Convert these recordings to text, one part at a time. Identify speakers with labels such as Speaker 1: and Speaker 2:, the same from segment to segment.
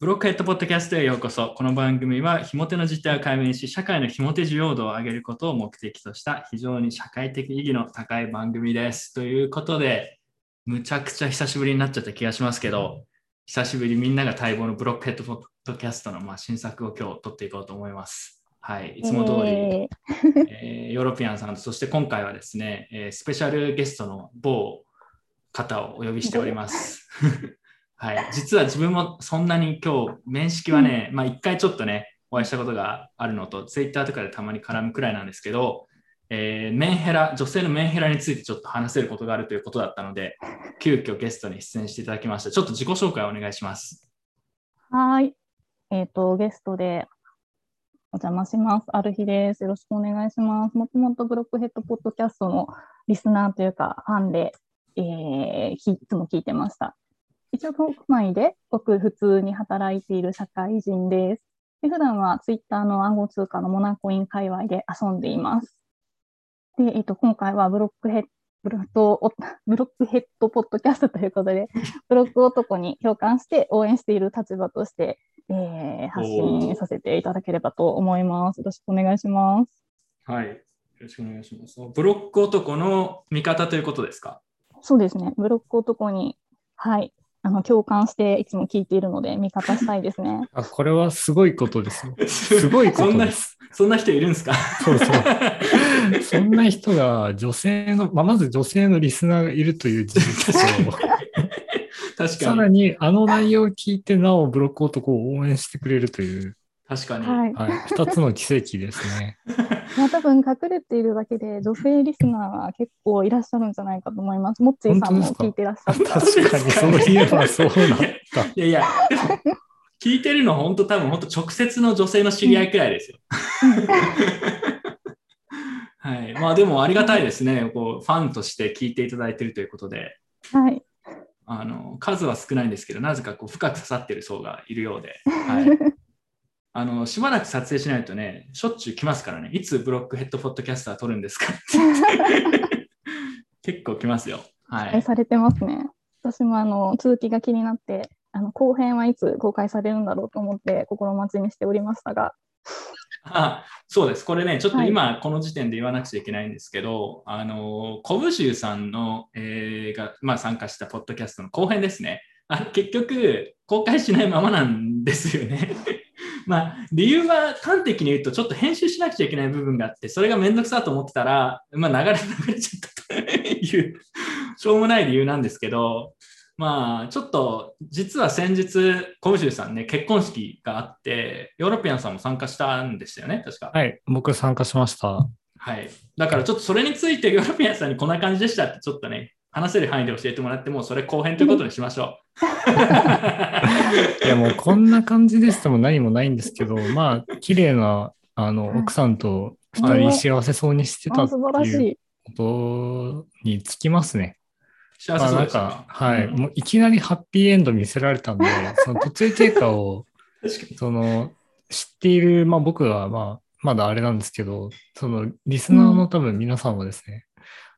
Speaker 1: ブロックヘッドポッドキャストへようこそ。この番組は、ひも手の実態を解明し、社会のひも手需要度を上げることを目的とした、非常に社会的意義の高い番組です。ということで、むちゃくちゃ久しぶりになっちゃった気がしますけど、久しぶりみんなが待望のブロックヘッドポッドキャストの、まあ、新作を今日撮っていこうと思います。はい、いつも通り、
Speaker 2: え
Speaker 1: えーヨーロピアンさんと、そして今回はですね、えースペシャルゲストの某方をお呼びしており ます。はい、実は自分もそんなに今日、面識はね、まあ一回ちょっとね、お会いしたことがあるのと、ツイッターとかでたまに絡むくらいなんですけど、えーメンヘラ、女性のメンヘラについてちょっと話せることがあるということだったので、急遽ゲストに出演していただきました。ちょっと自己紹介をお願いします。
Speaker 2: ーはーい。えっ、と、ゲストでお邪魔します。アルヒです。よろしくお願いします。もともとブロックヘッドポッドキャストのリスナーというか、ファンで、えー、きいつも聞いてました。一応、国内でごく普通に働いている社会人です。で普段はツイッターの暗号通貨のモナコイン界隈で遊んでいます。で、えっ、と、今回はブロックヘッドブロックおブロックヘッドポッドキャストということで、ブロック男に共感して応援している立場として、えー発信させていただければと思います。よろしくお願いします。
Speaker 1: はい、よろしくお願いします。ブロック男の味方ということですか
Speaker 2: そうですね、ブロック男に、はい、あの共感していつも聞いているので、味方したいですね。
Speaker 3: あ、これはすごいことですよ。
Speaker 1: す
Speaker 3: ごいこと
Speaker 1: そんな
Speaker 3: で、
Speaker 1: そんな人いるんですか
Speaker 3: そうそう。そんな人が女性の、まあ、まず女性のリスナーがいるという事実 と、
Speaker 1: 確
Speaker 3: さ
Speaker 1: からに。
Speaker 3: にあの内容を聞いてなおブロック男を応援してくれるという、
Speaker 1: 確かに。
Speaker 2: はい、
Speaker 3: はい、二つの奇跡ですね。
Speaker 2: まあ、多分隠れているだけで、女性リスナーは結構いらっしゃるんじゃないかと思います。モッチーさんも
Speaker 3: 本当ですか
Speaker 2: 聞いてらっしゃった。
Speaker 3: 確かに、そういえばそうだった。
Speaker 1: いやいや、でも聞いてるの本当多分本当直接の女性の知り合いくらいですよ。はい。まあでもありがたいですね。こうファンとして聞いていただいてるということで、
Speaker 2: はい、
Speaker 1: あの数は少ないんですけど、なぜかこう深く刺さってる層がいるようで。はい。あのしばらく撮影しないとね、しょっちゅう来ますからね、いつブロックヘッドポッドキャスター撮るんですかって 結構来ますよ。は
Speaker 2: え
Speaker 1: い。
Speaker 2: されてますね。私もあの続きが気になって、あの後編はいつ公開されるんだろうと思って心待ちにしておりましたが、
Speaker 1: あそうです。これね、ちょっと今、この時点で言わなくちゃいけないんですけど、あの、コブシュウさんの、えーが、まあ、参加したポッドキャストの後編ですね。あ結局、公開しないままなんですよね。まあ、理由は端的に言うと、ちょっと編集しなくちゃいけない部分があって、それがめんどくさと思ってたら、まあ、流れ、流れちゃったという、しょうもない理由なんですけど、まあ、ちょっと、実は先日、コブシュウさんね、結婚式があって、ヨーロピアンさんも参加したんでしたよね、確か。
Speaker 3: はい、僕参加しました。
Speaker 1: はい。だから、ちょっとそれについて、ヨーロピアンさんにこんな感じでしたって、ちょっとね、話せる範囲で教えてもらって、もうそれ後編ということにしましょ
Speaker 3: いや、もうこんな感じでしたも何もないんですけど、まあ、綺麗な、あの、
Speaker 2: はい
Speaker 3: 奥さんと二人幸せそうにしてた
Speaker 2: あ
Speaker 3: って
Speaker 2: 素晴らし
Speaker 3: いう
Speaker 2: い。
Speaker 3: ことにつきますね。
Speaker 1: う。幸
Speaker 3: ま
Speaker 1: せ
Speaker 3: あ
Speaker 1: そう
Speaker 3: なん
Speaker 1: でしたね
Speaker 3: か、はい、
Speaker 1: うん
Speaker 3: もういきなりハッピーエンド見せられたんで、 その途中経過を、
Speaker 1: 確かに。
Speaker 3: その、知っている、まあ僕は、まあ、まだあれなんですけど、その、リスナーの多分皆さんはですね、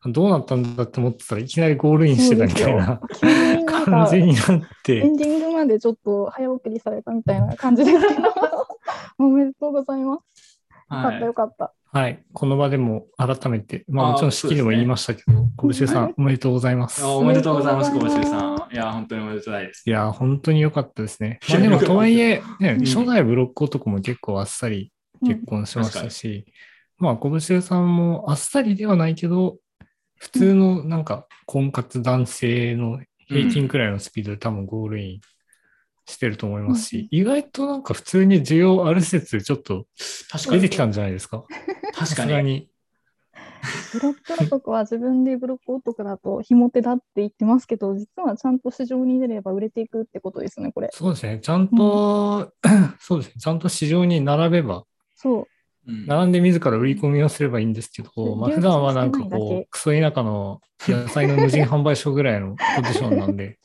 Speaker 3: どうなったんだって思ってたらいきなりゴールインしてたみたいな
Speaker 2: 急になん
Speaker 3: 感
Speaker 2: か
Speaker 3: じになっ
Speaker 2: エ
Speaker 3: て
Speaker 2: ン、ディングまでちょっと早送りされたみたいな感 じです けど、おめでとうございます。よか
Speaker 1: は
Speaker 2: った
Speaker 1: い
Speaker 2: よ。かった。
Speaker 3: はい、この場でも改めて、まあ
Speaker 1: あー
Speaker 3: もちろん式でも言いましたけど、小渕さんおめでとうございます
Speaker 1: いや。おめでとうございます、
Speaker 2: おめ
Speaker 1: 小
Speaker 2: でと
Speaker 1: 渕
Speaker 2: うございます
Speaker 1: さん。いや、本当におめでとうございです。
Speaker 3: いや、本当に良かったですね。
Speaker 1: いや
Speaker 3: まあでも、
Speaker 1: 良かった
Speaker 3: とはいえ、ね
Speaker 1: うん
Speaker 3: 初代ブロック男も結構あっさり結婚しましたし、まあ、こぶしゅさんもあっさりではないけど、普通のなんか婚活男性の平均くらいのスピードで多分ゴールインしてると思いますし、意外となんか普通に需要ある説でちょっと
Speaker 1: 確か
Speaker 3: 出
Speaker 1: に。
Speaker 3: てきたんじゃないですか。
Speaker 1: 確
Speaker 3: さ
Speaker 1: か
Speaker 3: すが
Speaker 1: に。
Speaker 3: に。
Speaker 2: ブロック男は自分でブロック男だとひも手だって言ってますけど、実はちゃんと市場に出れば売れていくってことですね、これ。
Speaker 3: そうですね。ちゃんと、 そうですね。ちゃんと市場に並べば、
Speaker 2: そう。
Speaker 1: うん
Speaker 3: 並んで自ら売り込みをすればいいんですけど、まあ、
Speaker 2: 流通
Speaker 3: 普段はなんか
Speaker 2: してないだ
Speaker 3: こ
Speaker 2: け
Speaker 3: う、クソ田舎の野菜の無人販売所ぐらいのポジションな んで、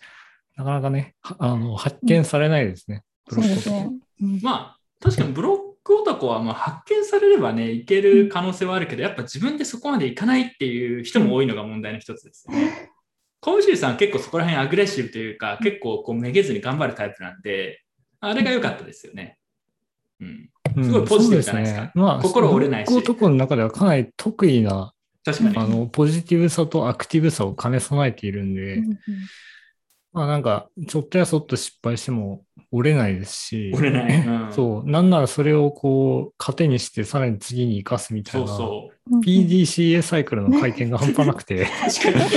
Speaker 3: なかなかね、はあの発見されないですね。
Speaker 2: そうですね。
Speaker 1: まあ、確かにブロック男はまあ発見されればね、いける可能性はあるけど、やっぱ自分でそこまでいかないっていう人も多いのが問題の一つですよね。コウシュウさん結構そこら辺アグレッシブというか、結構こうめげずに頑張るタイプなんで、あれが良かったですよね。うん。
Speaker 3: うん
Speaker 1: すごいポジティブじゃないですか
Speaker 3: そうねまあ、
Speaker 1: 心折れないし
Speaker 3: 僕男の中ではかなり得意な、
Speaker 1: 確かに。
Speaker 3: あの、ポジティブさとアクティブさを兼ね備えているんで、まあなんか、ちょっとやそっと失敗しても折れないですし、
Speaker 1: 折れない。 うん
Speaker 3: そう、なんならそれをこう、糧にしてさらに次に生かすみたい
Speaker 1: そう
Speaker 3: な、
Speaker 1: そう。
Speaker 3: PDCA サイクルの回転が半端なくて、
Speaker 1: 確かに。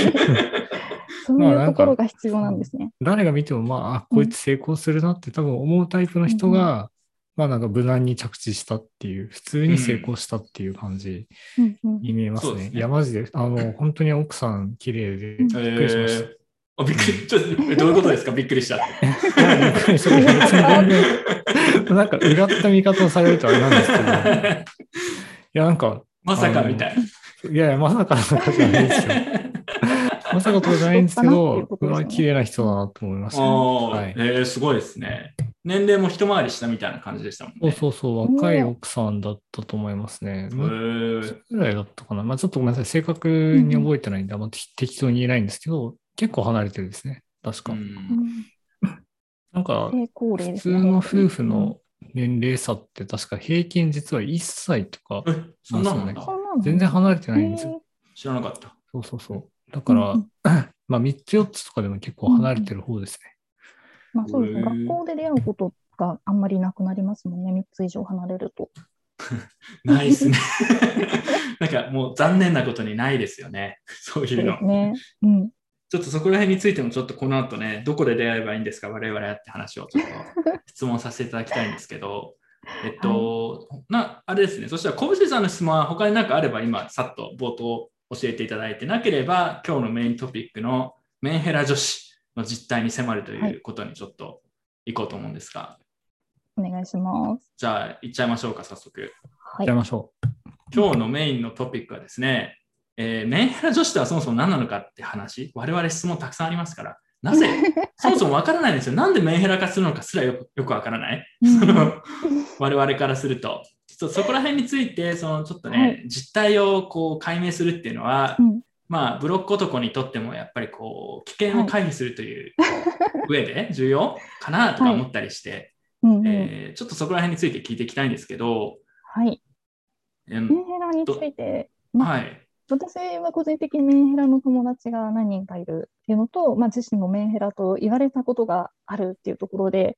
Speaker 2: そういうところが必要なんですね。
Speaker 3: 誰が見てもまああ、こいつ成功するなって多分思うタイプの人が、まあなんか無難に着地したっていう、普通に成功したっていう感じ
Speaker 2: うんうん
Speaker 3: に見えま
Speaker 1: そ
Speaker 3: す
Speaker 1: うで
Speaker 3: ね。
Speaker 1: すね
Speaker 3: いや、マジで、あの、本当に奥さん綺麗で、
Speaker 2: うん
Speaker 3: びっくりしました。
Speaker 1: えーあびっくりちょっとどういうことですかびっくりしたって。
Speaker 3: びっくりした別に全 然なんか、うがった見方をされるとあれなん ですけど、いや、なんか、
Speaker 1: まさかみたいな。
Speaker 3: いやいや、まさかのことじゃな いですよ。まさかとかじゃないんですけ
Speaker 2: そうかなっていうこ
Speaker 3: ど、こと
Speaker 2: です
Speaker 3: れ
Speaker 2: よね
Speaker 3: は綺麗な人だなと思いましたね、
Speaker 1: おー
Speaker 3: はい
Speaker 1: えーすごいですね。年齢も一回りしたみたいな感じでしたもん
Speaker 3: そう
Speaker 1: ね。
Speaker 3: そうそう、若い奥さんだったと思いますね。
Speaker 1: へー
Speaker 3: ぐらいだったかな。まあちょっとごめんなさい、正確に覚えてないんで、あんま適当に言えないんですけど、結構離れてるんですね。確か。
Speaker 1: うん
Speaker 3: なんか、
Speaker 2: 成功例
Speaker 3: 普
Speaker 2: です
Speaker 3: 通
Speaker 2: ね。
Speaker 3: の夫婦の年齢差って確か平均実は1歳とか、
Speaker 1: えそんなのなん
Speaker 2: そ
Speaker 1: だ
Speaker 2: んなの
Speaker 3: 全然離れてないんですよ。
Speaker 1: 知らなかった。
Speaker 3: そうそうそう。だから、
Speaker 2: うんうん
Speaker 3: まあ3つ4つとかでも結構離れてる方ですね。
Speaker 2: まあそうですね。
Speaker 1: へー
Speaker 2: 学校で出会うことがあんまりなくなりますもんね。3つ以上離れると。
Speaker 1: ないですね。 なんかもう残念なことにないですよね。 そう
Speaker 2: そ
Speaker 1: いうう
Speaker 2: で
Speaker 1: の
Speaker 2: す。ね。うん。
Speaker 1: ちょっとそこら辺についてもちょっとこの後ね、どこで出会えばいいんですか、我々はって話をちょっと質問させていただきたいんですけど、えっと、な、あれですね、そしたら小渕さんの質問は他に何かあれば今、さっと冒頭教えていただいて、なければ今日のメイントピックのメンヘラ女子の実態に迫るということにちょっと行こうと思うんですが、
Speaker 2: お願いします。
Speaker 1: じゃあ行っちゃいましょうか、早速。
Speaker 2: はい
Speaker 3: やり。ましょ
Speaker 1: 今日のメインのトピックはですね、えーメンヘラ女子とはそもそも何なのかって話、我々質問たくさんありますから、なぜ、そもそもわからないんですよ。なんでメンヘラ化するのかすらよくよくわからない。
Speaker 2: うん
Speaker 1: その 我々からすると。ちょっとそこら辺について、そのちょっとね、
Speaker 2: はい
Speaker 1: 実態をこう解明するっていうのは、
Speaker 2: うん
Speaker 1: まあ、ブロック男にとってもやっぱりこう、危険を回避するという上で重要かなとか思ったりして、
Speaker 2: うんうん
Speaker 1: えーちょっとそこら辺について聞いていきたいんですけど、
Speaker 2: はい。
Speaker 1: えー
Speaker 2: メンヘラについて、
Speaker 1: はい。
Speaker 2: 私は個人的にメンヘラの友達が何人かいるっていうのと、まあ、自身もメンヘラと言われたことがあるっていうところで、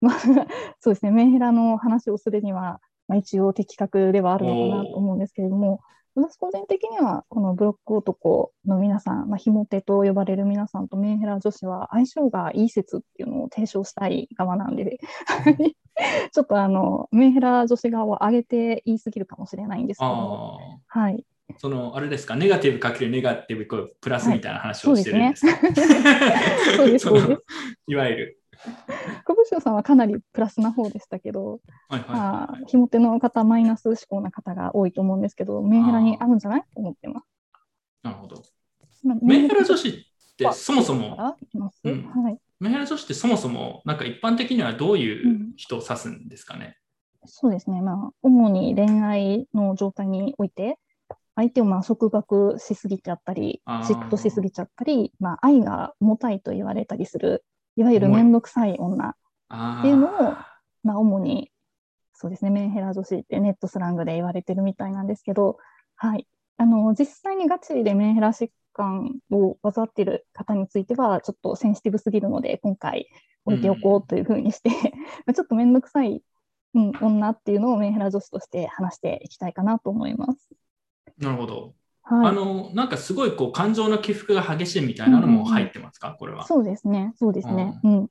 Speaker 2: まあ、 そうですね、メンヘラの話をするには、まあ、一応的確ではあるのかなと思うんですけれども、私個人的には、このブロック男の皆さん、まあ、ひも手と呼ばれる皆さんとメンヘラ女子は相性がいい説っていうのを提唱したい側なんで、はい ちょっとあのメンヘラ女子側を上げて言い過ぎるかもしれないんですけ
Speaker 1: あ
Speaker 2: ど、
Speaker 1: あ。
Speaker 2: はい、
Speaker 1: そのあれですか、ネガティブかけるネガティブイコールプラスみたいな話をしてるんですか、
Speaker 2: そうで す、
Speaker 1: そ
Speaker 2: そ
Speaker 1: の
Speaker 2: うです。
Speaker 1: いわゆる。
Speaker 2: 久保さんはかなりプラスな方でしたけど、
Speaker 1: はいはい
Speaker 2: まあ、ひも手の方、マイナス思考な方が多いと思うんですけど、メンヘラに合うんじゃないと思ってます。
Speaker 1: なるほど。
Speaker 2: まあ
Speaker 1: メンヘラ女
Speaker 2: 子
Speaker 1: 子ってそもそも、
Speaker 2: いきます、
Speaker 1: うん
Speaker 2: はい。
Speaker 1: メンヘラ女子ってそもそも、なんか一般的にはどういう人を指すんですかね。
Speaker 2: そうですね、まあ、主に恋愛の状態において、相手をまあ束縛しすぎちゃったり
Speaker 1: あ、ー
Speaker 2: 嫉妬しすぎちゃったり、まあ、愛が重たいと言われたりする、いわゆる面倒くさい女、
Speaker 1: ああ
Speaker 2: っていうのをまあ、主にそうですねメンヘラ女子ってネットスラングで言われてるみたいなんですけど、はい、あの実際にガチでメンヘラ疾患を患っている方についてはちょっとセンシティブすぎるので今回置いておこうというふうにして、 まあちょっと面倒くさい、うん、女っていうのをメンヘラ女子として話していきたいかなと思います。
Speaker 1: なるほど。
Speaker 2: はい、
Speaker 1: あの、なんかすごいこう感情の起伏が激しいみたいなのも入ってますか、これは。
Speaker 2: そうですね、そうですね。うん。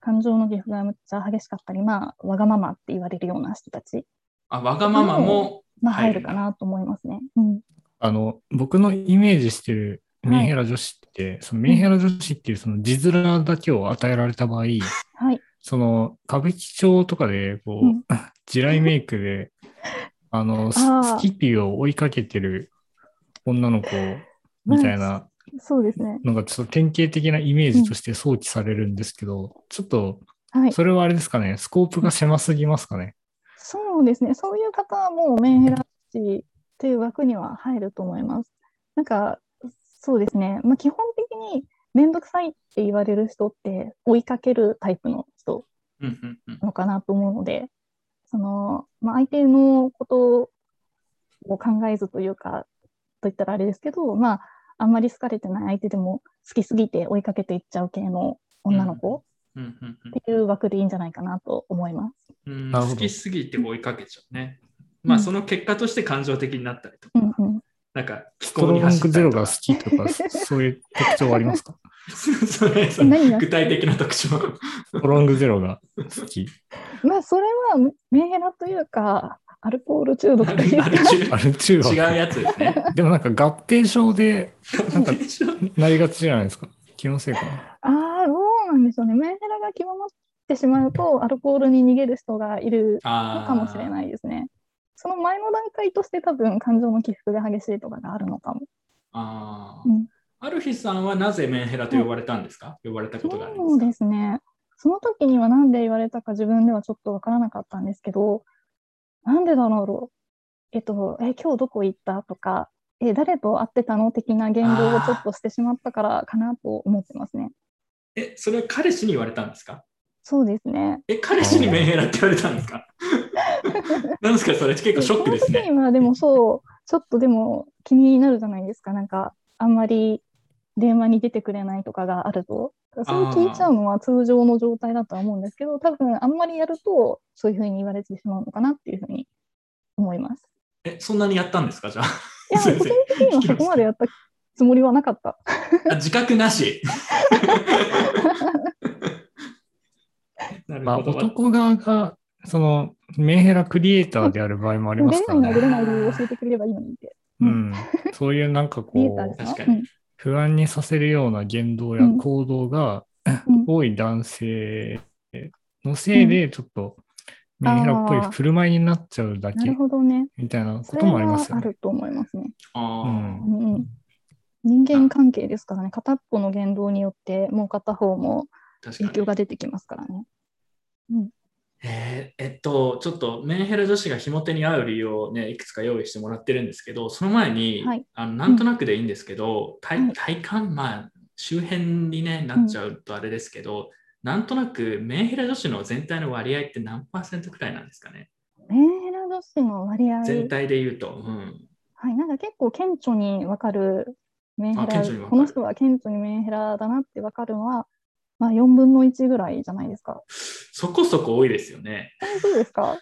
Speaker 2: 感情の起伏がむっちゃ激しかったり、まあ、わがままって言われるような人たち、
Speaker 1: あわがままも、
Speaker 2: まあ、
Speaker 1: 入
Speaker 2: 入
Speaker 1: る
Speaker 2: るかなと思いますね。うん。
Speaker 3: う。あの、僕のイメージしてるメンヘラ女子って、そのメンヘラ女子っていうその字面だけを与えられた 場合、
Speaker 2: はい。
Speaker 3: その歌舞伎町とかで、こう、
Speaker 2: うん
Speaker 3: 地雷メイクで、あの、ス
Speaker 2: あー
Speaker 3: スキピーを追いかけてる女の子みたいな
Speaker 2: そうですね。
Speaker 3: のが、ちょっと典型的なイメージとして想起されるんですけど、ちょっと、
Speaker 2: はい。
Speaker 3: それはあれですかね、スコープが狭すぎますかね。
Speaker 2: そうですね。そういう方はもうメンヘラ師っていう枠には入ると思います。なんか、そうですね。まあ、基本的に面倒くさいって言われる人って追いかけるタイプの人
Speaker 1: うんうんうん
Speaker 2: のかなと思うので、その、まあ、相手のことを考えずというか、といったらあれですけど、まあ、あんまり好かれてない相手でも好きすぎて追いかけていっちゃう系の女の子
Speaker 1: うんうんうん
Speaker 2: っていう枠でいいんじゃないかなと思います。
Speaker 1: うん
Speaker 3: なるほど
Speaker 1: 好きすぎて追いかけちゃうね。まあ、
Speaker 2: うん
Speaker 1: その結果として感情的になったりとか、
Speaker 2: うんうん、
Speaker 1: なんか気
Speaker 3: スト
Speaker 1: 候
Speaker 3: ロ
Speaker 1: に
Speaker 3: ン
Speaker 1: 走
Speaker 3: グ
Speaker 1: った
Speaker 3: ゼロ
Speaker 1: りと
Speaker 3: が
Speaker 1: か
Speaker 3: 好。きとか、そう いう特徴はありますか
Speaker 1: それそれ
Speaker 2: 何が
Speaker 1: 具体的な特徴。
Speaker 3: ストロングゼロが好き。
Speaker 2: まあそれはメンヘラというかアルコール中毒 という
Speaker 1: あ
Speaker 2: か
Speaker 1: る
Speaker 3: あれ中
Speaker 1: 種違う
Speaker 3: は。
Speaker 1: やつですね。
Speaker 3: でもなんか合併症でな んか
Speaker 1: う
Speaker 3: なりがちじゃないですか。気のせいかな。
Speaker 2: ああどうなんでしょうねメンヘラが極まってしまうとアルコールに逃げる人がいるのかもしれ
Speaker 1: い。
Speaker 2: ないですねその前の段階として多分感情の起伏が激しいとかがあるのかも
Speaker 1: あ
Speaker 2: うん
Speaker 1: あ。アルヒさんはなぜメンヘラと呼ばれたんですか、呼ばれたことがあるん
Speaker 2: そう
Speaker 1: ですか
Speaker 2: ですねその時には何で言われたか自分ではちょっとわからなかったんですけどなんでだろうえっとえ今日どこ行ったとかえ誰と会ってたの的な言動をちょっとしてしまったからかなと思ってますね
Speaker 1: え、それは彼氏に言われたんですか
Speaker 2: そうですね。
Speaker 1: え、彼氏にメンヘラって言われたんです かなんですかそれ結構ショックです
Speaker 2: そ
Speaker 1: ね。
Speaker 2: の時はでもそう、ちょっとでも気になるじゃないですか。なんか、あんまり電話に出てくれないとかがあると。それ聞いちゃうのは通常の状態だとは思うんですけど、多分あんまりやると、そういうふうに言われてしまうのかなっていうふうに思います。
Speaker 1: え、そんなにやったんですかじゃあ。
Speaker 2: いや、個
Speaker 1: 先生
Speaker 2: 人的にはそこまでやったつもりはなかった。
Speaker 1: あ自覚な し。なる
Speaker 3: まあ
Speaker 1: ほど。
Speaker 3: 男側が、その、メンヘラクリエイターである場合もあり
Speaker 2: 出れ
Speaker 3: ますか
Speaker 2: ないな
Speaker 3: ら
Speaker 2: ら出れ
Speaker 3: ね。
Speaker 2: ない理由を教えてくれればいいのにって。
Speaker 3: う。
Speaker 2: うん
Speaker 3: そういうなんか
Speaker 2: 見えた
Speaker 3: こ
Speaker 2: で
Speaker 3: う、
Speaker 2: すか
Speaker 1: 確かに
Speaker 3: 不安にさせるような言動や
Speaker 2: うん
Speaker 3: 行動が
Speaker 2: うんうん
Speaker 3: 多い男性のせいで、ちょっとメンヘラっぽい振る舞いになっちゃうだ
Speaker 2: な
Speaker 3: け
Speaker 2: るほどね。
Speaker 3: みたいな
Speaker 2: そ
Speaker 3: こ
Speaker 2: れ
Speaker 3: ともありま
Speaker 2: は
Speaker 3: すよ
Speaker 2: あ
Speaker 3: ね。
Speaker 2: ると思いますね。
Speaker 1: あ
Speaker 3: う
Speaker 1: ー
Speaker 3: ん
Speaker 2: うんうん人間関係ですからね、片っぽの言動によって、もう片方も影
Speaker 1: 確か
Speaker 2: 響
Speaker 1: に。
Speaker 2: が出てきますからね。
Speaker 1: えーえっと、ちょっとメンヘラ女子がひも手に合う理由をね、いくつか用意してもらってるんですけど、その前に、
Speaker 2: はい
Speaker 1: あのなんとなくでいいんですけど、
Speaker 2: は
Speaker 1: 体
Speaker 2: い
Speaker 1: 体感、まあ、周辺に、ね、なっちゃうとあれですけど、なんとなくメンヘラ女子の全体の割合って何パーセントくらいなんですかね
Speaker 2: メンヘラ女子の割合、
Speaker 1: 全体で言うと。うん
Speaker 2: はい、なんか結構顕著に分かるメンヘ
Speaker 1: あ顕
Speaker 2: ラ、
Speaker 1: 著に分かる
Speaker 2: この人は顕著にメンヘラだなって分かるのは、まあ、4分の1ぐらいじゃないですか。
Speaker 1: そこそこ多いですよね。
Speaker 2: えそうですか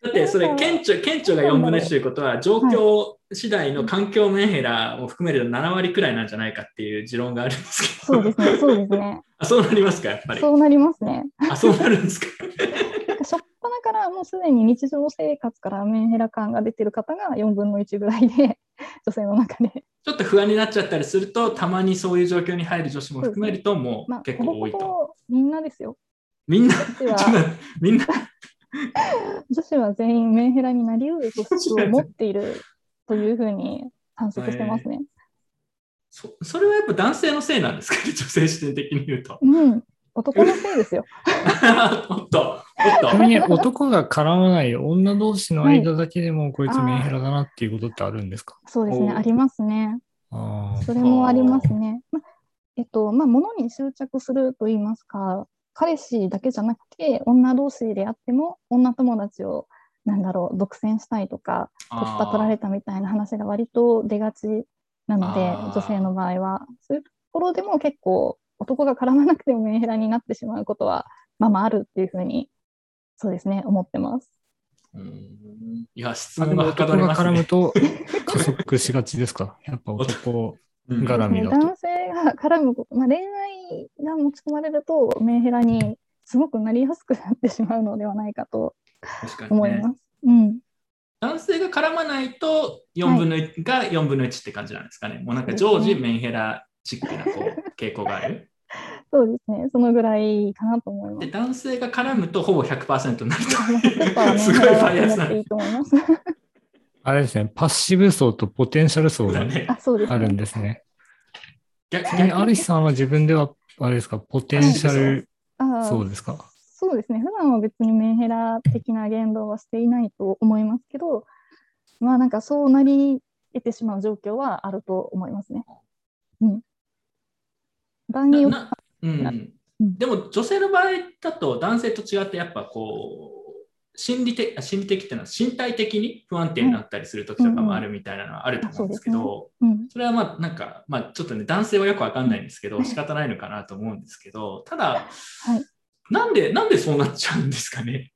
Speaker 1: だってそれ
Speaker 2: なんか
Speaker 1: 顕著顕著が4分の1ということは状況次第の環境メンヘラを含めると7割くらいなんじゃないかっていう持論があるんですけど
Speaker 2: そうですね、そうですね。
Speaker 1: あそうなりますかやっぱり
Speaker 2: そうなりますね。
Speaker 1: あそうなるんですか
Speaker 2: なんか初っ端からもうすでに日常生活からメンヘラ感が出てる方が4分の1ぐらいで、女性の中で。
Speaker 1: ちょっと不安になっちゃったりするとたまにそういう状況に入る女子も含めるとも
Speaker 2: まあ、
Speaker 1: う結構多い
Speaker 2: ほぼ
Speaker 1: と
Speaker 2: ほぼみんなですよ。
Speaker 1: みんな ち
Speaker 2: 女子
Speaker 1: ょっと待
Speaker 2: は
Speaker 1: ってみんな
Speaker 2: 女子は全員メンヘラになりうる素質を持っているというふうに反則してますね。
Speaker 1: そそれはやっぱ男性のせいなんですかね女性視点的に言うと
Speaker 2: うん、男のせいですよ。
Speaker 1: おっとおっと
Speaker 3: ちなみに男が絡まない女同士の間だけでもこいつメンヘラだなっていうことってあるんですか
Speaker 2: そうですね、
Speaker 1: おう
Speaker 2: ありますね。
Speaker 3: あ
Speaker 2: それもありますね。まえっと、まあ、物に執着すると言いますか、彼氏だけじゃなくて、女同士であっても、女友達を、なんだろう、独占したいとか、コスパ取られたみたいな話が割と出がちなので、
Speaker 1: あー
Speaker 2: 女性の場合は。そういうところでも結構、男が絡まなくてもメンヘラになってしまうことは、まあまああるっていうふうに、そうですね、思ってます。
Speaker 1: うんいや質
Speaker 3: あ。で
Speaker 1: 問が
Speaker 3: も
Speaker 1: はかど
Speaker 3: 男
Speaker 1: り
Speaker 3: が
Speaker 1: ます
Speaker 3: 絡む
Speaker 1: ね
Speaker 3: と加速しがちですかやっぱ男
Speaker 1: うん
Speaker 3: が絡みだと。
Speaker 2: 男性が絡むこと、まあ、恋愛が持ち込まれると、メンヘラにすごくなりやすくなってしまうのではないかと
Speaker 1: 確かに
Speaker 2: 思
Speaker 1: ね
Speaker 2: います。うん、
Speaker 1: 男性が絡まないと4分の1、が4分の1って感じなんですかね。もうなんか常時メンヘラチックなこう傾向がある。
Speaker 2: そうですね、そのぐらいかなと思いま。
Speaker 1: です男性が絡むとほぼ100%になる
Speaker 2: 100%は
Speaker 1: と。
Speaker 2: メ ン
Speaker 1: すごい
Speaker 2: ヘ
Speaker 1: バイ
Speaker 2: ラ
Speaker 1: ア
Speaker 2: だ
Speaker 1: ス
Speaker 2: と思
Speaker 1: なん
Speaker 2: ってい
Speaker 1: で
Speaker 2: いと思います。
Speaker 3: あれですね、パッシブ層とポテンシャル層
Speaker 1: す
Speaker 3: が
Speaker 1: ね
Speaker 2: あ、。そうです
Speaker 3: あるん
Speaker 2: ね。
Speaker 3: ですね。
Speaker 1: 逆
Speaker 3: ちなみに
Speaker 1: 逆
Speaker 3: アルヒさんは自分では、あれですか、ポテンシャル
Speaker 2: ああ
Speaker 3: 層ですか
Speaker 2: そうですね、普段は別にメンヘラ的な言動はしていないと思いますけど、まあなんかそうなり得てしまう状況はあると思いますね。うん。場合に
Speaker 1: な
Speaker 2: よっ
Speaker 1: なうん、
Speaker 2: うん
Speaker 1: でも女性の場合だと男性と違ってやっぱこう心理的あ心理的っていうのは身体的に不安定になったりする時とかもあるみたいなのはあると思うんですけど、
Speaker 2: うんうんうん
Speaker 1: それはまあなんか、まあ、ちょっとね男性はよくわかんないんですけど仕方ないのかなと思うんですけどただ、
Speaker 2: はい
Speaker 1: なんでなんでそうなっちゃうんですかね、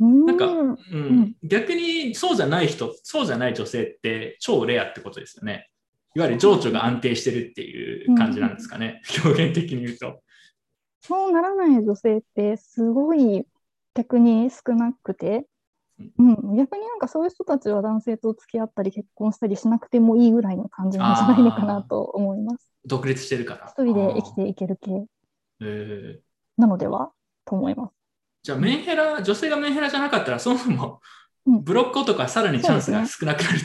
Speaker 2: うん
Speaker 1: なんか
Speaker 2: うん
Speaker 1: うん
Speaker 2: ん
Speaker 1: 逆にそうじゃない人そうじゃない女性って超レアってことですよねいわゆる情緒が安定してるっていう感じなんですかね、表現的に言うと。
Speaker 2: そうならない女性ってすごい逆に少なくて、うん、逆になんかそういう人たちは男性と付き合ったり結婚したりしなくてもいいぐらいの感じなんじゃないのかなと思います。
Speaker 1: 独立してるから。
Speaker 2: 一人で生きていける系
Speaker 1: あーえー
Speaker 2: なのではと思います。
Speaker 1: じゃあメンヘラ女性がメンヘラじゃなかったらそもそも
Speaker 2: うん
Speaker 1: ブロッコとかさらにチャンスが少なくなる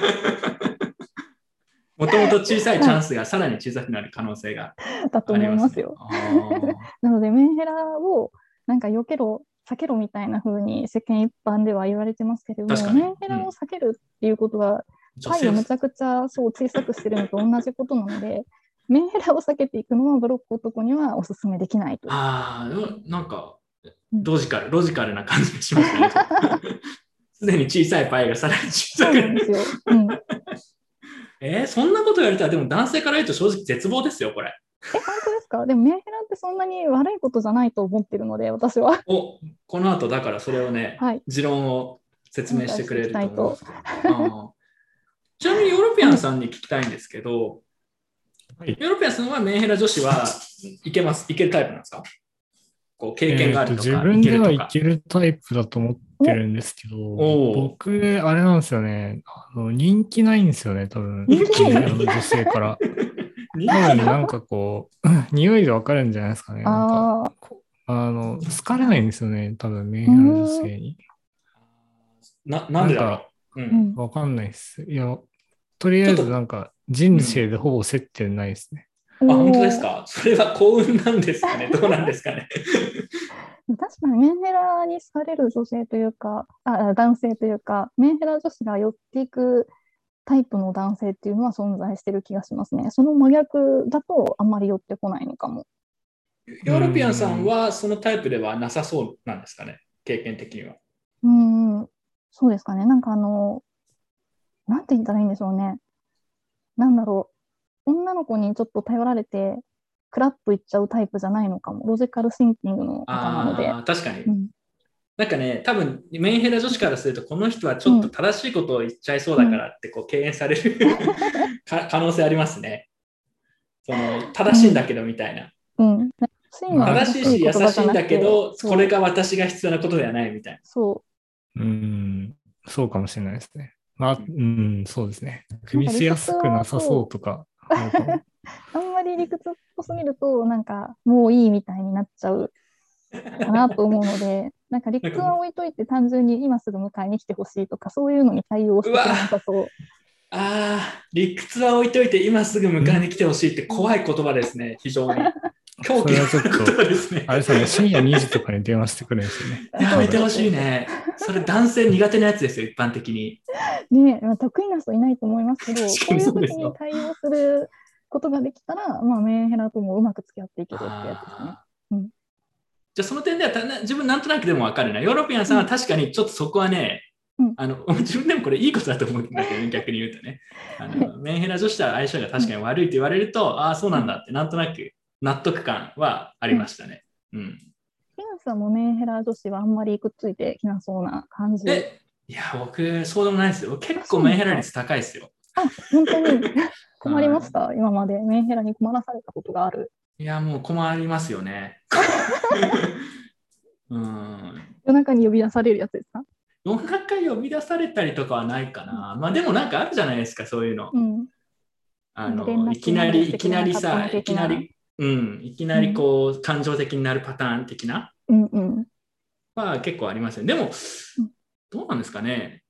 Speaker 1: と。 もともと小さいチャンスがさらに小さくなる可能性が
Speaker 2: だと
Speaker 1: あ
Speaker 2: 思
Speaker 1: り
Speaker 2: い
Speaker 1: ま
Speaker 2: ますす
Speaker 1: ね、
Speaker 2: よ。
Speaker 1: あー
Speaker 2: なのでメンヘラをなんか避けろ避けろみたいな風に世間一般では言われてますけれど
Speaker 1: 確か
Speaker 2: も、
Speaker 1: に
Speaker 2: メンヘラを避けるっていうことは、
Speaker 1: 女
Speaker 2: パイ
Speaker 1: 性
Speaker 2: をめちゃくちゃそう小さくしてるのと同じことなので、メンヘラを避けていくのはブロック男にはお勧めできないと。
Speaker 1: ああ、でもなんか、
Speaker 2: うん
Speaker 1: ロジカル、ロジカルな感じがします ね。すでに小さいパイがさらに小
Speaker 2: そ
Speaker 1: さ
Speaker 2: う
Speaker 1: くな
Speaker 2: なん
Speaker 1: る。
Speaker 2: ですよ。うん、え、
Speaker 1: えー、そんなこと言われたら、でも男性から言うと正直絶望ですよ、これ。
Speaker 2: 本当ですかでもメンヘラってそんなに悪いことじゃないと思ってるので、私は。
Speaker 1: おこの後だからそれをね、
Speaker 2: はい。
Speaker 1: 持論を説明してくれると思うんですけど。あの ちなみにヨーロピアンさんに聞きたいんですけど、
Speaker 3: はい
Speaker 1: ヨーロピアンさんはメンヘラ女子はいけます、いけるタイプなんですかこう経験があるとか、
Speaker 3: えーと自分では
Speaker 1: ける
Speaker 3: いい
Speaker 1: とか。
Speaker 3: けるタイプだと思ってるんですけど、
Speaker 1: おお
Speaker 3: 僕、あれなんですよね、あの人気ないんですよね、多分。
Speaker 1: 人気ない
Speaker 3: あの女性から。
Speaker 1: 人
Speaker 3: 多
Speaker 1: 気
Speaker 3: 分なんかこう、 匂いでわかるんじゃないですかね。なんか
Speaker 2: ああ、
Speaker 3: あの、好かれないんですよね、多分メンヘラ女性に。
Speaker 1: ななんでだ
Speaker 3: なん
Speaker 1: ろう、う、
Speaker 2: うんん。
Speaker 3: わかんないです。いや、とりあえずなんか人生でほぼ接点ないですね。
Speaker 1: あ、本当ですかそれは幸運なんですか ねどうなんですかね
Speaker 2: 確かにメンヘラに好かれる女性というかああ男性というかメンヘラ女子が寄っていくタイプの男性っていうのは存在してる気がしますねその真逆だとあんまり寄ってこないのかも
Speaker 1: ヨーロピアンさんはそのタイプではなさそうなんですかね経験的には。
Speaker 2: うんそうですかねなんかあのなんて言ったらいいんでしょうねなんだろう女の子にちょっと頼られてクラッといっちゃうタイプじゃないのかもロジカルシンキングの方なので
Speaker 1: ああ、確かに
Speaker 2: う。ん
Speaker 1: なんかね、多分メンヘラ女子からすると、この人はちょっと正しいことを言っちゃいそうだからって、こう、敬遠される か可能性ありますね。その、正しいんだけどみたいな。
Speaker 2: うん、真は
Speaker 1: 正しいし、優
Speaker 2: 言葉
Speaker 1: し
Speaker 2: じゃ
Speaker 1: いん
Speaker 2: なく
Speaker 1: だ
Speaker 2: て
Speaker 1: けど、
Speaker 2: そう
Speaker 1: これが私が必要なことではないみたいな。
Speaker 2: そう
Speaker 3: うん、そうかもしれないですね。まあ、うん、そうですね。組みしやすくなさそうとか。あるかも
Speaker 2: あんまり理屈っぽすぎると、なんか、もういいみたいになっちゃうかなと思う ので、なんか理屈は置いといて、単純に今すぐ迎えに来てほしいとか、そういうのに対応してくれなさそう。
Speaker 1: ああ、理屈は置いといて、今すぐ迎えに来てほしいって怖い言葉ですね、非 常に。狂気な
Speaker 3: それはちょっと
Speaker 1: 言葉ですね。
Speaker 3: あれですよね、深夜2時とかに電話してくるんですよ ね。
Speaker 1: やめてほしいね。それ男性苦手なやつですよ、一般的に。
Speaker 2: ねえまあ、得意な人いないと思いますけ ど、こ
Speaker 1: 確
Speaker 2: う
Speaker 1: かに
Speaker 2: いう
Speaker 1: そうで
Speaker 2: 時
Speaker 1: す
Speaker 2: に
Speaker 1: よ
Speaker 2: 対応することができたら、まあ、メンヘラともうまく付き合っていけるってやつですね。
Speaker 1: あ
Speaker 2: う
Speaker 1: ー
Speaker 2: ん
Speaker 1: じゃあその点ではたな自分なんとなくでもわかるな。ヨーロピアンさんは確かにちょっとそこはね、
Speaker 2: うん
Speaker 1: あの 自分でもこれいいことだと思うんだけどね、逆に言うとね。あのメンヘラ女子とは相性が確かに悪いって言われると、ああ、そうなんだってなんとなく納得感はありましたね。うん、
Speaker 2: ひなさんもメンヘラ女子はあんまりくっついてきなそうな感じ。
Speaker 1: えいや、僕、そうでもないですよ。結構メンヘラ率高いですよ。
Speaker 2: あ、本当に 困りました、今まで。メンヘラに困らされたことがある。
Speaker 1: いや、もう困りますよ ね。うん。
Speaker 2: 夜中に呼び出されるやつですか
Speaker 1: 夜中呼び出されたりとかはないかな。まあでもなんかあるじゃないですか、そういうの。
Speaker 2: うん。
Speaker 1: あ
Speaker 2: 連
Speaker 1: の
Speaker 2: 絡
Speaker 1: いきなり、
Speaker 2: も
Speaker 1: い
Speaker 2: して
Speaker 1: き
Speaker 2: くれ
Speaker 1: な
Speaker 2: なか
Speaker 1: り
Speaker 2: った
Speaker 1: さ
Speaker 2: の、
Speaker 1: いき
Speaker 2: 的な
Speaker 1: なり、うん、いきなりこう、感情的になるパターン的な
Speaker 2: うんうん。
Speaker 1: は結構ありますよね。でも、どうなんですかね。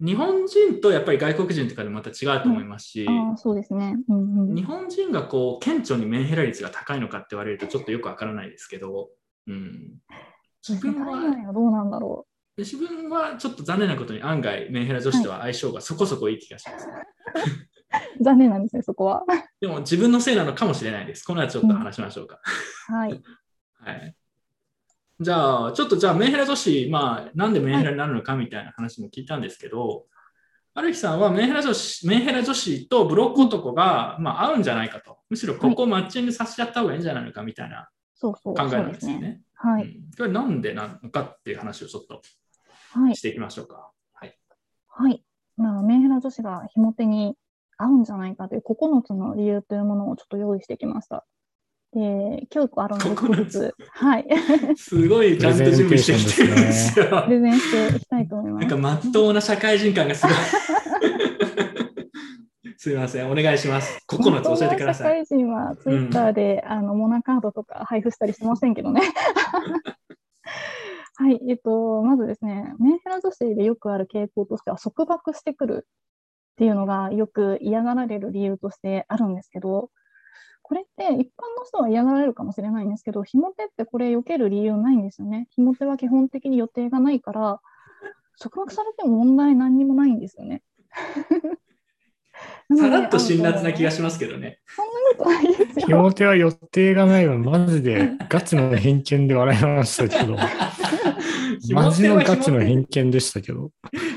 Speaker 1: 日本人とやっぱり外国人とかでまた違うと思いますし、
Speaker 2: ああ、そうですね。うんうん
Speaker 1: 日。本人がこう顕著にメンヘラ率が高いのかって言われるとちょっとよくわからないですけど、うん、
Speaker 2: そう
Speaker 1: 自
Speaker 2: です
Speaker 1: 分
Speaker 2: ね海
Speaker 1: は
Speaker 2: 外はどうなんだろ
Speaker 1: 自分はちょっと残念なことに案外メンヘラ女子とは相性がそこそこいい気がします、
Speaker 2: う。残念なんですね、そこは。
Speaker 1: でも自分のせいなのかもしれないです。この後ちょっと話しましょうか。
Speaker 2: はい。
Speaker 1: はい。じゃあ、ちょっとじゃあメンヘラ女子、まあ、なんでメンヘラになるのかみたいな話も聞いたんですけど、ある日さんはメンヘラ女子、メンヘラ女子とブロック男が、まあ、合うんじゃないかと。むしろここをマッチングさせちゃった方がいいんじゃないのかみたいな
Speaker 2: そうそう。
Speaker 1: 考え
Speaker 2: そ
Speaker 1: な
Speaker 2: うんで
Speaker 1: ですすよ
Speaker 2: ね。
Speaker 1: ね。
Speaker 2: は
Speaker 1: う
Speaker 2: い。
Speaker 1: んこれなんでなのかっていう話をちょっと
Speaker 2: はい
Speaker 1: し。ていきましょうか。はい。
Speaker 2: はい。まあ、メンヘラ女子がひも手に合うんじゃないかという9つの理由というものをちょっと用意してきました。で、今日あるので、
Speaker 1: 9つ
Speaker 2: 一つはい。
Speaker 1: すごいちゃんと準備してきてるんですよ。
Speaker 2: プレゼンしていきたいと思います
Speaker 1: なん。かまっとうな社会人感が すごい。すみません、お願いします。9つ教えてください。
Speaker 2: 本当の社会人はツイッターで、あのモナカードとか配布したりしてませんけどね。 はい、えっと、まずですね、メンヘラ女子でよくある傾向としては、束縛してくるっていうのがよく嫌がられる理由としてあるんですけど、これって一般の人は嫌がられるかもしれないんですけど、ひも手ってこれ、避ける理由ないんですよね。ひも手は基本的に予定がないから、束縛されても問題何にもないんですよね。
Speaker 1: さらっと辛辣な気が
Speaker 2: し
Speaker 1: しますけどね。
Speaker 2: そんなことないですよ
Speaker 3: ひ。も手は予定がないの、マジでガチの偏見で笑いましたけど、マジのガチの偏見でしたけど、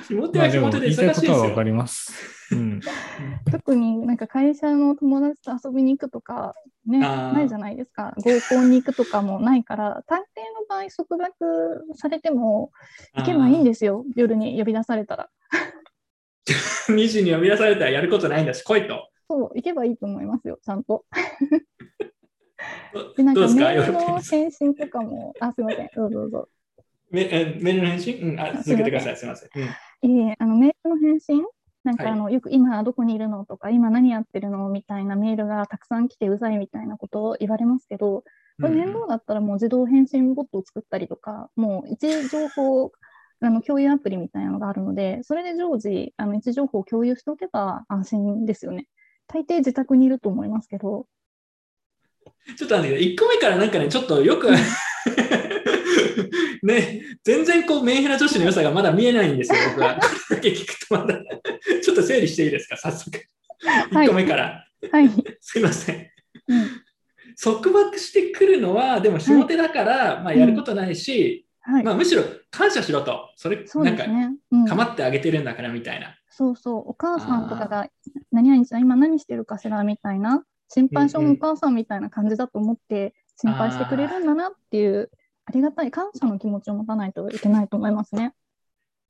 Speaker 1: ひも手は
Speaker 3: まあ
Speaker 1: ひ
Speaker 3: で
Speaker 1: も
Speaker 3: も
Speaker 1: 手で
Speaker 3: 言いた
Speaker 1: 忙
Speaker 3: いこ
Speaker 1: しいで
Speaker 3: とは
Speaker 1: す
Speaker 3: わか
Speaker 1: よ。
Speaker 3: ります。うん。
Speaker 2: 特になんか会社の友達と遊びに行くとかね
Speaker 1: あー
Speaker 2: ないじゃないですか合コンに行くとかもないから探偵の場合束縛されても行けばいいんですよ夜に呼び出されたら
Speaker 1: す。2時に呼び出されたらやることないんだし、来いと。
Speaker 2: そう行けばいいと思いますよちゃんと
Speaker 1: ど
Speaker 2: でなん
Speaker 1: どう
Speaker 2: か
Speaker 1: ですか
Speaker 2: メー
Speaker 1: 夜
Speaker 2: ルの
Speaker 1: の
Speaker 2: 返信とかもあすいませんどうぞどうぞ
Speaker 1: メえメールの返信、うん、あ続けてください。すみません。うん
Speaker 2: いえいえあのメールの返信なん
Speaker 1: は
Speaker 2: か
Speaker 1: い
Speaker 2: あの、よく今どこにいるのとか今何やってるのみたいなメールがたくさん来てうざいみたいなことを言われますけど、これ面倒だったらもう自動返信ボットを作ったりとか、もう位置情報あの共有アプリみたいなのがあるので、それで常時あの位置情報を共有しておけば安心ですよね。大抵自宅にいると思いますけど、
Speaker 1: ちょっと待って1個目からなんかね、ちょっとよく、 ね、全然こうメンヘラ女子の良さがまだ見えないんですよ、僕 は。これだけ聞くとまだ。ちょっと整理していいですか、早速。1個目から。
Speaker 2: はい、
Speaker 1: すいません。
Speaker 2: うん
Speaker 1: 束縛してくるのは、でも、ひも手だから、まあ、やることないし、
Speaker 2: はい、
Speaker 1: まあ、むしろ感謝しろと。それ、
Speaker 2: そう
Speaker 1: な
Speaker 2: で
Speaker 1: ん
Speaker 2: す
Speaker 1: か、
Speaker 2: ね。うん、
Speaker 1: 構ってあげてるんだからみたいな。
Speaker 2: そうそう、お母さんとかが、何々ちゃん、今何してるかしらみたいな、心配性のお母さんみたいな感じだと思って、心配してくれるんだなっていう、ありがたい感謝の気持ちを持たないといけないと思いますね。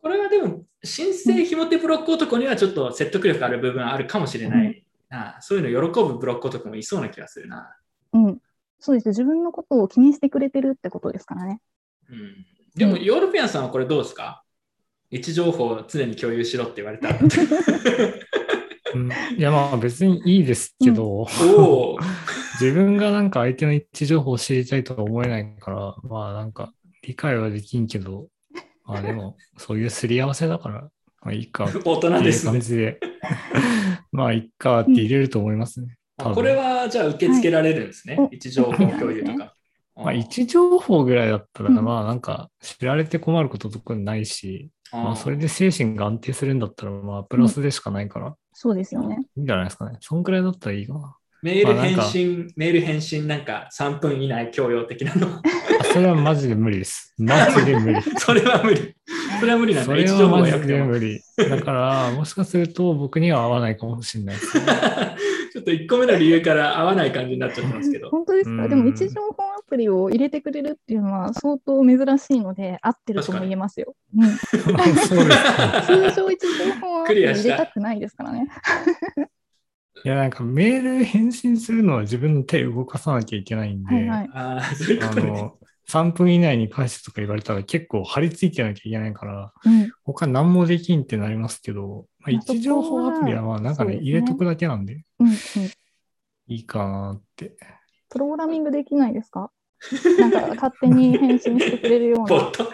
Speaker 1: これはでも、新生ひも手ブロック男にはちょっと説得力ある部分あるかもしれないな。そういうの喜ぶブロック男もいそうな気がするな。
Speaker 2: うん、そうです。自分のことを気にしてくれてるってことですからね。
Speaker 1: うんでも、ヨーロピアンさんはこれどうですか位置情報を常に共有しろって言われた ら。
Speaker 3: うんいやまあ別にいいですけど、
Speaker 1: おお、
Speaker 3: 自分がなんか相手の位置情報を知りたいとは思えないから、まあなんか理解はできんけど、まあでもそういうすり合わせだから、まあいいかって
Speaker 1: 大人で
Speaker 3: いう
Speaker 1: す
Speaker 3: 感
Speaker 1: ね。
Speaker 3: じで、 まあいいかって入れると思いますね。多分
Speaker 1: これはじゃあ受け付けられるんですね。
Speaker 2: は
Speaker 1: 位
Speaker 2: い
Speaker 1: 置情報共有とか。
Speaker 3: まあ位置情報ぐらいだったら、
Speaker 2: うん
Speaker 3: まあなんか知られて困ることとかないし、
Speaker 1: あー
Speaker 3: まあそれで精神が安定するんだったら、まあプラスでしかないから、
Speaker 2: そうですよね。
Speaker 3: いいんじゃないですかね。そんくらいだったらいいかな。
Speaker 1: メール
Speaker 3: まあな
Speaker 1: 返
Speaker 3: んか
Speaker 1: 信、メール返信なんか3分以内強要的なの。
Speaker 3: あそれはマジで無理です。マジで無理。
Speaker 1: それは無理。それは無理なん
Speaker 3: そ
Speaker 1: だ。位
Speaker 3: れ
Speaker 1: 置情
Speaker 3: は
Speaker 1: 報
Speaker 3: マ
Speaker 1: がよ
Speaker 3: ジ
Speaker 1: くて
Speaker 3: で
Speaker 1: も。
Speaker 3: 無理。だから、 もしかすると僕には合わないかもしれないです。
Speaker 1: ちょっと1個目の理由から合わない感じになっちゃってますけど。
Speaker 2: 本当です
Speaker 3: う
Speaker 2: か。
Speaker 3: ん
Speaker 2: でも位置情報アプリを入れてくれるっていうのは相当珍しいので、合ってるとも言えますよ。うん、
Speaker 3: そうです。
Speaker 2: 通常位置情報アプ
Speaker 1: ク
Speaker 2: リ
Speaker 1: リア
Speaker 2: 入
Speaker 1: した
Speaker 2: れたくないですから ね。
Speaker 3: いや、なんかメール返信するのは自分の手動かさなきゃいけないんで、
Speaker 2: はいはい。
Speaker 1: ああ、そういうこ
Speaker 3: あ
Speaker 1: とね。
Speaker 3: の、3分以内に返せとか言われたら結構張り付いてなきゃいけないから、
Speaker 2: うん、
Speaker 3: 他何もできんってなりますけど、まあ、位
Speaker 2: まあそこは
Speaker 3: 置情報アプリはまあなんかね、
Speaker 2: そうですね
Speaker 3: 入れとくだけなんで、
Speaker 2: うん、うん。
Speaker 3: いいかなって。
Speaker 2: プログラミングできないですか。なんか勝手に返信してくれるよう
Speaker 1: ボ
Speaker 2: な
Speaker 1: ッ。ト。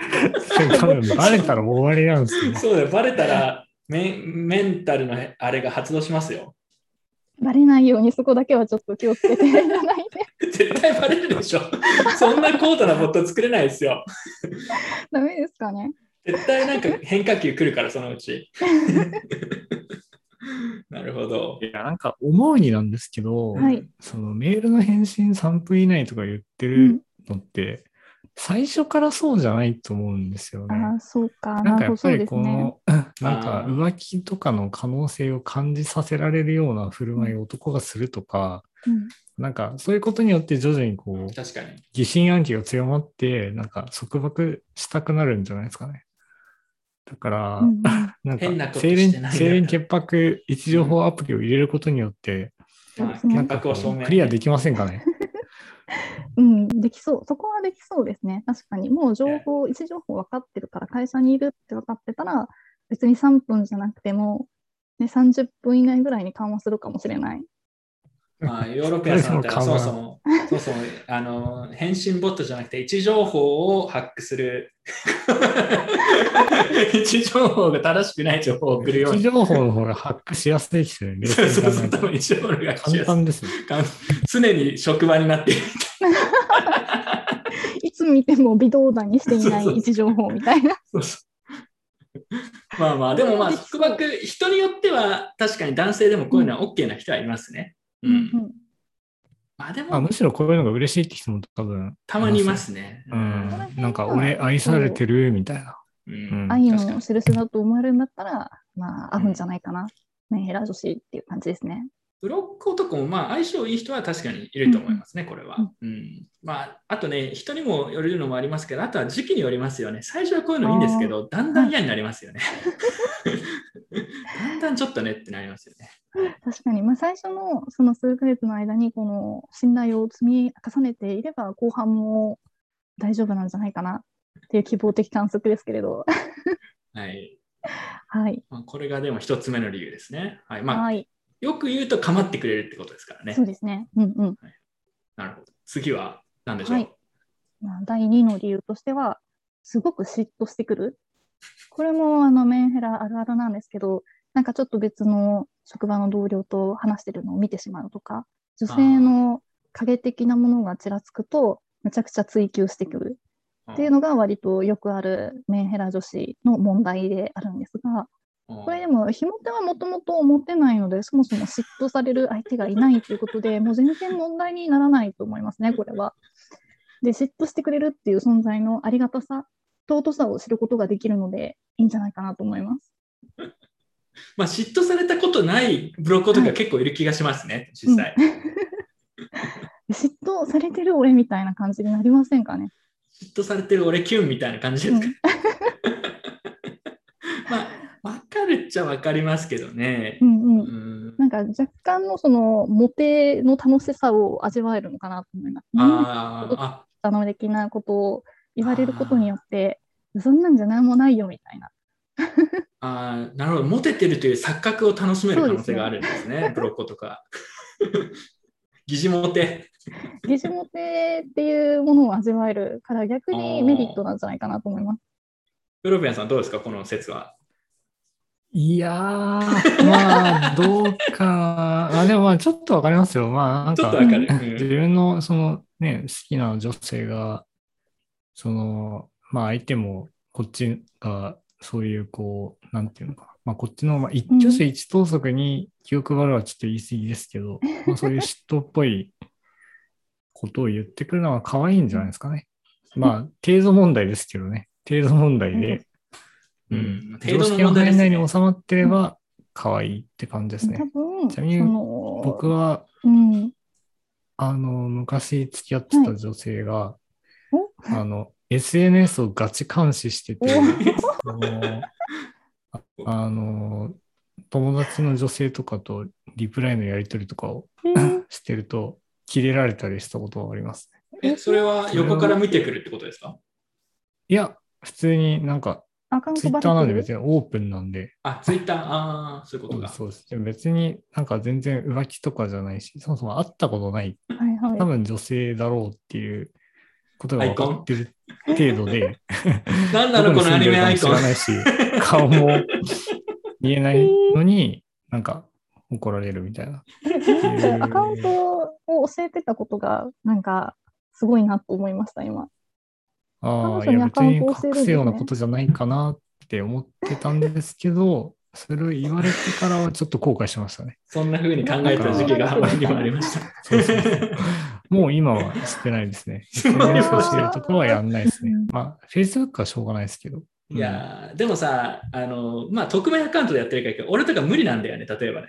Speaker 3: 多分バレたら終わりなんですよ。
Speaker 1: そうだよ、バレたらメンメンタルのあれが発動しますよ。
Speaker 2: バレないようにそこだけはちょっと気をつけてい ただいて。
Speaker 1: 絶対バレるでしょ。そんな高度なボット作れないですよ。
Speaker 2: ダメですかね。
Speaker 1: 絶対なんか変化球来るから、そのうち。なるほど。
Speaker 3: いや、なんか思うになんですけど、
Speaker 2: はい
Speaker 3: そのメールの返信3分以内とか言ってるのって、最初からそうじゃないと思うんですよね。
Speaker 2: ああ、そうか。
Speaker 3: なん
Speaker 2: な
Speaker 3: か
Speaker 2: る
Speaker 3: や
Speaker 2: ほど、
Speaker 3: っぱ
Speaker 2: そう
Speaker 3: り
Speaker 2: です
Speaker 3: こ
Speaker 2: ね。
Speaker 3: の、 なんか浮気とかの可能性を感じさせられるような振る舞いを男がするとか、
Speaker 2: うん
Speaker 3: なんかそういうことによって徐々にこう、
Speaker 1: 確かに。
Speaker 3: 疑心暗鬼が強まって、なんか束縛したくなるんじゃないですかね。だから、
Speaker 2: うんうん
Speaker 3: なんか
Speaker 1: 変なこと
Speaker 3: 清
Speaker 1: して
Speaker 3: 廉
Speaker 1: ない
Speaker 3: 清廉潔白位置情報アプリを入れることによって、
Speaker 2: そうですね
Speaker 3: な
Speaker 1: 潔
Speaker 3: んか
Speaker 1: 白
Speaker 3: こ
Speaker 1: を証明
Speaker 3: うクリアできませんかね。
Speaker 2: うん、できそう、そこはできそうですね。確かに、もう情報、位置情報分かってるから、会社にいるって分かってたら、別に3分じゃなくても、ね、30分以内ぐらいに緩和するかもしれない。
Speaker 1: まあ、ヨーロピアンさんだったらそもそも、そもそも、あの、返信ボットじゃなくて、位置情報をハックする。 位置情報が正しくない情報を送る
Speaker 3: 位
Speaker 1: よう
Speaker 3: 置
Speaker 1: に。
Speaker 3: 情報の方が発覚しやすいですよ ね。
Speaker 1: そうそうそう、多
Speaker 3: 冷静に考
Speaker 1: 分位置情報が
Speaker 3: えたら簡単ですよ。
Speaker 1: 常に職場にな っている。
Speaker 2: いつ見ても微動だにしていな
Speaker 1: そ
Speaker 2: い
Speaker 1: うそうそう
Speaker 2: 位置情報みたいな。
Speaker 1: そうそうまあまあ、でもまあ、
Speaker 2: できそ
Speaker 1: 束
Speaker 2: う
Speaker 1: 縛、人によっては、確かに男性でもこういうのは OK な人はいますね。う。
Speaker 2: うんん
Speaker 1: まあで
Speaker 3: あ
Speaker 1: も、
Speaker 3: むしろこういうのが嬉しいって人も多分。
Speaker 1: たまにいま。すね。
Speaker 3: う
Speaker 2: この
Speaker 3: ん。
Speaker 2: 辺
Speaker 3: なんか
Speaker 2: は
Speaker 3: 俺愛されてるみたいな。
Speaker 1: う。
Speaker 3: うんん。
Speaker 2: 愛
Speaker 1: 確か
Speaker 2: の
Speaker 1: に
Speaker 2: 印だと思えるんだったら、まあ、合うんじゃないかな。ね、ヘラ女子っていう感じですね。
Speaker 1: ブロック男もまあ相性いい人は確かにいると思いますね、これは。うんまあ、あとね、人にもよるのもありますけど、あとは時期によりますよね。最初はこういうのいいんですけど、だんだん嫌になりますよね。 だんだんちょっとねってなりますよね。
Speaker 2: 確かに、まあ、最初のその数ヶ月の間にこの信頼を積み重ねていれば後半も大丈夫なんじゃないかなっていう希望的観測ですけれど
Speaker 1: はい。
Speaker 2: はい、
Speaker 1: まあ、これがでも一つ目の理由ですね。はい。まあ、
Speaker 2: はい
Speaker 1: よく言うと構ってくれるってことですからね
Speaker 2: そう。ですね、うんうん
Speaker 1: なるほど。次は何でしょう、
Speaker 2: はいまあ、第2の理由としてはすごく嫉妬してくるこれもあのメンヘラあるあるなんですけどなんかちょっと別の職場の同僚と話してるのを見てしまうとか女性の影的なものがちらつくとめちゃくちゃ追求してくるっていうのが割とよくあるメンヘラ女子の問題であるんですが
Speaker 1: うん
Speaker 2: これでもひも手はもともと持ってないのでそもそも嫉妬される相手がいないということでもう全然問題にならないと思いますねこれは。で嫉妬してくれるっていう存在のありがたさ尊さを知ることができるのでいいんじゃないかなと思います。
Speaker 1: まあ、嫉妬されたことないブロック男が結構いる気がしますね、実際。
Speaker 2: 嫉妬されてる俺みたいな感じになりませんかね。
Speaker 1: 嫉妬されてる俺キュンみたいな感じですか、まあ、わかるっちゃわかりますけどね
Speaker 2: う。ん
Speaker 1: う
Speaker 2: う
Speaker 1: んん
Speaker 2: なんか若干のそのモテの楽しさを味わえるのかなと思います。
Speaker 1: あーあ、
Speaker 2: あの的なことを言われることによって、そんなんじゃ何もないよみたいな。
Speaker 1: あーなるほど。モテてるという錯覚を楽しめる可能性があるんですね、ブロックとか。 疑似モテ。
Speaker 2: ゲジモテっていうものを味わえるから逆にメリットなんじゃないかなと思います。
Speaker 1: ヨーロピアンさんどうですか、この説は。
Speaker 3: いやー、まあ、どうかな。あでもまあ、ちょっとわかりますよ。まあ、なん
Speaker 1: ちょっ
Speaker 3: か
Speaker 1: とわ、かる。
Speaker 3: 自分の、そのね、好きな女性が、その、まあ、相手も、こっちが、そういう、こう、なんていうのかな。まあ、こっちの、まあ、一挙手一投足に気を配るはちょっと言い過ぎですけど、 まあ、そういう嫉妬っぽいことを言ってくるのは可愛いんじゃないですかね。まあ、程度問題ですけどね。程度問題で、
Speaker 1: う
Speaker 3: うん
Speaker 1: 程
Speaker 3: ん。
Speaker 1: 度
Speaker 3: 常
Speaker 1: の
Speaker 3: 識
Speaker 1: 問
Speaker 3: の
Speaker 1: 題で
Speaker 3: 範囲
Speaker 1: すね
Speaker 3: 内に収まってれば、可愛いって感じです
Speaker 2: 多
Speaker 3: ね。
Speaker 2: 分
Speaker 3: ち
Speaker 2: そ
Speaker 3: なみに
Speaker 2: の
Speaker 3: 僕は、
Speaker 2: うん、
Speaker 3: あの、昔付き合ってた女性が、
Speaker 2: お
Speaker 3: あの、SNS をガチ監視してて、あの、 ああの、友達の女性とかとリプライのやり取りとかを
Speaker 2: えー
Speaker 3: してると、キレられたりしたことはありますね。
Speaker 1: え、それは横から見てくるってことですか
Speaker 3: いや、普通になんか、
Speaker 2: アカウン
Speaker 3: ツ
Speaker 2: ト
Speaker 3: イッ
Speaker 2: バ
Speaker 3: ターなんで
Speaker 2: レてる
Speaker 3: 別にオープンなんで、
Speaker 1: あ、ツイッター、ああ、そういうことか。
Speaker 3: そうです。でも別になんか全然浮気とかじゃないし、そもそも会ったことない
Speaker 2: はい
Speaker 3: 多
Speaker 2: はい。
Speaker 3: 分女性だろうっていうことが分かってる程度 で、
Speaker 1: なんなの、このアニメアイコン
Speaker 3: どこ。に住んでるかも知らないし、顔も見えないのに、なんか怒られるみたいな。
Speaker 2: なんかアカウントを教えてたことがなんかすごいなと思いました今。
Speaker 3: ああ、
Speaker 2: 彼女に
Speaker 3: いや
Speaker 2: ア
Speaker 3: 別
Speaker 2: カウン
Speaker 3: に
Speaker 2: ト
Speaker 3: 隠
Speaker 2: を教えるんですね
Speaker 3: すようなことじゃないかなって思ってたんですけど、それを言われてからはちょっと後悔しましたね。
Speaker 1: そんな風に考えた時期が前にもありました。
Speaker 3: そうそ うそうもう今はしてないですね。
Speaker 1: そう
Speaker 2: なんですよ
Speaker 3: してるところはやんないですね
Speaker 2: うん。
Speaker 3: まあ、Facebook はし ょうがないですけど。
Speaker 1: いやーでもさ、あの、まあ、匿名アカウントでやってるから、俺とか無理なんだよね、例えばね。。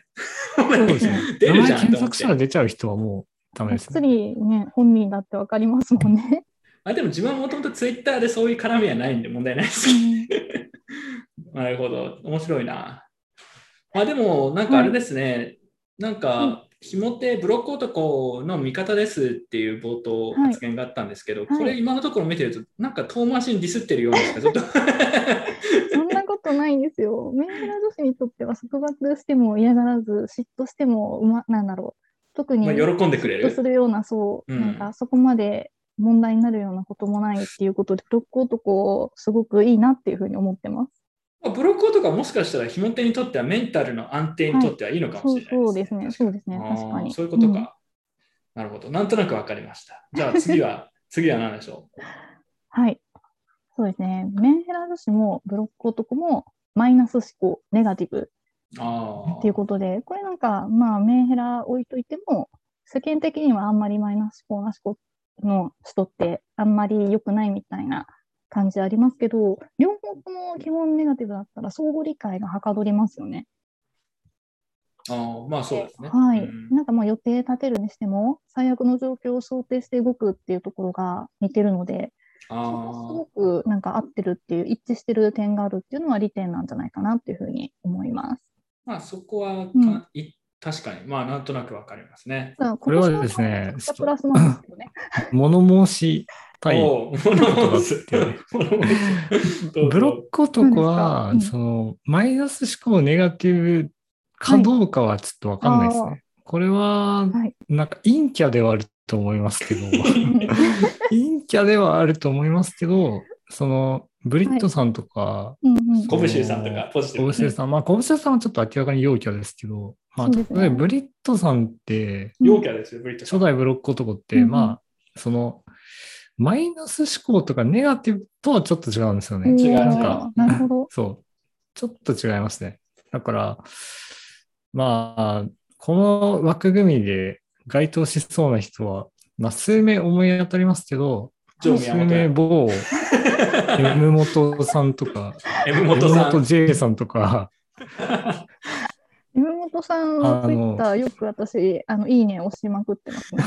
Speaker 3: うん、そうですね
Speaker 1: 出
Speaker 3: 名
Speaker 1: る
Speaker 3: 前
Speaker 1: じゃん
Speaker 3: 検
Speaker 1: と思っ
Speaker 3: 索してた。ら出ちゃう人はもうダメ
Speaker 2: がっ
Speaker 3: です
Speaker 2: つ
Speaker 3: ね。
Speaker 2: りね、本人だってわかりますもんね。
Speaker 1: あでも自分はもともとツイッターでそういう絡みはないんで問題ないです
Speaker 2: う
Speaker 1: け
Speaker 2: ん
Speaker 1: ど。なるほど、面白いな。まあでも、なんかあれですね、なんか、ひもてブロック男の味方ですっていう冒頭
Speaker 2: はい
Speaker 1: 発言があったんですけど、
Speaker 2: はい
Speaker 1: これ今のところ見てると、なんか遠回しにディスってるようにしか ちょっと
Speaker 2: そんなことないんですよ。メンヘラ女子にとっては束縛しても嫌がらず、嫉妬しても、うま、なんだろう。特に
Speaker 1: まあ
Speaker 2: 嫉
Speaker 1: 喜んでくれ
Speaker 2: 妬す
Speaker 1: る。
Speaker 2: るような、そう、
Speaker 1: うん
Speaker 2: なんかそこまで問題になるようなこともないっていうことで、ブロック男、すごくいいなっていうふうに思ってます。
Speaker 1: まあブロック男はもしかしたらひもてにとってはメンタルの安定にとってはいいのか
Speaker 2: そ
Speaker 1: も
Speaker 2: う
Speaker 1: しれな
Speaker 2: そ
Speaker 1: いう
Speaker 2: ですね、そうですね、
Speaker 1: あー
Speaker 2: 確かに。
Speaker 1: そういうこと
Speaker 2: ん
Speaker 1: か。なるほど。なんとなくわかりました。じゃあ次は、次は何でしょう
Speaker 2: はい。そうですね。メンヘラ女子もブロック男もマイナス思考、ネガティブ
Speaker 1: ああ。
Speaker 2: っていうことで、これなんか、まあ、メンヘラ置いといても、世間的にはあんまりマイナス思考な思考の人ってあんまり良くないみたいな感じありますけど、両方とも基本ネガティブだったら相互理解がはかどりますよね。
Speaker 1: あーまあそうですね。
Speaker 2: は
Speaker 1: う
Speaker 2: い、
Speaker 1: ん
Speaker 2: なんかまあ予定立てるにしても、最悪の状況を想定して動くっていうところが似てるので、
Speaker 1: あ
Speaker 2: そこす
Speaker 1: ー
Speaker 2: ごくなんか合ってるっていう一致してる点があるっていうのは利点なんじゃないかなっていうふうに思います。
Speaker 1: まあそこはか、
Speaker 2: うん
Speaker 1: い確かに、まあなんとなくわかりますね。
Speaker 2: さあ
Speaker 3: これはです
Speaker 2: 今年の
Speaker 3: ね
Speaker 2: 話はプラスなんですよ ね。
Speaker 3: 物申したい。
Speaker 1: おー物申す
Speaker 3: 言葉って
Speaker 1: 物申すどうぞ
Speaker 3: ブロック男は
Speaker 2: どう、ですか
Speaker 3: その、マイナス思考、ネガティブかどうかはちょっとわかんないですね。
Speaker 2: はいあ
Speaker 3: これは、
Speaker 2: はい
Speaker 3: なんか陰キャではあると思いま すけど、陰キャではあると思いますけど、その、ブリットさんとか、
Speaker 2: うんうん
Speaker 1: コブシュさんとかポジティ
Speaker 3: コブ
Speaker 1: ブ。
Speaker 3: シさん、まあ、コブシさんはちょっと明らかに陽キャですけど、まあ、
Speaker 2: そうですね
Speaker 3: 例えばブリットさんって、
Speaker 1: 陽キャですよ、ブリットさん。
Speaker 3: 初代ブロック男って、
Speaker 2: うん
Speaker 3: まあ、その、マイナス思考とかネガティブとはちょっと違うんですよね。
Speaker 1: 違う
Speaker 2: おー
Speaker 1: なん
Speaker 3: か
Speaker 2: なるほど。
Speaker 3: そう。ちょっと違いますね。だから、まあ、この枠組みで該当しそうな人は、まあ、数名思い当たりますけど、
Speaker 1: ジョー
Speaker 3: 数
Speaker 1: 宮本
Speaker 3: 名
Speaker 1: や。
Speaker 3: 某 M 元さんとか、
Speaker 1: M
Speaker 3: 山
Speaker 1: 元さん。
Speaker 3: J さんとか、
Speaker 2: 山本さん
Speaker 3: あ
Speaker 2: の
Speaker 3: の
Speaker 2: ツイッターよく私、あの、いいね押しまくってますね。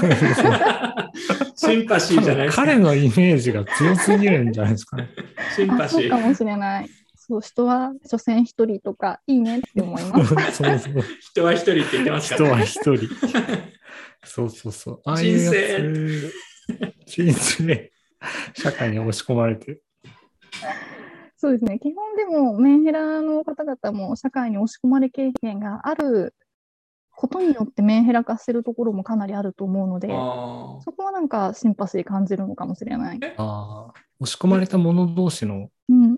Speaker 1: シンパシーじゃないですか。
Speaker 3: 彼のイメージが強すぎるんじゃないです かね。
Speaker 1: シン
Speaker 2: あ、
Speaker 1: パシ
Speaker 2: そうか
Speaker 1: ー。
Speaker 2: もしれない。そう、人は所詮一人とか、いいねって思います。
Speaker 3: そうそう。
Speaker 1: 人は一人って言ってますか
Speaker 3: 人
Speaker 1: ら。
Speaker 3: は一人。そうそうそう。ああいうやつ。人生。社会に押し込まれて。
Speaker 2: そうですね。基本でもメンヘラの方々も社会に押し込まれ経験があることによってメンヘラ化してるところもかなりあると思うので、
Speaker 1: あ
Speaker 2: そこはなんかシンパシー感じるのかもしれない。
Speaker 3: ああ。押し込まれた者同士の
Speaker 2: うん、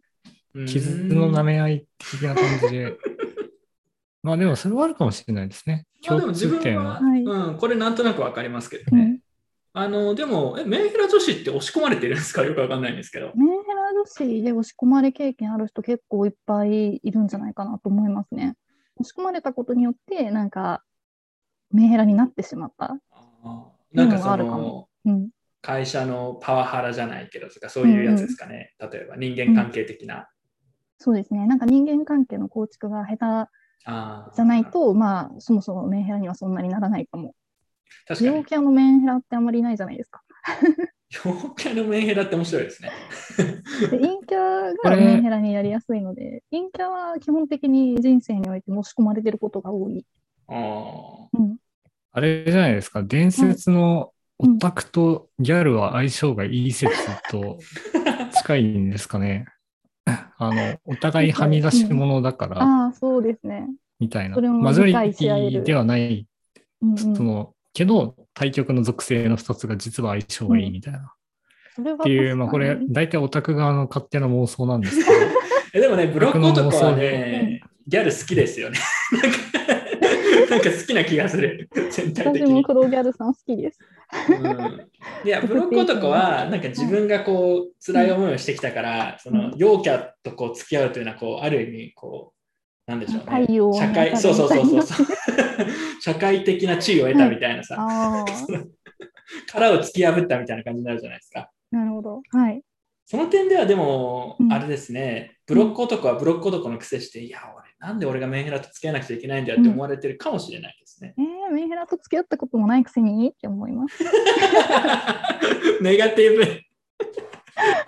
Speaker 1: ー
Speaker 3: 傷の舐め合い的な感じ で。まあでもそれはあるかもしれないですね。
Speaker 1: まあでも自分
Speaker 3: 点
Speaker 1: は、
Speaker 2: 共通点
Speaker 1: うん、これなんとなくわかりますけどね。
Speaker 2: うん
Speaker 1: あのでもえ、メンヘラ女子って押し込まれてるんですかよくわかんないんですけど。
Speaker 2: メンヘラ女子で押し込まれ経験ある人結構いっぱいいるんじゃないかなと思いますね。押し込まれたことによって、なんか、メンヘラになってしまった。
Speaker 1: あーなんか
Speaker 2: うん
Speaker 1: そ
Speaker 2: あるか
Speaker 1: の
Speaker 2: も、うん、
Speaker 1: 会社のパワハラじゃないけどとか、そういうやつですかね。例えば人間関係的な。
Speaker 2: そうですね。なんか人間関係の構築が下
Speaker 1: あ
Speaker 2: 手
Speaker 1: ー
Speaker 2: じゃない。と、まあ、そもそもメンヘラにはそんなにならないかも。
Speaker 1: 確かに
Speaker 2: 陽。キャのメンヘラってあんまりいないじゃないですか。
Speaker 1: 陽キャのメンヘラって面白いですね。
Speaker 2: で陰キャ
Speaker 3: こ
Speaker 2: が
Speaker 3: れ
Speaker 2: メンヘラにやりやすいので、陰キャは基本的に人生において持ち込まれてることが多い。
Speaker 1: あー
Speaker 2: うん、
Speaker 3: あれじゃないですか。伝説のオタクとギャルは相性がいい説と近いんですかね。 あの、お互いはみ出し者だから、
Speaker 2: ああ、そうですね。
Speaker 3: みたいな。
Speaker 2: それも
Speaker 3: マジョリテ
Speaker 2: 理解し合え
Speaker 3: ィ
Speaker 2: る
Speaker 3: ではない、
Speaker 2: うんうん、
Speaker 3: その、けど、対局の属性の二つが実は相性がいいみたいな。
Speaker 2: それは
Speaker 3: っていう、
Speaker 2: 確
Speaker 3: まあこ
Speaker 2: か
Speaker 3: れ
Speaker 2: に、
Speaker 3: 大体オタク側の勝手な妄想なんですけど、
Speaker 1: えでもね、ブロック男はね、ギャル好きですよね。 なんかなんか好きな気がする、全体
Speaker 2: 私
Speaker 1: 的に
Speaker 2: も。黒ギャルさん好きです。
Speaker 1: うんい やブロック男はなんか自分がこう辛い思いをしてきたから、その陽キャとこう付き合うというのはこうある意味こなんでしょうね。
Speaker 2: 太陽を
Speaker 1: 社会、
Speaker 2: 見たり
Speaker 1: そうそうそうそう。 社会的な地位を得たみたいなさ、
Speaker 2: ああ、
Speaker 1: 殻を突き破ったみたいな感じになるじゃないですか。
Speaker 2: なるほど。はい。
Speaker 1: その点ではでも
Speaker 2: う、ん
Speaker 1: あれですね、ブロック男はブロック男の癖して、いや、俺、なんで俺がメンヘラと付き合わなくちゃいけないんだよって思われてるかもしれないですね。
Speaker 2: えー、メンヘラと付き合ったこともないくせにって思います。
Speaker 1: ネガティブ。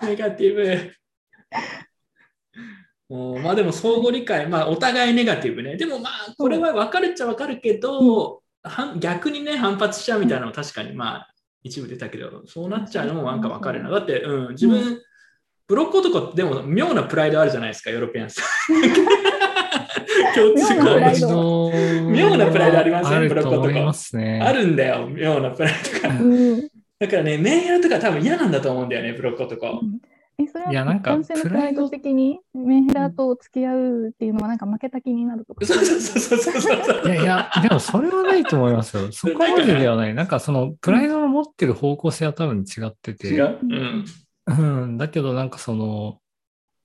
Speaker 1: ネガティブ。もうまあでも相互理解、まあお互いネガティブね。でもまあこれは分かるっちゃ分かるけど、はん逆にね反発しちゃうみたいなのは確かにまあ一部出たけど、そうなっちゃうのもなんか分かるな。だって、うん、自分、ブロック男ってでも妙なプライドあるじゃないですか、ヨーロピアンさん。共通
Speaker 2: 妙なプラ
Speaker 1: 項
Speaker 2: イド
Speaker 1: 妙なプライドありません
Speaker 3: ある
Speaker 1: ブロック
Speaker 3: と
Speaker 1: 男
Speaker 3: 思いますね。
Speaker 1: あるんだよ、妙なプライドが。
Speaker 2: うん。
Speaker 1: だからね、メンヘラとか多分嫌なんだと思うんだよね、ブロック男。
Speaker 2: え、それはい
Speaker 3: やなんか
Speaker 2: 男性のプライド的にメンヘラと付き合うっていうのはなんか負けた気になるとか。
Speaker 1: そうそうそうそうそうそう。
Speaker 3: いやいや、でもそれはないと思いま すよ。そこまでではない。なんかそのプライドの持ってる方向性は多分違ってて。
Speaker 1: 違ううん。
Speaker 3: うん、だけどなんかその、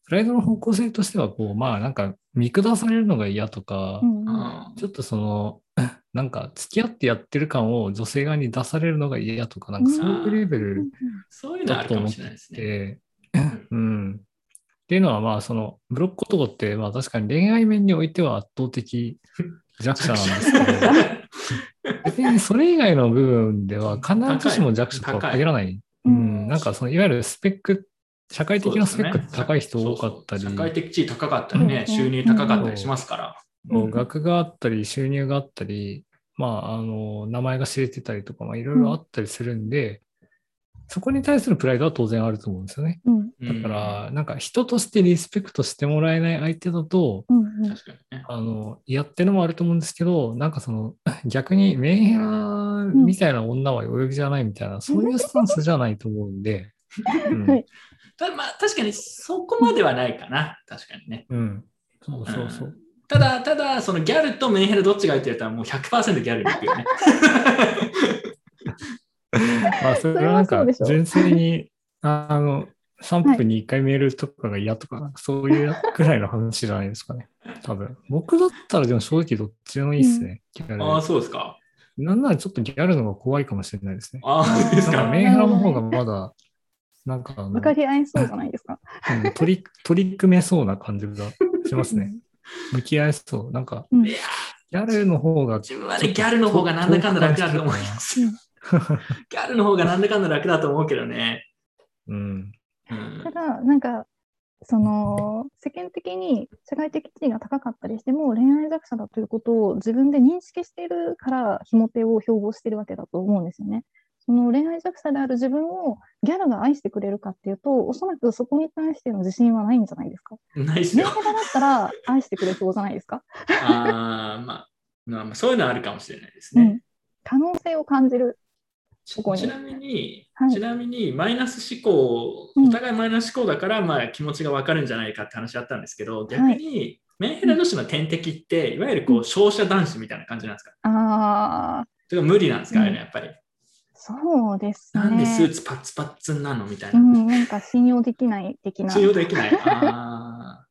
Speaker 3: プライドの方向性としてはこう、まあなんか見下されるのが嫌とか、
Speaker 2: うんうん
Speaker 1: あ
Speaker 3: ちょっとその、 なんか付き合ってやってる感を女性側に出されるのが嫌とか、なんかそういうレベル
Speaker 1: そういうのあ
Speaker 3: だ
Speaker 1: る
Speaker 3: と
Speaker 1: か
Speaker 3: 思
Speaker 1: も
Speaker 3: っ
Speaker 1: しれないですね。
Speaker 3: て、うん。っていうのはまあそのブロック男ってまあ確かに恋愛面においては圧倒的弱者なんですけど、 別にそれ以外の部分では必ずしも弱者とは限らない。
Speaker 2: 高
Speaker 3: う
Speaker 2: い
Speaker 3: ん、なんかそのいわゆるスペック、社会的なスペック高い人多かったり、
Speaker 1: そうそう社会的地位高かったりね、
Speaker 2: うん
Speaker 1: 収入高かったりしますから。
Speaker 2: うん
Speaker 3: 学があったり、収入があったり、まあ、あの、名前が知れてたりとか、まあ、いろいろあったりするんで、そこに対するプライドは当然あると思うんですよね。
Speaker 2: うん
Speaker 1: だ
Speaker 3: だから、なんか人としてリスペクトしてもらえない相手だと、
Speaker 2: うんうん
Speaker 1: 確かにね。
Speaker 3: あの、嫌ってのもあると思うんですけど、なんかその、 逆にメンヘラみたいな女はお呼びじゃないみた いな、そういうスタンスじゃないと思うんで、うん
Speaker 2: はい
Speaker 1: ただまあ確かにそこまではないかな。確かにね。
Speaker 3: うん。そうそうそう。
Speaker 1: ただ、ただ、そのギャルとメンヘラどっちがいいって言ったらもう100%ギャルに行くよね。
Speaker 3: まあ、それはな
Speaker 2: それは
Speaker 3: ん
Speaker 2: そ
Speaker 3: か
Speaker 2: うでしょ、
Speaker 3: 純粋に、ああの、3分に1回メールとかが嫌とか、そういうくらいの話じゃないですかね。多分。僕だったら、でも正直どっちでもいいですね。ギャル
Speaker 1: ああ、そうですか。
Speaker 3: なんならちょっとギャルの方が怖いかもしれないですね。
Speaker 1: ああ、そうです
Speaker 3: な
Speaker 1: か
Speaker 3: んか。メンヘラの方がまだ、なんかあの、
Speaker 2: 分かり合えそうじゃないですか。
Speaker 3: うん取り、取り組めそうな感じがします ね。向き合えそう。なんか、
Speaker 2: うん
Speaker 3: ギャルの方が、
Speaker 1: 自分はね、ギャルの方がなんだかんだ楽だと思います。ギ
Speaker 2: うん
Speaker 1: ャルの方がなんだかんだ楽だと思うけどね。
Speaker 3: うん。
Speaker 1: うん
Speaker 2: ただ、なんか、その世間的に社会的地位が高かったりしても恋愛弱者だということを自分で認識しているからひも手を標榜しているわけだと思うんですよね。その恋愛弱者である自分をギャルが愛してくれるかっていうとおそらくそこに対しての自信はないんじゃないですか。
Speaker 1: ないっす
Speaker 2: メン
Speaker 1: よ。
Speaker 2: ヘラだったら愛してくれそうじゃないですか。
Speaker 1: あーまあ、まあまあ、そういうのはあるかもしれないです
Speaker 2: う
Speaker 1: ね。
Speaker 2: ん、可能性を感じる。
Speaker 1: ち
Speaker 2: ここに
Speaker 1: ちなみに、
Speaker 2: はい
Speaker 1: ちなみに、マイナス思考、
Speaker 2: うん
Speaker 1: お互いマイナス思考だから、まあ、気持ちが分かるんじゃないかって話あったんですけど、逆に、メンヘラ女子の天敵って、いわゆるこう、勝者男子みたいな感じなんですか
Speaker 2: ああ、
Speaker 1: それが無理なんですか、
Speaker 2: うん
Speaker 1: あれねやっぱり。
Speaker 2: そうですね。
Speaker 1: なんでスーツパッツパッツになるのみたいうな。
Speaker 2: ん、なんか信用できない的な
Speaker 1: 通。用できない。あ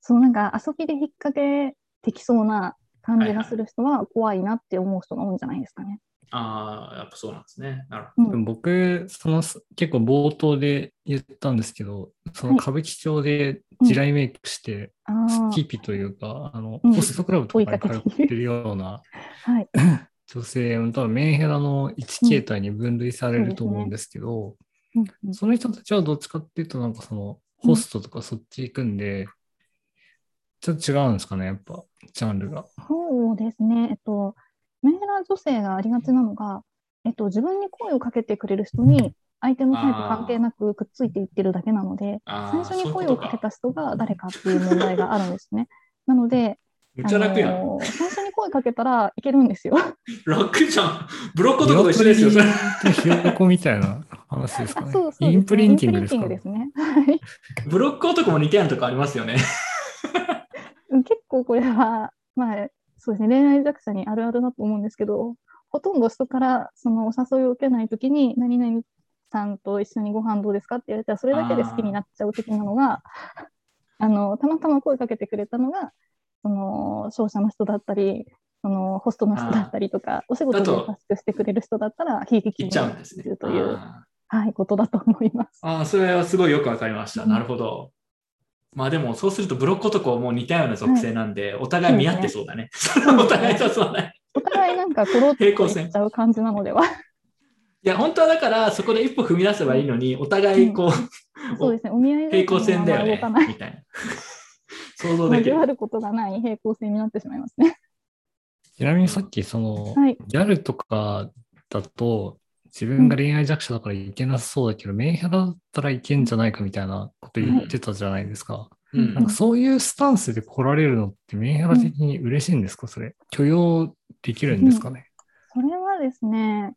Speaker 2: そうなんか遊びで引っ掛けてきそうな感じがする人は怖いなって思う人が多いんじゃないですかね。
Speaker 1: ーあー、やっぱそうなんですね。なるほど。
Speaker 2: うん、
Speaker 3: 僕、そのす結構冒頭で言ったんですけど、その
Speaker 2: はい
Speaker 3: 歌舞伎町で地雷メイクして、
Speaker 2: あ
Speaker 3: スキ
Speaker 2: ー
Speaker 3: ピというか、あの、
Speaker 2: うん
Speaker 3: ホストクラブとか
Speaker 2: 追い
Speaker 3: に
Speaker 2: かけ
Speaker 3: 通
Speaker 2: て
Speaker 3: っ
Speaker 2: い
Speaker 3: てるような
Speaker 2: はい。
Speaker 3: 女性、多分メンヘラの1形態に分類されると思うんですけど、
Speaker 2: うんうん
Speaker 3: その人たちはどっちかっていうと、なんかその、ホストとかそっち行くんで、ちょっと違うんですかね、やっぱ、ジャンルが。
Speaker 2: そうですね。えっと、メンヘラ女性がありがちなのが、えっと、自分に声をかけてくれる人に相手のタイプ関係なくくっついていってるだけなので、
Speaker 1: あ
Speaker 2: 最
Speaker 1: ー
Speaker 2: 初に
Speaker 1: そうい
Speaker 2: 声
Speaker 1: う
Speaker 2: を
Speaker 1: ことか
Speaker 2: かけた人が誰かっていう問題があるんですね。なので、
Speaker 1: めっちゃ楽や
Speaker 2: あ
Speaker 1: ん。
Speaker 2: のー最初に声かけたらいけるんですよ。
Speaker 1: 楽じゃん。ブロックとかと一緒ですよ。それ
Speaker 3: ニワトリとひよこみたいな話ですか
Speaker 2: あ
Speaker 3: ね。
Speaker 2: そうそうですね
Speaker 3: インプリンティングです
Speaker 2: イン
Speaker 3: か
Speaker 2: プリンティングですね。はい
Speaker 1: ブロック男も似たようなとこありますよね。
Speaker 2: うん結構これは、まあ、そうですね、恋愛弱者にあるあるだと思うんですけど、ほとんど人からそのお誘いを受けないときに、何々さんと一緒にご飯どうですかって言われたら、それだけで好きになっちゃう的なのがあのたまたま声かけてくれたのがその商社の人だったりそのホストの人だったりとかお仕事
Speaker 1: だ
Speaker 2: で
Speaker 1: と
Speaker 2: タスクしてくれる人だったら悲劇
Speaker 1: 行っ
Speaker 2: に
Speaker 1: ちゃ
Speaker 2: な
Speaker 1: うん
Speaker 2: る
Speaker 1: ですね。
Speaker 2: という、
Speaker 1: あ
Speaker 2: はい、ことだと思います。
Speaker 1: ーあー、それはすごいよくわかりました。
Speaker 2: うん
Speaker 1: なるほど。まあでも、そうするとブロッコとこうもう似たような属性なんで、お互い見合ってそうだね。 お互い誘わない。
Speaker 2: お互いなんかころっとい
Speaker 1: 平行線
Speaker 2: っちゃう感じなのでは、
Speaker 1: いや、本当はだから、そこで一歩踏み出せばいいのに、お互いこう、
Speaker 2: そうですね、お見合い
Speaker 1: 平行線だよ
Speaker 2: 動
Speaker 1: ね
Speaker 2: かな、い、
Speaker 1: みたいな。想像でき
Speaker 2: 交
Speaker 1: る
Speaker 2: わ。ることがない平行線になってしまいますね。
Speaker 3: ちなみにさっき、その、
Speaker 2: はい、
Speaker 3: ギャルとかだと、自分が恋愛弱者だからいけなさそうだけど、メンヘラだったらいけんじゃないかみたいなこと言ってたじゃないですか。
Speaker 1: う
Speaker 3: なん
Speaker 1: ん
Speaker 3: かそういうスタンスで来られるのってメンヘラ的に嬉しいんですかそれ。許容できるんですかね、
Speaker 2: それはですね、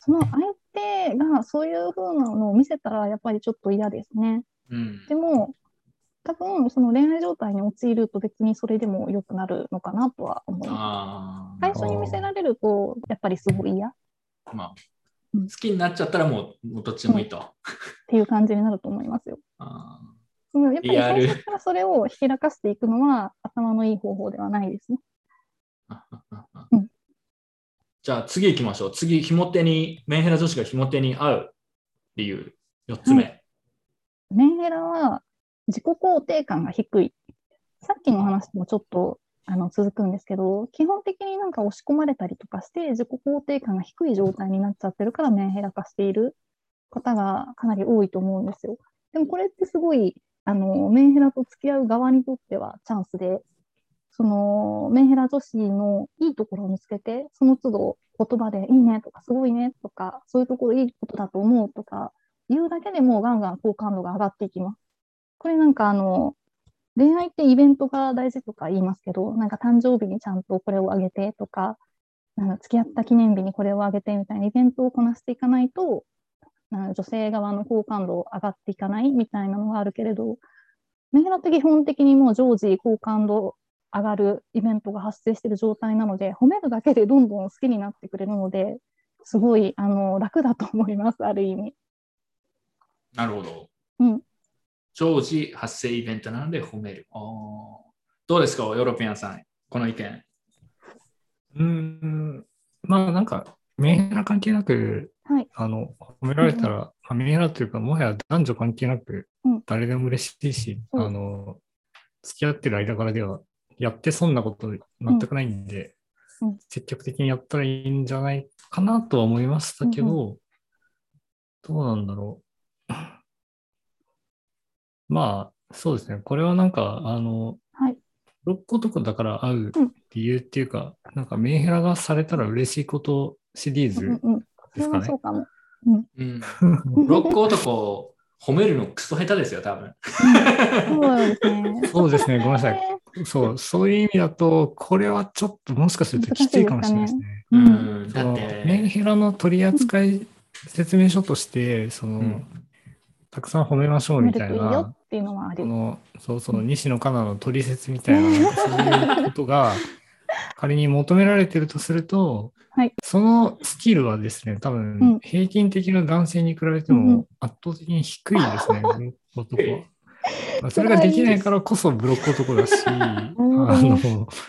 Speaker 2: その相手がそういう風なのを見せたらやっぱりちょっと嫌ですね。
Speaker 1: うん
Speaker 2: でも、多分その恋愛状態に陥ると別にそれでも良くなるのかなとは思います。
Speaker 1: あ
Speaker 2: 最
Speaker 1: あ、
Speaker 2: 初に見せられるとやっぱりすごい嫌っ
Speaker 1: まあ、
Speaker 2: う
Speaker 1: 好
Speaker 2: ん
Speaker 1: きになっちゃったらもう、もうどっちでもいいと。
Speaker 2: ていう感じになると思いますよ。
Speaker 1: あー
Speaker 2: そのやっぱり
Speaker 1: リアル
Speaker 2: 最初からそれをひけらかしていくのは頭のいい方法ではないですね。うん
Speaker 1: じゃあ次行きましょう。次、ひも手に、メンヘラ女子がひも手に合う理由、4つ目。
Speaker 2: メンヘラは自己肯定感が低い。さっきの話もちょっとあの続くんですけど、基本的になんか押し込まれたりとかして、自己肯定感が低い状態になっちゃってるから、メンヘラ化している方がかなり多いと思うんですよ。でもこれってすごい、あのメンヘラと付き合う側にとってはチャンスで、そのメンヘラ女子のいいところを見つけて、その都度言葉でいいねとか、すごいねとか、そういうところいいことだと思うとか、言うだけでもうガンガン好感度が上がっていきます。これなんかあの恋愛ってイベントが大事とか言いますけど、なんか誕生日にちゃんとこれをあげてとか、なんか付き合った記念日にこれをあげてみたいなイベントをこなしていかないと、なんか女性側の好感度上がっていかないみたいなのはあるけれど、メンヘラって基本的にもう常時好感度上がるイベントが発生している状態なので、褒めるだけでどんどん好きになってくれるので、すごいあの楽だと思います、ある意味。
Speaker 1: なるほど。
Speaker 2: うん
Speaker 1: 常時発生イベントなので褒める。あーどうですか、ヨーロピアンさん、この意見。
Speaker 3: うーん。まあなんか、メンヘラ関係なく、
Speaker 2: はい
Speaker 3: あの、褒められたら、まあメンヘラというか、もはや男女関係なく
Speaker 2: うん、
Speaker 3: 誰でも嬉しいし、
Speaker 2: うん
Speaker 3: あの、付き合ってる間からでは、やって損なこと全くないんで、
Speaker 2: うんうん
Speaker 3: 積極的にやったらいいんじゃないかなとは思いましたけど、
Speaker 2: う
Speaker 3: どう なんだろう。まあ、そうですね。これはなんか、あの、
Speaker 2: はい
Speaker 3: 6個とかだから会う
Speaker 2: うん
Speaker 3: 理由っていうか、なんかメンヘラがされたら嬉しいことシリー
Speaker 2: うん
Speaker 3: ズ。
Speaker 2: うんうん、そ
Speaker 3: で
Speaker 2: れ
Speaker 3: すかね
Speaker 2: はそうかも。
Speaker 1: うん、ロック男、褒めるのクソ下手ですよ、多分。
Speaker 2: そうですね。
Speaker 3: そうですね。ごめんなさい。
Speaker 2: ね
Speaker 3: そう、そういう意味だと、これはちょっともしかするときついかもしれないですね。
Speaker 2: う、
Speaker 1: うんん、
Speaker 3: そ
Speaker 1: だ
Speaker 3: の
Speaker 1: っ
Speaker 3: メン
Speaker 1: て、
Speaker 3: ヘラの取り扱い説明書として、その、
Speaker 1: うん
Speaker 3: たくさん褒めましょう
Speaker 2: 褒め
Speaker 3: み
Speaker 2: ると
Speaker 3: たい
Speaker 2: いいよ
Speaker 3: な、
Speaker 2: っていうのはあ
Speaker 3: こ
Speaker 2: る。
Speaker 3: の、そうそうう、
Speaker 2: ん
Speaker 3: 西野カナの取説みたい な、そういうことが、仮に求められてるとすると、
Speaker 2: はい
Speaker 3: そのスキルはですね、多
Speaker 2: うん
Speaker 3: 分、平均的な男性に比べ
Speaker 2: う
Speaker 3: て
Speaker 2: んうん
Speaker 3: も圧倒的に低いですね、 男は。まあそれができないからこそブロック 男だし、あの、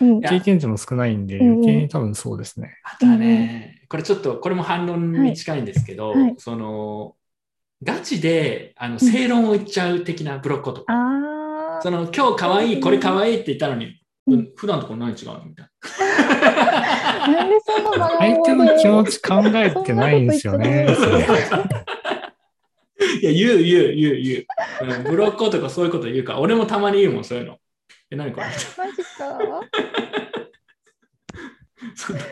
Speaker 2: うん
Speaker 1: や
Speaker 3: 経験値も少ないんで、
Speaker 2: うんうん
Speaker 3: 余計に多分そうですね。
Speaker 1: あとはね、これちょっと、これも反論に近いんですけど、
Speaker 2: はいはい
Speaker 1: その、ガチで、あの、正論を言っちゃう的なブロック男。
Speaker 2: あ
Speaker 1: その今日可愛い、これ可愛いって言ったのに、
Speaker 2: うん
Speaker 1: うん普段とこれ何違うのみたい
Speaker 2: あ、なんでそんな場
Speaker 3: 相手の気持ち考えてないんですよね。
Speaker 2: そんなこと言っ
Speaker 1: な。いや、言う、言う、言う、言う。うんブロックとかそういうこと言うから、俺もたまに言うもん、そういうの。え、何これ
Speaker 2: マジか。
Speaker 1: そんな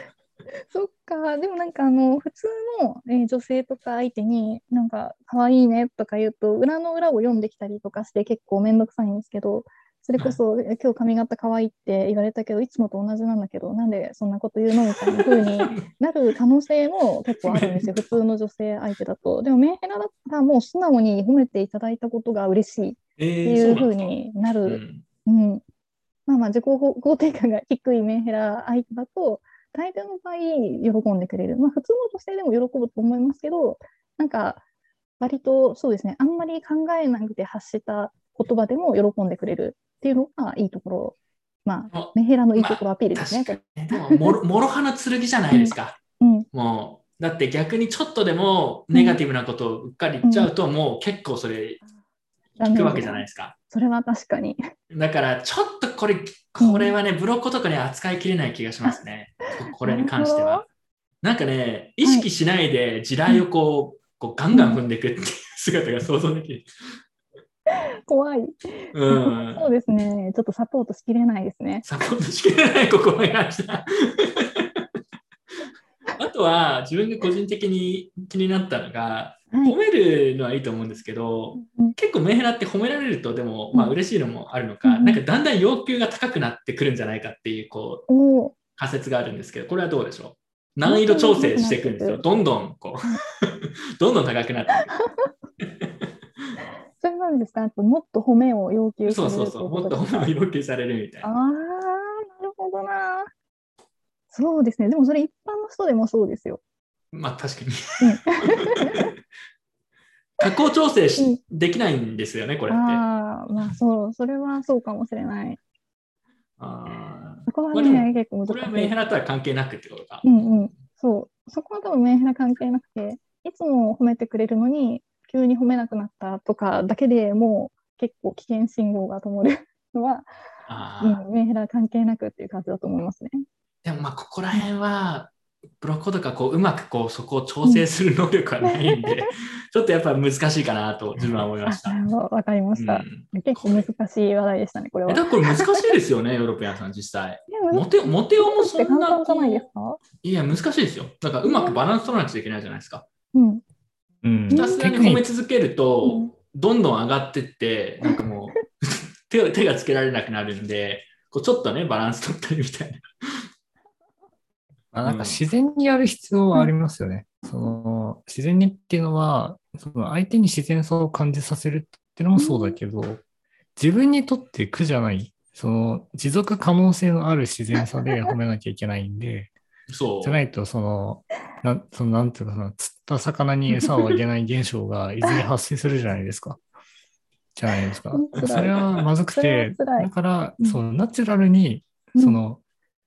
Speaker 2: そっか。でもなんかあの普通の、えー女性とか相手になんか可愛いねとか言うと裏の裏を読んできたりとかして結構面倒くさいんですけど。それこそ、え今日髪型可愛いって言われたけどいつもと同じなんだけどなんでそんなこと言うのみたいな風に なる可能性も結構あるんですよ、普通の女性相手だと。でも、メンヘラだったら、もう素直に褒めていただいたことが嬉しいっ
Speaker 1: えー、
Speaker 2: てい
Speaker 1: そううなん
Speaker 2: ふう
Speaker 1: ですか
Speaker 2: にな
Speaker 1: う
Speaker 2: る。
Speaker 1: ん
Speaker 2: うんまあまあ、自己肯定感が低いメンヘラ相手だと、大抵の場合、喜んでくれる。まあ、普通の女性でも喜ぶと思いますけど、なんか、割とそうですね、あんまり考えなくて発した言葉でも喜んでくれるっていうのがいいところ、まあ、
Speaker 1: も
Speaker 2: メンヘラのいいところアピール
Speaker 1: う
Speaker 2: ですね。
Speaker 1: 確かにね。でも、もろもろ刃の剣じゃないですか。
Speaker 2: うん、
Speaker 1: もう、だって逆にちょっとでもネガティブなことをうっかり言っちゃうと、もう結構それ聞くわけじゃないですか。
Speaker 2: それは確かに。
Speaker 1: だから、ちょっとこれ、これはね、ブロックとかに扱いきれない気がしますね。これに関して
Speaker 2: なる
Speaker 1: は。なんかね、意識しないで地雷をこう、こうガンガン踏んでいくっていう姿が想像できる。
Speaker 2: 怖い。
Speaker 1: うん
Speaker 2: そ。うですね。ちょっとサポートしきれないですね。
Speaker 1: サポートしきれない心がした あとは自分が個人的に気になったのが
Speaker 2: は
Speaker 1: 褒
Speaker 2: い。
Speaker 1: めるのはいいと思うんですけど
Speaker 2: うん
Speaker 1: 結構メンヘラって褒められるとでもまあ嬉しいのもあるのか、
Speaker 2: うん
Speaker 1: なんかだんだん要求が高くなってくるんじゃないかっていうこう
Speaker 2: おー
Speaker 1: 仮説があるんですけどこれはどうでしょう難易度調整していくんですよどんどんこう どんどん高くなってい
Speaker 2: それなんですか。あともっと褒めを要求
Speaker 1: く
Speaker 2: す
Speaker 1: そ
Speaker 2: る
Speaker 1: うそ
Speaker 2: っていう
Speaker 1: うそうも
Speaker 2: こ
Speaker 1: っと
Speaker 2: とです
Speaker 1: 褒
Speaker 2: か。
Speaker 1: めを要求されるみたい
Speaker 2: ああ、
Speaker 1: な
Speaker 2: なるほどな。そうですね。でもそれ一般の人でもそうですよ。
Speaker 1: まあ確かに
Speaker 2: うん
Speaker 1: 加工調整し
Speaker 2: うん
Speaker 1: できないんですよねこれって。
Speaker 2: ああ、まあそう、それはそうかもしれない。
Speaker 1: あー
Speaker 2: そこは
Speaker 1: まあ
Speaker 2: ね、結構
Speaker 1: これは
Speaker 2: 難
Speaker 1: メン
Speaker 2: しい
Speaker 1: ヘ。ラとは関係なくってことか。
Speaker 2: うんうん。そう。そこは多分メンヘラ関係なくて、いつも褒めてくれるのに、急に褒めなくなったとかだけでもう結構危険信号が灯るのは、
Speaker 1: あー
Speaker 2: うん、メンヘラ関係なくっていう感じだと思いますね。
Speaker 1: でもまあここら辺はブロッコとかこううまくこうそこを調整する能力はないん で、ちょっとやっぱ難しいかなと自分は思いました。
Speaker 2: あ、わわかりま
Speaker 1: う
Speaker 2: した。
Speaker 1: ん
Speaker 2: 結構難しい話題でしたね、これは。
Speaker 1: えだからこれ難しいですよね、ヨーロピアンさん、実際。モテモテ
Speaker 2: え
Speaker 1: よも
Speaker 2: っ
Speaker 1: そ
Speaker 2: て
Speaker 1: ん
Speaker 2: 簡
Speaker 1: な
Speaker 2: 単じゃ
Speaker 1: こ
Speaker 2: ないです
Speaker 1: う
Speaker 2: か
Speaker 1: いや、難しいですよ。だからうまくバランス取らなくちゃいけないじゃないですか。
Speaker 2: うん。
Speaker 3: うん
Speaker 1: ひたすらに
Speaker 3: テクニ
Speaker 1: 褒
Speaker 3: ッ
Speaker 1: め
Speaker 3: ク
Speaker 1: 続ける
Speaker 2: うん
Speaker 1: と、どんどん上がってって、なんかもう 手を、手がつけられなくなるんで、こうちょっとね、バランス取ったりみたいな。
Speaker 3: あなんか自然にやる必要はありますよね。その自然にっていうのは、その相手に自然さを感じさせるっていうのもそうだけど、自分にとって苦じゃない、その持続可能性のある自然さで褒めなきゃいけないんで、
Speaker 1: そう。
Speaker 3: じゃないとその、なんそのなんていうのかな、釣った魚に餌をあげない現象がいずれ発生するじゃないですか。じゃないですか
Speaker 2: うん辛い。
Speaker 3: それはまずく
Speaker 2: それ
Speaker 3: て
Speaker 2: は、辛い
Speaker 3: だから
Speaker 2: うん、
Speaker 3: そのナチュラルにその、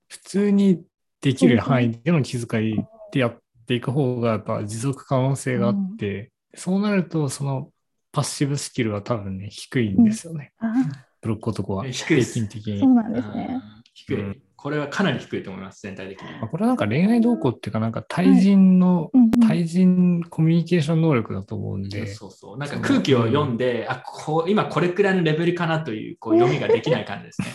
Speaker 3: 普通にできる範囲での気遣いでやっていく方が、やっぱ持続可能性があって、そうなると、その、パッシブスキルは多分ね、低いんですよね。
Speaker 2: あ
Speaker 3: ブロック男は。
Speaker 1: え低いです
Speaker 3: 平均的
Speaker 2: ー
Speaker 3: に。
Speaker 2: そう
Speaker 3: ま
Speaker 2: なんですね。
Speaker 1: あー低い、
Speaker 3: うん
Speaker 1: これはかなり低いと思います、全体的に。
Speaker 3: あこれはなんか恋愛動向っていうか、なんか対人の、
Speaker 2: うんうん
Speaker 3: 対人コミュニケーション能力だと思うんで、
Speaker 1: そうそう。なんか空気を読んで、あこう今これくらいのレベルかなというこう読みができない感じですね。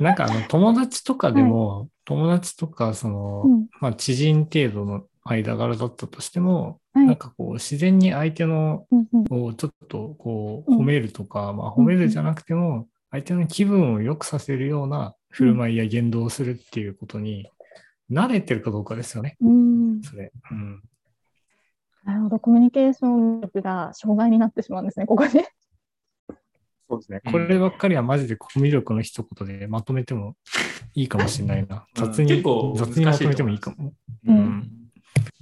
Speaker 3: なんかあの、友達とかでも、友達とか、その、
Speaker 2: うん
Speaker 3: まあ、知人程度の間柄だったとしても、
Speaker 2: はい
Speaker 3: なんかこう、自然に相手の
Speaker 2: うんうん
Speaker 3: をちょっとこ
Speaker 2: う
Speaker 3: うん褒めるとか、まあ褒めるじゃなくても、相手の気分を良くさせるような振る舞いや言動をするっていうことに慣れてるかどうかですよね、
Speaker 2: うん
Speaker 3: それ。うん。
Speaker 2: なるほど、コミュニケーション力が障害になってしまうんですね、ここで。
Speaker 3: そうですね
Speaker 1: うん
Speaker 3: こればっかりはマジでコミュ力の一言でまとめてもいいかもしれないな。
Speaker 1: うん
Speaker 3: 雑に、
Speaker 1: 結構
Speaker 3: 雑にまとめてもいいかも。
Speaker 2: うん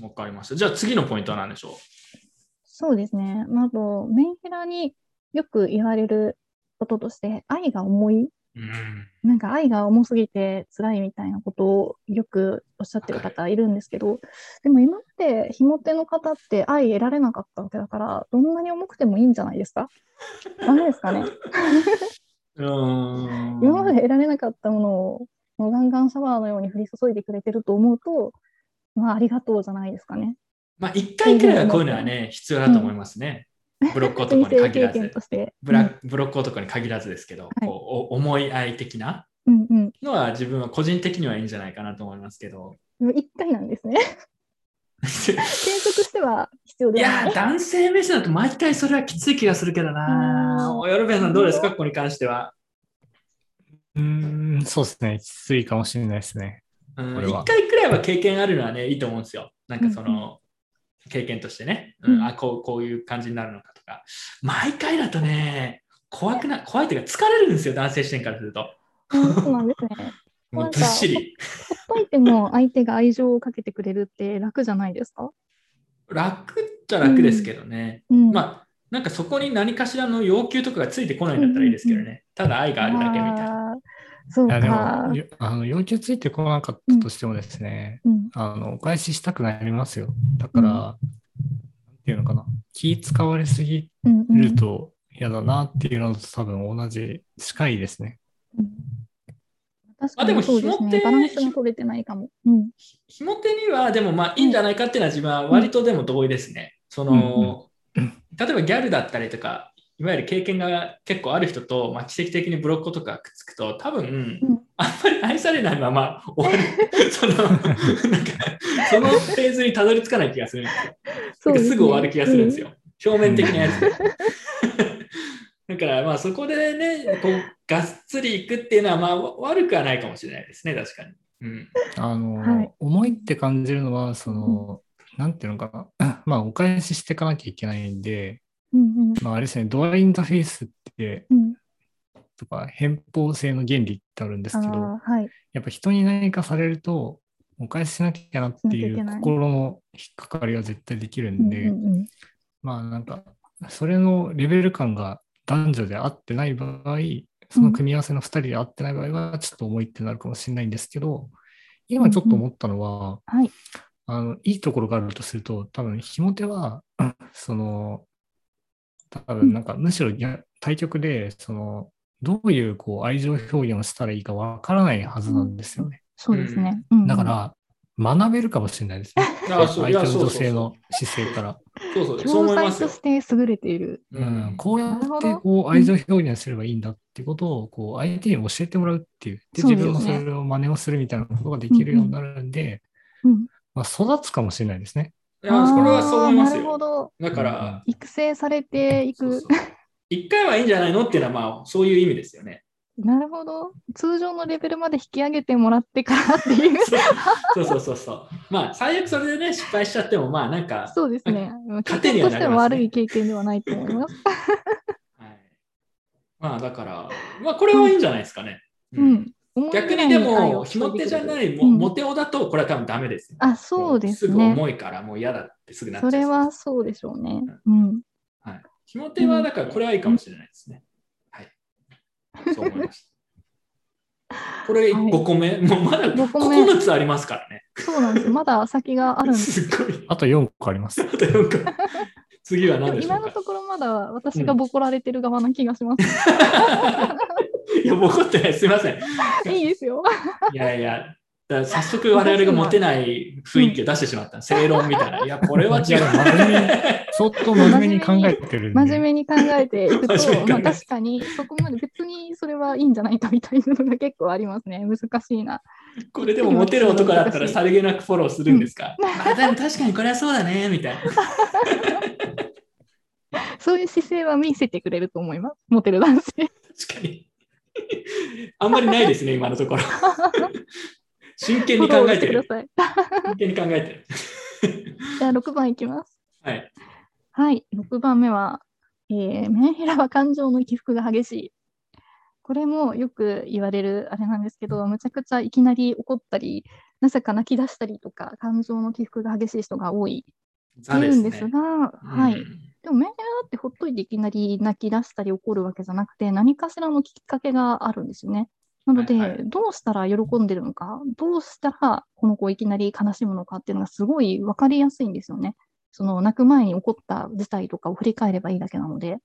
Speaker 1: わかりました。じゃあ次のポイントは何でしょ
Speaker 2: そうですね。まあ、あと、メンヘラによく言われることとして、愛が重い、
Speaker 1: う、うん、
Speaker 2: なんか愛が重すぎて辛いみたいなことをよくおっしゃってる方いるんですけど、でも今までひも手の方って愛得られなかったわけだから、どんなに重くてもいいんじゃないですかダメですかね。
Speaker 1: うーん
Speaker 2: 今まで得られなかったものを、もうガンガンシャワーのように降り注いでくれてると思うと、まあ、ありがとうじゃないですかね。
Speaker 1: まあ、1回くらいはこういうのはね、必要だと思いますね。ブロック男
Speaker 2: 人
Speaker 1: に
Speaker 2: 生
Speaker 1: 限
Speaker 2: 経
Speaker 1: らず
Speaker 2: 験。として。
Speaker 1: ブラブロック男に限らずですけど、
Speaker 2: い
Speaker 1: こうお思い合い的な
Speaker 2: うんうん。
Speaker 1: のは自分は個人的にはいいんじゃないかなと思いますけ ど。
Speaker 2: でも一回なんですね。転職しては必要
Speaker 1: い
Speaker 2: では
Speaker 1: や
Speaker 2: ない。
Speaker 1: ー、男性目線だと毎回それはきつい気がするけどな。
Speaker 2: う
Speaker 1: およろべさん、どうですか、ここに関しては。
Speaker 3: うん、うんそうですね。きついかもしれないですね。
Speaker 1: うん
Speaker 3: これは
Speaker 1: 一回くらいは経験あるのはね、いいと思うんですよ。なんかその、経験としてね、うん
Speaker 2: うん
Speaker 1: あこう。こういう感じになるのかとか。毎回だとね、怖くな、怖いというか疲れるんですよ、男性視点からすると。
Speaker 2: うんそうなんですね。
Speaker 1: もうずっしり。
Speaker 2: ほっといても相手が愛情をかけてくれるって楽じゃないですか。
Speaker 1: 楽っちゃ楽ですけどね。
Speaker 2: うん。
Speaker 1: まあ、なんかそこに何かしらの要求とかがついてこないんだったらいいですけどね。ただ愛があるだけみたいな。
Speaker 2: あーそう
Speaker 3: いや、で
Speaker 2: か
Speaker 3: も、。よあの、要求ついてこなかったとしてもですね、
Speaker 2: うん
Speaker 3: あの、お返ししたくなりますよ。だから、
Speaker 2: うん
Speaker 3: なんていうのかな、気使われすぎ
Speaker 2: うんうん
Speaker 3: ると嫌だなっていうのと多分同じ、近いですね。
Speaker 2: うん確か
Speaker 1: あでも
Speaker 2: にそうです
Speaker 1: 紐って
Speaker 2: ね。バランスが取れてないかも。うん。
Speaker 1: ひも手にはでもまあいいんじゃないかっていうのは自分は割とでも同意ですね。その、例えばギャルだったりとか、いわゆる経験が結構ある人と、まあ、奇跡的にブロッコとかくっつくと多分、
Speaker 2: うん
Speaker 1: あんまり愛されないまま終わる そのなんかそのフェーズにたどり着かない気がするんですよ。
Speaker 2: そう
Speaker 1: なんか
Speaker 2: でね
Speaker 1: すぐ終わる気がするんですよ。表面的なやつ。だからまあそこでね、こうがっつりいくっていうのはまあわ悪くはないかもしれないですね、確かに。うん。
Speaker 3: あの、
Speaker 2: はい
Speaker 3: 思いって感じるのは、その、なんていうのかな、 まあ、お返ししていかなきゃいけないんで、
Speaker 2: うん。うん
Speaker 3: まあ、あれですね、ドアインザフェイスって、
Speaker 2: うん。
Speaker 3: とか、偏方性の原理ってあるんです
Speaker 2: あ
Speaker 3: けど、
Speaker 2: あー、はい。
Speaker 3: やっぱ人に何かされると、お返ししなきゃいけないなって
Speaker 2: しな
Speaker 3: い
Speaker 2: きゃいけ
Speaker 3: う
Speaker 2: ない
Speaker 3: 心の引っかかりは絶対できる
Speaker 2: うんんう
Speaker 3: で、
Speaker 2: んうん。
Speaker 3: まあなんか、それのレベル感が男女で合ってない場合、その組み合わせの2人で合ってない場合は、ちょっと重いってなるかもしれないんですけど、今ちょっと思ったのは、
Speaker 2: うんはい
Speaker 3: あのいいところがあるとすると、多分、ひも手は、 その、多分なんか、むしろ逆対局で、その、どういうこう愛情表現をしたらいいかわからないはずなんですよね。
Speaker 2: そうですね。うんうん
Speaker 3: だか、ら、学べるかもしれないですね。
Speaker 1: あ
Speaker 3: 相手の女性の姿勢から。
Speaker 1: そうそう、そう
Speaker 2: 教
Speaker 1: 思い
Speaker 2: 材
Speaker 1: ます
Speaker 2: と
Speaker 1: よ
Speaker 2: し。て優れている。
Speaker 1: う
Speaker 3: うん
Speaker 1: ん、
Speaker 3: こうやっ
Speaker 2: なるほ
Speaker 3: て
Speaker 2: ど
Speaker 3: こう愛情表現すればいいんだってことをこう相手に教えてもらうっていう。で、
Speaker 2: そう
Speaker 3: 自
Speaker 2: ですね
Speaker 3: 分もそれを真似をするみたいなことができるようになるんで、
Speaker 2: うん。
Speaker 3: まあ、育つかもしれないですね。
Speaker 1: いやそれはそう思います
Speaker 2: あーなるほ
Speaker 1: よ。
Speaker 2: ど。
Speaker 1: だから、
Speaker 2: 育成されてい
Speaker 1: そう
Speaker 2: く
Speaker 1: そ。う一回はいいんじゃないのっていうのは、まあ、そういう意味ですよ ね。
Speaker 2: なるほど。通常のレベルまで引き上げてもらってからっていう。
Speaker 1: そうそうそうそう。まあ、最悪それでね、失敗しちゃっても、まあ、なんか、
Speaker 2: そうですね。
Speaker 1: 糧に
Speaker 2: 経験
Speaker 1: はな
Speaker 2: とし
Speaker 1: りますね
Speaker 2: ては悪い経験ではないと思います。
Speaker 1: はい、まあ、だから、まあ、これはいいんじゃないですかね。
Speaker 2: う。ん。思い
Speaker 1: 逆
Speaker 2: ぐら
Speaker 1: に
Speaker 2: い
Speaker 1: で
Speaker 2: 愛
Speaker 1: も、
Speaker 2: を
Speaker 1: ひ
Speaker 2: 注
Speaker 1: も
Speaker 2: ぎ
Speaker 1: 手
Speaker 2: て
Speaker 1: じゃない、も
Speaker 2: うん
Speaker 1: モテ男だと、これは多分ダメですよ。
Speaker 2: あ、そうです
Speaker 1: もすぐ
Speaker 2: ね。
Speaker 1: 重いから、もう嫌だってすぐなっちゃ。
Speaker 2: そうれはそうでしょうね。うん。
Speaker 1: はい。ひも手は、だから、これはいいかもしれないですね。はい。そう思いま した。これ5個目、もうまだ
Speaker 2: 5個目
Speaker 1: 9つありますからね。
Speaker 2: そうなんです。まだ先があるんです。
Speaker 1: すっごい。
Speaker 3: あと4個あります。
Speaker 1: あと なんか次は
Speaker 2: で
Speaker 1: 何
Speaker 2: も
Speaker 1: でしょ
Speaker 2: 今
Speaker 1: う
Speaker 2: の
Speaker 1: か
Speaker 2: ところまだ私がボコられてる側な気が します。
Speaker 1: いや、怒ってない。すいません。
Speaker 2: いいですよ。
Speaker 1: いやいや、だから早速我々がモテない雰囲気を出してしまった。正論みたいな。いや、これは違
Speaker 3: いや真 面
Speaker 1: う。
Speaker 3: ちょっと真面目に考えてるんで。
Speaker 2: 真面目に考えていく と
Speaker 1: 真面目に考え、て
Speaker 2: まあ、確かにそこまで別にそれはいいんじゃないかみたいなのが結構ありますね。難しいな。
Speaker 1: これでもモテる男だったらさりげなくフォローするんですか、あでも確かにこれはそうだね、みたいな。
Speaker 2: そういう姿勢は見せてくれると思います。モテる男性。
Speaker 1: 確かに。 あんまりないですね、今のと ころ。真剣に考えて
Speaker 2: フ
Speaker 1: る
Speaker 2: ォローし。ください。
Speaker 1: 真剣に考えてる。
Speaker 2: じゃあ6番いきます。
Speaker 1: はい。
Speaker 2: はい、6番目は、えーメンヘラは感情の起伏が激しい。これもよく言われるあれなんですけど、むちゃくちゃいきなり怒ったり、なぜか泣き出したりとか、感情の起伏が激しい人が多いって
Speaker 1: ザ
Speaker 2: い
Speaker 1: で
Speaker 2: う
Speaker 1: す
Speaker 2: ん
Speaker 1: ね。
Speaker 2: ですが、はい、
Speaker 1: うん
Speaker 2: でもメンヘラってほっといていきなり泣き出したり怒るわけじゃなくて、何かしらのきっかけがあるんですよね。なので、
Speaker 1: はいはい
Speaker 2: どうしたら喜んでるのか、どうしたらこの子をいきなり悲しむのかっていうのがすごい分かりやすいんですよね。その泣く前に起こった事態とかを振り返ればいいだけなので。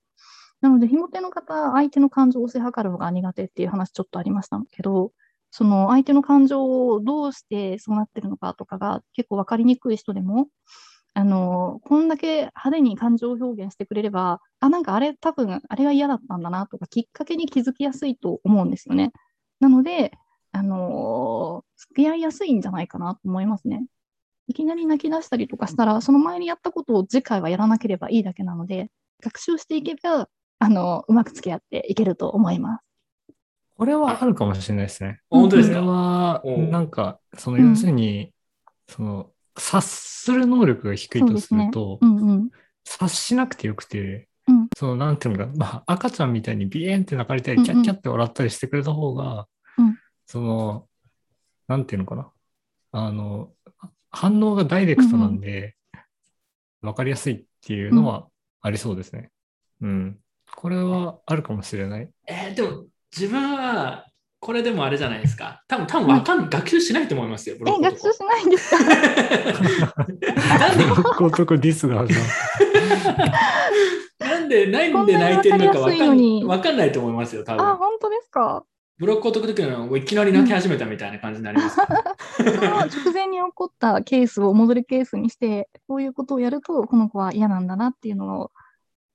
Speaker 2: なので、ひも手の方、相手の感情を推し量るのが苦手っていう話ちょっとありましたけど、その相手の感情をどうしてそうなってるのかとかが結構分かりにくい人でも、あのこんだけ派手に感情を表現してくれれば、あ、なんかあれ、多分あれが嫌だったんだなとか、きっかけに気づきやすいと思うんですよね。なので、あの付き合いやすいんじゃないかなと思いますね。いきなり泣き出したりとかしたら、その前にやったことを次回はやらなければいいだけなので、学習していけば、あのうまく付き合っていけると思います。
Speaker 3: これはあるかもしれないですね。
Speaker 1: 本当
Speaker 3: こ
Speaker 1: です
Speaker 3: れ
Speaker 1: か、
Speaker 3: は、
Speaker 1: うん
Speaker 3: なんか、その
Speaker 2: うん
Speaker 3: 要するに、その、察する能力が低いとすると、
Speaker 2: うんうん。
Speaker 3: 察しなくてよくて、
Speaker 2: うん
Speaker 3: そのなんていうのか、まあ、赤ちゃんみたいにビエンって泣かれた
Speaker 2: う
Speaker 3: り、
Speaker 2: んう
Speaker 3: キ
Speaker 2: ん
Speaker 3: ャッキャって笑ったりしてくれた方が、
Speaker 2: うん
Speaker 3: その、なんていうのかな、あの、反応がダイレクトなんで、わ、かりやすいっていうのはありそうですね。うん。これはあるかもしれ ない。
Speaker 1: えーでも自分はこれでもあれじゃないですか。多分多分わかん、学習しないと思いますよ。ブ
Speaker 2: え、
Speaker 1: ロック
Speaker 2: 学習しないんですか
Speaker 1: なんで
Speaker 3: 男男ディスが始まっ
Speaker 1: なんで、なんで泣いてるのかわか
Speaker 2: こんなにわかりやすいの
Speaker 1: ん
Speaker 2: に
Speaker 1: わかんないと思います よ、多
Speaker 2: あ、
Speaker 1: 分
Speaker 2: 本当ですか
Speaker 1: ブロックを解くときのいきなり泣き始めたみたいな感じになりますから。
Speaker 2: その直前に起こったケースをモデルケースにして、こういうことをやると、この子は嫌なんだなっていうのを、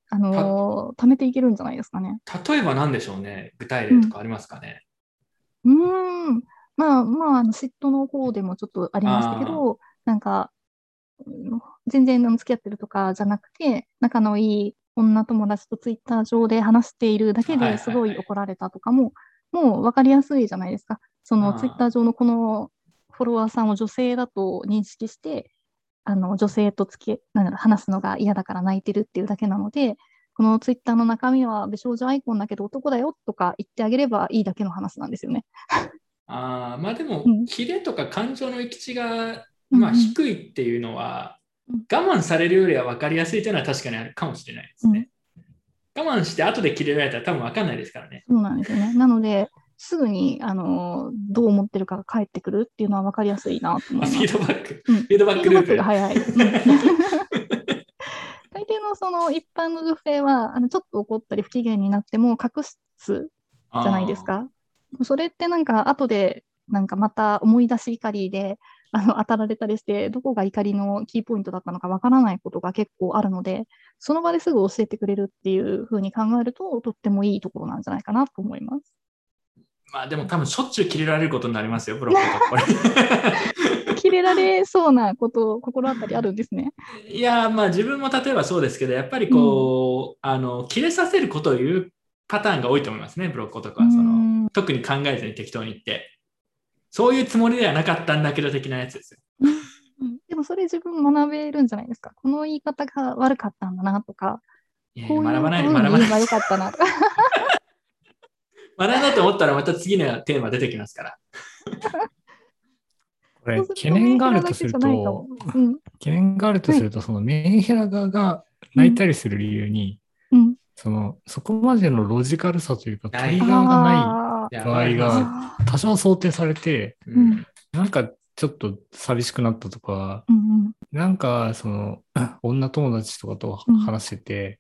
Speaker 2: あのー、貯めていけるんじゃないですかね。
Speaker 1: 例えば何でしょうね、具体例とかありますかね。
Speaker 2: うーん、まあまあ、あの嫉妬の方でもちょっとありましたけど、なんか、うん全然あの付き合ってるとかじゃなくて、仲のいい女友達とツイッター上で話しているだけ
Speaker 1: はいはいは
Speaker 2: で
Speaker 1: い
Speaker 2: すごい怒られたとかも、もう分かりやすいじゃないですか。そ
Speaker 1: あー
Speaker 2: のツイッター上のこのフォロワーさんを女性だと認識して、あの女性と付きなんだろう話すのが嫌だから泣いてるっていうだけなので、このツイッターの中身は美少女アイコンだけど男だよとか言ってあげればいいだけの話なんですよね。
Speaker 1: ああまあでも
Speaker 2: うん、
Speaker 1: キレとか感情の行き地が、
Speaker 2: うんうん
Speaker 1: まあ、低いっていうのは、
Speaker 2: うん
Speaker 1: 我慢されるよりは分かりやすいというのは確かにあるかもしれないですね。我慢して後でキレられたら多分分かんないですからね。
Speaker 2: そうなんですよね。なので、すぐにあのどう思ってるかが返ってくるっていうのは分かりやすいなと思い
Speaker 1: あ
Speaker 2: ます。
Speaker 1: フィードバック、
Speaker 2: うん
Speaker 1: フィードバ
Speaker 2: フィ
Speaker 1: ッ
Speaker 2: ー
Speaker 1: ク
Speaker 2: ド
Speaker 1: ル
Speaker 2: バ
Speaker 1: ー
Speaker 2: ック
Speaker 1: プ
Speaker 2: が。 早い。うん大抵のその一般の女性はあのちょっと怒ったり不機嫌になっても隠すじ
Speaker 1: あー
Speaker 2: ゃないです。か。それってなんか後でなんかまた思い出し怒りであの当たられたりしてどこが怒りのキーポイントだったのかわからないことが結構あるのでその場ですぐ教えてくれるっていうふうに考えるととってもいいところなんじゃないかなと思います。
Speaker 1: まあでも多分しょっちゅうキレられることになりますよ、ブロックと か。
Speaker 2: キレられそうなことを心当たりあるんですね。
Speaker 1: これいやー、まあ自分も例えばそうですけど、やっぱりこう、あの、キレさせることを言うパターンが多いと思いますね、ブロックとかは。その、
Speaker 2: うん
Speaker 1: 特に考えずに適当に言って。そういうつもりではなかったんだけど的なやつですよ。
Speaker 2: でもそれ自分学べるんじゃないですか。この言い方が悪かったんだなとか、
Speaker 1: いやい
Speaker 2: こ
Speaker 1: や
Speaker 2: ういう
Speaker 1: 学ばないで、
Speaker 2: ふう
Speaker 1: 学
Speaker 2: に
Speaker 1: ばな
Speaker 2: 言え
Speaker 1: い
Speaker 2: ば
Speaker 1: で。
Speaker 2: よかったなとか。
Speaker 1: 学んだと思ったらまた次のテーマ出てきますから。
Speaker 3: た。これ、
Speaker 2: そうすると
Speaker 3: 懸念があるとする
Speaker 2: メンヘラだけじ
Speaker 3: と、
Speaker 2: ゃないかもうん
Speaker 3: 懸念があるとすると、そのメンヘラ側が泣いたりする理由に、
Speaker 2: うん、
Speaker 3: その、そこまでのロジカルさというか、ト
Speaker 1: ない
Speaker 3: リガーがな
Speaker 2: あ
Speaker 1: や
Speaker 3: 場合
Speaker 2: ー
Speaker 3: が
Speaker 2: あ
Speaker 3: い、多少想定されて、
Speaker 1: う
Speaker 2: うん
Speaker 1: ん
Speaker 3: なんかちょっと寂しくなったとか、
Speaker 2: ーうん
Speaker 3: なんか、その、 女友達とかと
Speaker 2: うん
Speaker 3: 話してて、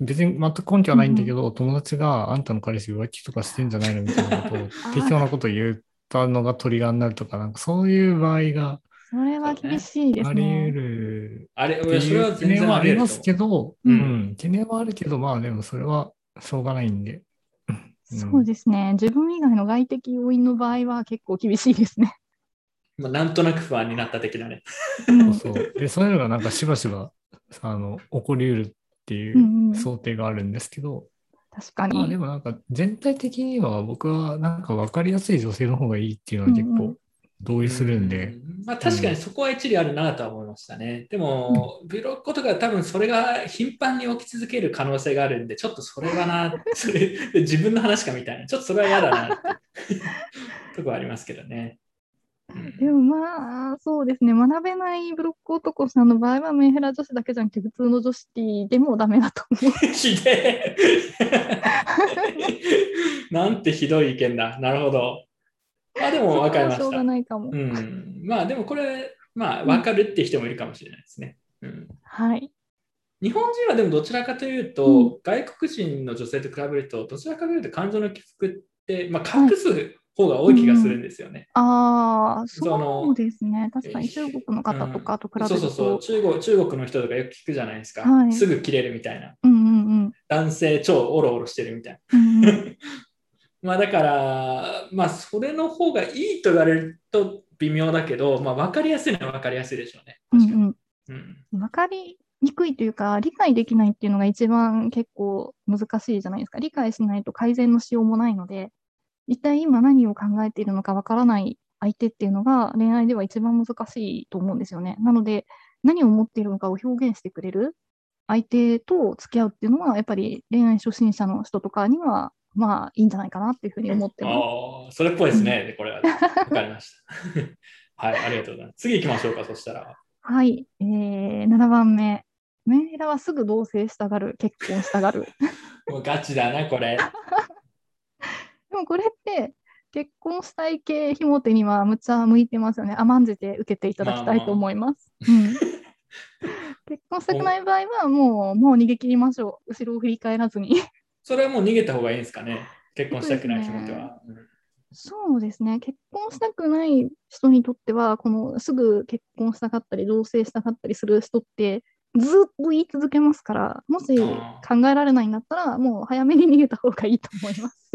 Speaker 3: 別に全く根拠はないんだけど、友達があんたの彼氏浮気とかしてんじゃないのみたいなこと を、適当なこと言ったのがトリガーになるとか、なんかそういう場合が
Speaker 2: それは厳しいです
Speaker 3: あり
Speaker 2: ね
Speaker 3: 得。る
Speaker 1: あれ、
Speaker 3: っ
Speaker 1: いや
Speaker 3: て
Speaker 1: そ
Speaker 3: い
Speaker 1: れ
Speaker 3: う
Speaker 1: は
Speaker 3: 懸
Speaker 1: 全
Speaker 3: 念
Speaker 1: 然
Speaker 3: は
Speaker 1: あ
Speaker 3: あ
Speaker 1: り
Speaker 3: り
Speaker 1: 得る
Speaker 3: ま
Speaker 1: と
Speaker 3: す
Speaker 1: 思
Speaker 3: けど、
Speaker 1: う
Speaker 3: うんん、懸念はあるけど、まあでもそれはしょうがないんで。
Speaker 2: そうですね。自分以外の外的要因の場合は結構厳しいですね。
Speaker 1: う。まあ、なんとなく不安になった的なね。
Speaker 2: うん
Speaker 3: そうそう。で、そういうのがなんかしばしば、あの、起こりうるってい
Speaker 2: うんう
Speaker 3: うん想定があるんですけど、
Speaker 2: 確か
Speaker 3: まあで
Speaker 2: に。
Speaker 3: もなんか全体的には僕はなんか分かりやすい女性の方がいいっていうのは結
Speaker 2: うんう
Speaker 3: 構同意するんで、
Speaker 1: うんまあ、確かにそこは一理あるなとは思いましたね。でも、ブロックとか多分それが頻繁に起き続ける可能性があるんで、ちょっとそれはな、 それ自分の話かみたいな、ちょっとそれは嫌だなっていうとこはありますけどね。 うん
Speaker 2: でもまあ、そうですね。学べないブロック男さんの場合はメンヘラ女子だけじゃなくて普通の女子でもダメだと思う。
Speaker 1: ひでえ なんてひどい意見だ。なるほど。まあで も分かりま
Speaker 2: それはしょ
Speaker 1: し
Speaker 2: う
Speaker 1: た。
Speaker 2: がないかも。
Speaker 1: うん、まあでもこれ、まあ分かるって人もいるかもしれないですね。うん
Speaker 2: はい。
Speaker 1: 日本人はでもどちらかというと、
Speaker 2: う
Speaker 1: 外国人の女性と比べると、どちらかというと感情の起伏って、まあ、隠す方が多い気がするんですよね。
Speaker 2: ああ、
Speaker 1: その
Speaker 2: そうですね。確か
Speaker 1: え
Speaker 2: に
Speaker 1: ー
Speaker 2: 中国の方とかと比べる
Speaker 1: そう
Speaker 2: と。
Speaker 1: そうそう中国、中国の人とかよく聞くじゃないですか。
Speaker 2: はい
Speaker 1: すぐ切れるみたいな。
Speaker 2: うんうんうん
Speaker 1: 男性超オロオロしてるみたいな。
Speaker 2: うんうん。
Speaker 1: まあだから、まあそれの方がいいと言われると微妙だけど、まあ分かりやすいのは分かりやすいでしょうね。
Speaker 2: うん
Speaker 1: 確かに。
Speaker 2: うん
Speaker 1: うん
Speaker 2: 分かりにくいというか、理解できないっていうのが一番結構難しいじゃないですか。理解しないと改善のしようもないので、一体今何を考えているのかわからない相手っていうのが恋愛では一番難しいと思うんですよね。なので、何を思っているのかを表現してくれる相手と付き合うっていうのは、やっぱり恋愛初心者の人とかには、まあいいんじゃないかなっていうふうに思ってます。
Speaker 1: ああ、それっぽいですね、これは。分かりま した。はい、ありがとうございます。次行きましょうか、そしたら。
Speaker 2: はい、えー、7番目。メンヘらはすぐ同棲したがる、結婚したがる。
Speaker 1: もうガチだな、これ。
Speaker 2: でもこれって、結婚したい系ひも手にはむちゃ向いてますよね。甘んじて受けていただきたいと思います。うん、結婚したくない場合は、もう、もう逃げ切りましょう。後ろを振り返らずに。
Speaker 1: それはもう逃げた方がいいんですかね。結婚したくない気持ちは。うん
Speaker 2: そうですね。結婚したくない人にとっては、このすぐ結婚したかったり、同棲したかったりする人って、ずっと言い続けますから、もし
Speaker 1: あ
Speaker 2: 考えられないんだったら、もう早めに逃げた方がいいと思います。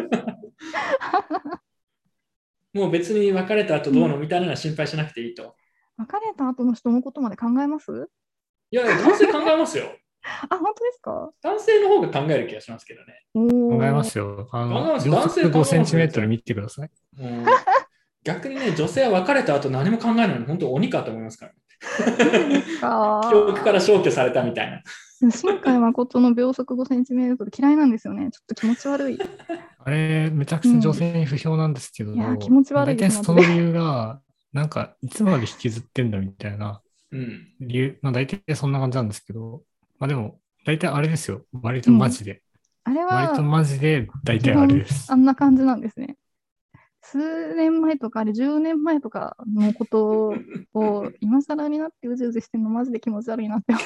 Speaker 1: もう別に別れた後どうのみたいなのは心配しなくていいと。
Speaker 2: 別れた後の人のことまで考えます
Speaker 1: いや、男性考えますよ。
Speaker 2: あ、本当ですか
Speaker 1: 男性の方が考える気がしますけどね。
Speaker 2: 考
Speaker 3: 考えますよ。あ
Speaker 1: 考えま
Speaker 3: の、
Speaker 1: す
Speaker 3: 秒
Speaker 1: 男性
Speaker 3: 速5センチメートル見てください。
Speaker 1: もう逆にね、女性は別れた後何も考えないの、本当鬼かと思いますから、ね。
Speaker 2: ですか
Speaker 1: 記憶から消去されたみたいな。
Speaker 2: 新海誠の秒速5センチメートル嫌いなんですよね。ちょっと気持ち悪い。
Speaker 3: あれ、めちゃくちゃ女性に不評なんですけど、
Speaker 2: うんいや気持ち悪い
Speaker 3: 大
Speaker 2: で
Speaker 3: 体
Speaker 2: す
Speaker 3: その理由が、なんか、いつまで引きずってんだみたいな
Speaker 1: うん。
Speaker 3: 理由、まあ大体そんな感じなんですけど、まあでも、大体あれですよ。割とマジで。
Speaker 2: あれは
Speaker 3: 割とマジで、大体あれです
Speaker 2: あ。んな感じなんですね。数年前とか、あれ10年前とかのことを今更になってうずうずしてるのマジで気持ち悪い なって思う。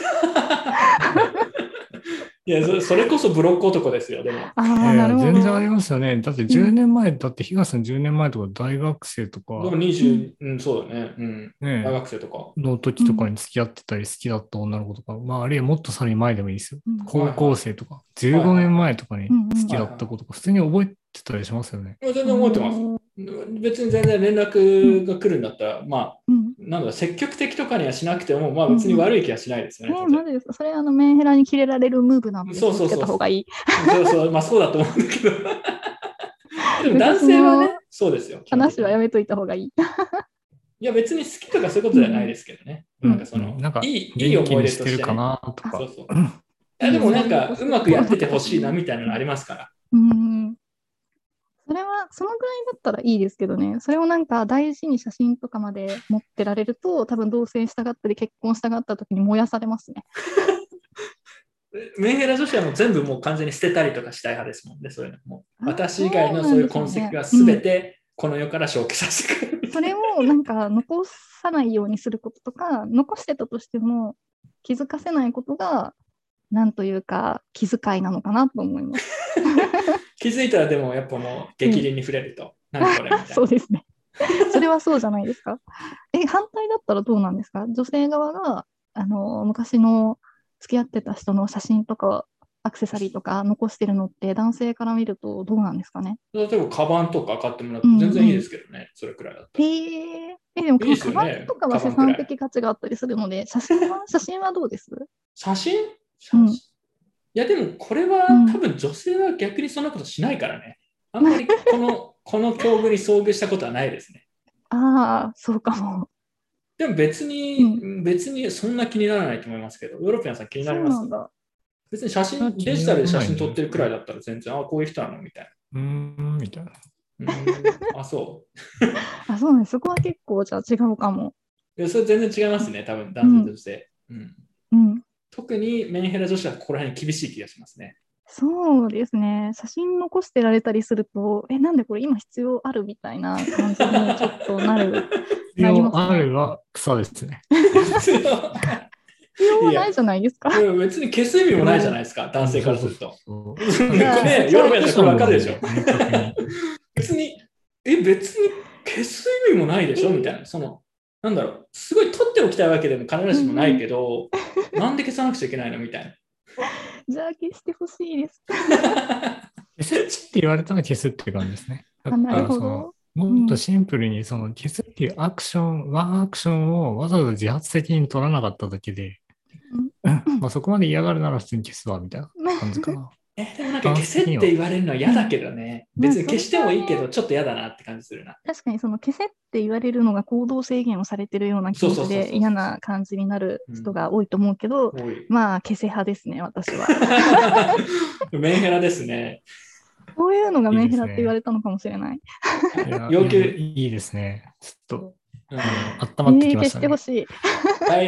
Speaker 1: いやそ、それこそブロック男ですよ、でも。
Speaker 2: あ
Speaker 3: いや
Speaker 2: あ、
Speaker 3: い
Speaker 2: な
Speaker 3: や
Speaker 2: るほど。
Speaker 3: 全然ありますよね。だって10年前、だって東さん10年前とか大学生とか、
Speaker 1: でも20、うん、そうだね。うん。
Speaker 3: ね
Speaker 1: 大、学生とか。
Speaker 3: の時とかに付き合ってたり好きだった女の子とか、まああるいはもっとさらに前でもいいですよ。
Speaker 2: うん
Speaker 3: 高校生とか、
Speaker 1: はい
Speaker 3: 15年前とかに好き
Speaker 1: うん
Speaker 3: だ
Speaker 1: うん
Speaker 3: った子とか、普通に覚えてたりしますよね。
Speaker 1: いや全然覚えてます。別に全然連絡が来るんだったら、まあ、
Speaker 2: うん
Speaker 1: なんだ、積極的とかにはしなくても、まあ別に悪い気はしないですよ
Speaker 2: え
Speaker 1: ね。
Speaker 2: マジですかそれあのメンヘラにキレられるムーブなんで
Speaker 1: そうそうそう
Speaker 2: 気をつけた方がいい。
Speaker 1: そうそう、まあそうだと思うんだけど。でも男性は
Speaker 2: 私
Speaker 1: ね、そうですよ。
Speaker 2: 話はや
Speaker 1: い
Speaker 2: めといた方がいい。
Speaker 1: や別に好きとかそういうことじゃないですけどね。
Speaker 2: うん
Speaker 1: なんかその、
Speaker 3: なんか
Speaker 1: いいいい
Speaker 3: 元
Speaker 1: 思
Speaker 3: 気
Speaker 1: い出
Speaker 3: に
Speaker 1: と
Speaker 3: してるか
Speaker 1: ね。
Speaker 3: なと
Speaker 1: そ
Speaker 3: か
Speaker 1: う。そう。いやでもなんか、うまくやっててほしいなみたいなのありますから。
Speaker 2: うん。それはそのぐらいだったらいいですけどね、それをなんか大事に写真とかまで持ってられると、多分同棲したがったり、結婚したがった時に燃やされますね。
Speaker 1: メンヘラ女子はもう全部もう完全に捨てたりとかしたい派ですもんね、そういうの。もう
Speaker 2: あ
Speaker 1: 私以外のそういう痕跡が
Speaker 2: そうなんですよね
Speaker 1: 全てこの世から消去させて くれる。
Speaker 2: それをなんか残さないようにすることとか、残してたとしても気づかせないことが、なんというか気遣いなのかなと思います。
Speaker 1: 気づいたらでもやっぱもう激凛に触れる と。何これみたいな。
Speaker 2: そうで すね。それはそうじゃないですか。え、反対だったらどうなんですか女性側が、あの、昔の付き合ってた人の写真とか、アクセサリーとか残してるのって男性から見るとどうなんですかね
Speaker 1: 例えば、カバンとか買ってもらって
Speaker 2: うんうん
Speaker 1: 全然いいですけどね、それくらいだった
Speaker 2: へ
Speaker 1: ら。
Speaker 2: ええ、でも、
Speaker 1: いいです
Speaker 2: カ
Speaker 1: よ
Speaker 2: バ
Speaker 1: ね
Speaker 2: ンとか
Speaker 1: カ
Speaker 2: は資
Speaker 1: バンくらい
Speaker 2: 産的価値があったりするので、写真は、写真はどうです
Speaker 1: 写真写
Speaker 2: うん
Speaker 1: 真いや、でもこれは
Speaker 2: うん
Speaker 1: 多分女性は逆にそんなことしないからね。あんまりこ のこの境遇に遭遇したことはないですね。
Speaker 2: ああ、そうかも。
Speaker 1: でも別に、別にそんな気にならないと思いますけど、ヨーロピアンさん気に
Speaker 2: そ
Speaker 1: な
Speaker 2: う
Speaker 1: ります
Speaker 2: なんだ。
Speaker 1: 別に写真、
Speaker 3: 気にならない
Speaker 1: デジタルで写真撮ってるくらいだったら全然、あ、こういう人なのみたいう
Speaker 3: ーん、みたいな。
Speaker 1: な。うんあ、そ
Speaker 2: あ、そうね。そこは結構、じゃあ違うかも。
Speaker 1: う。いやそれ全然違いますね、多分男性と女性。うん
Speaker 2: うん。
Speaker 1: 特にメンヘラ女子はここら辺厳しい気がします ね。
Speaker 2: そうですね。写真残してられたりすると、え、なんでこれ今必要あるみたいな感じにちょっとなる。
Speaker 3: 必
Speaker 2: なりますね
Speaker 3: 要あるは草ですね。
Speaker 2: 必要はないじゃないですか。
Speaker 1: いや別に消す意味もないじゃない ですか、男性からすると。
Speaker 3: そう。
Speaker 2: や
Speaker 1: ね
Speaker 2: い
Speaker 1: ヨーロピアンさん、これわかるでしょ。
Speaker 3: ょ。
Speaker 1: 別に、え、別に消す意味もないでしょみたいな、その、なんだろう、すごい取っておきたいわけでも必ずしもないけど、 なんで消さなくちゃいけないのみたいな。
Speaker 2: じゃあ消してほしいです。
Speaker 3: 消すって言われたら消すって感じですね。
Speaker 2: あなるほ
Speaker 3: だからその
Speaker 2: ど。
Speaker 3: もっとシンプルに、その、消すっていうアクション、ワンアクションをわざわざ自発的に取らなかっただけで、まあそこまで嫌がるなら普通に消すわ、みたいな感じかな。
Speaker 1: え、でもなんか消せって言われるのは嫌だけどね。別に消してもいいけど、ちょっと嫌だなって感じするな。
Speaker 2: 確かにその消せって言われるのが行動制限をされてるような気持
Speaker 1: そうそう
Speaker 2: ち
Speaker 1: そうそう
Speaker 2: で嫌な感じになる人が多いと思うけど、
Speaker 1: 多 い
Speaker 2: まあ消せ派ですね、私は。
Speaker 1: メンヘラですね。
Speaker 2: こういうのがメンヘラっ
Speaker 3: いいです
Speaker 2: て
Speaker 3: ね
Speaker 2: 言われたのかもしれな い。
Speaker 3: いや
Speaker 1: 要求
Speaker 3: いいですね。ちょっと、
Speaker 1: うん
Speaker 3: あ
Speaker 1: だ
Speaker 3: の温まって
Speaker 2: え
Speaker 3: き
Speaker 2: ー
Speaker 3: ま
Speaker 2: 消
Speaker 3: した
Speaker 2: し
Speaker 3: ね
Speaker 2: てほ。し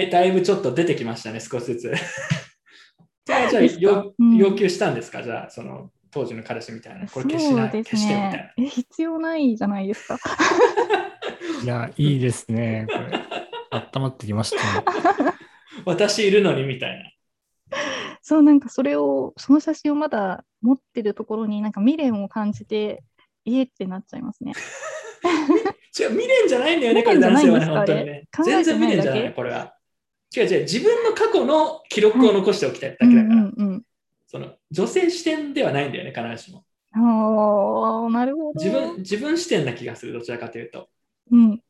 Speaker 2: い。
Speaker 1: いだいぶちょっと出てきましたね、少しずつ。それはじゃあ
Speaker 2: ですか
Speaker 1: 要
Speaker 2: うん
Speaker 1: 要求したんですかじゃあ、その当時の彼氏みたいな。これ消し
Speaker 2: そ
Speaker 1: な
Speaker 2: う
Speaker 1: い、
Speaker 2: です
Speaker 1: 消してみたいな
Speaker 2: ね。。え、必要ないじゃないですか。
Speaker 3: いや、いいですね。これ。温まってきましたね。
Speaker 1: 私いるのにみたいな。
Speaker 2: そう、なんかそれを、その写真をまだ持ってるところに、なんか未練を感じて、えってなっちゃいますね。
Speaker 1: 違う、未練じゃないんだよね、これ
Speaker 2: 未練
Speaker 1: 男性
Speaker 2: じゃな
Speaker 1: はい
Speaker 2: ん
Speaker 1: ね、
Speaker 2: ですか
Speaker 1: 本当にね。
Speaker 2: あ
Speaker 1: 全
Speaker 2: れ
Speaker 1: 然未練じゃ
Speaker 2: 考えてないだけ
Speaker 1: ない、これは。違う違う、自分の過去の記録を残しておきたいだけだから、
Speaker 2: うんうん
Speaker 1: その女性視点ではないんだよね、必ずしも。
Speaker 2: うん。おーなるほど。
Speaker 1: 自分自分視点な気がする、どちらかというと。
Speaker 2: うん。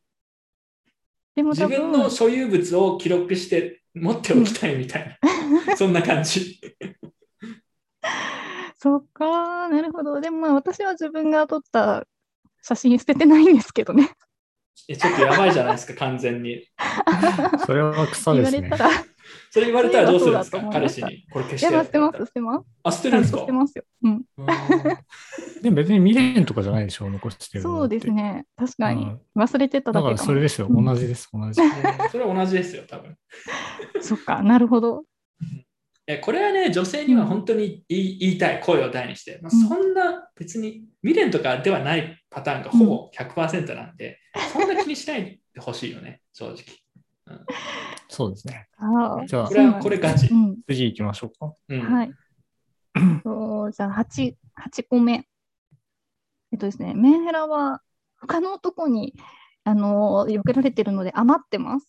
Speaker 2: でも
Speaker 1: 自
Speaker 2: 多
Speaker 1: 分
Speaker 2: 分、
Speaker 1: の所有物を記録して持っておきたいみたいな、そんな感じ。
Speaker 2: そっか、なるほど。でもまあ私は自分が撮った写真捨ててないんですけどね。
Speaker 1: えちょっとやばいじゃないですか、完全に。
Speaker 3: それは草
Speaker 2: 言
Speaker 3: で
Speaker 2: わ
Speaker 3: す
Speaker 2: れ
Speaker 3: ね
Speaker 2: た。ら、い
Speaker 1: それ言われたらどうするんですか、
Speaker 2: そうだと
Speaker 1: 彼
Speaker 2: 思いまし
Speaker 1: 氏
Speaker 2: た
Speaker 1: に。これ消して
Speaker 2: や、
Speaker 1: よ
Speaker 2: まあ
Speaker 1: っ
Speaker 2: 捨
Speaker 1: て
Speaker 2: て
Speaker 1: 言
Speaker 2: ま
Speaker 1: われ
Speaker 2: す、
Speaker 1: たらあ、捨て
Speaker 2: 捨てます。ち
Speaker 1: る
Speaker 2: ゃ
Speaker 1: ん
Speaker 2: ん
Speaker 1: で
Speaker 2: と
Speaker 1: すか
Speaker 2: 捨てますよ。うん。
Speaker 3: でも別に未練とかじゃないでしょ、残してるの
Speaker 2: そう
Speaker 3: って
Speaker 2: です。ね。確か
Speaker 3: う
Speaker 2: に
Speaker 3: ん。
Speaker 2: 忘れてただ
Speaker 3: だか
Speaker 2: け
Speaker 3: ら
Speaker 2: か
Speaker 3: そ
Speaker 2: も。
Speaker 3: れですよ。
Speaker 2: うん
Speaker 3: 同じです、同じ。
Speaker 1: うんそれは同じですよ、多分。
Speaker 2: そっか、なるほど。
Speaker 1: えこれはね、女性には本当に言い言いたい、声を大にして、まあ、
Speaker 2: うん
Speaker 1: そんな別に未練とかではないパターンがほぼ100%なんで、そんな気にしないでほしいよね、正直。
Speaker 3: そうですね。
Speaker 2: ああ
Speaker 3: じゃあ
Speaker 1: これはこれガチ
Speaker 2: う。ん。
Speaker 3: 次行きましょうか。
Speaker 1: うん
Speaker 2: はい。そうじゃあ八八個目。えっとですね、メンヘラは他の男にあの避けられてるので余って ます。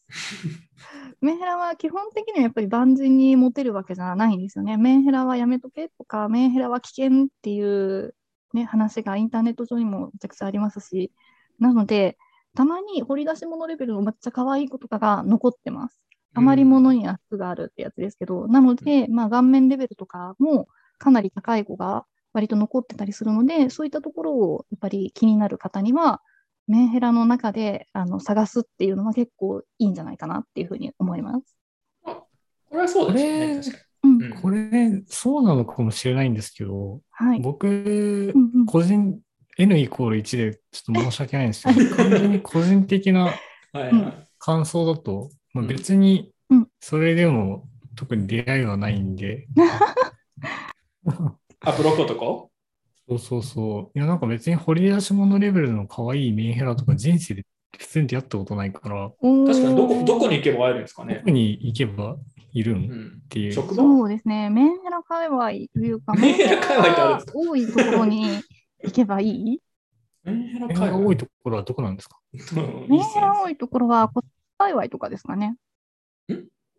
Speaker 2: メンヘラは基本的にはやっぱり万人にモテるわけじゃないんですよね。メンヘラはやめとけとか、メンヘラは危険っていう、ね、話がインターネット上にもめちゃくちゃありますし、なので、たまに掘り出し物レベルのめっちゃ可愛い子とかが残ってます。余り物には服があるってやつですけど、なので、まあ、顔面レベルとかもかなり高い子が割と残ってたりするので、そういったところをやっぱり気になる方には、メンヘラの中であの探すっていうのは結構いいんじゃないかなっていうふうに思います。
Speaker 1: これはそうですよね、確
Speaker 3: これ
Speaker 1: か
Speaker 2: うん
Speaker 1: に。うん
Speaker 3: これ、そうなのかもしれないんですけど、
Speaker 2: はい。
Speaker 3: 僕
Speaker 2: う、んうん
Speaker 3: 個人、N イコール1でちょっと申し訳ないんです けど、完全に個人的な
Speaker 1: はい
Speaker 2: うん
Speaker 1: はい
Speaker 3: 感想だと、まあ、
Speaker 1: うん
Speaker 3: 別に
Speaker 2: うん
Speaker 3: それでも特に出会いはないん で、
Speaker 1: あ、ブロック男
Speaker 3: そうそうそう。いや、なんか別に掘り出し物レベルの可愛いメンヘラとか人生で普通に出会ったことないから、
Speaker 2: おー
Speaker 1: 確かにどこどこに行けば会えるんですか
Speaker 3: ど
Speaker 1: ね
Speaker 3: こ。に行けばいるんっ
Speaker 1: うん、
Speaker 3: ていう。
Speaker 1: 職場
Speaker 2: そうですね、メンヘラ界隈というか、
Speaker 1: メンヘラ界隈ってあるんですか
Speaker 2: メンヘラが多いところに行けばいい
Speaker 1: メンヘラ
Speaker 3: メンヘ
Speaker 1: 会
Speaker 3: ラ多いところはどこなんですか
Speaker 2: メンヘラ多
Speaker 1: い。
Speaker 2: いところはコス界隈とかですかね
Speaker 1: ん。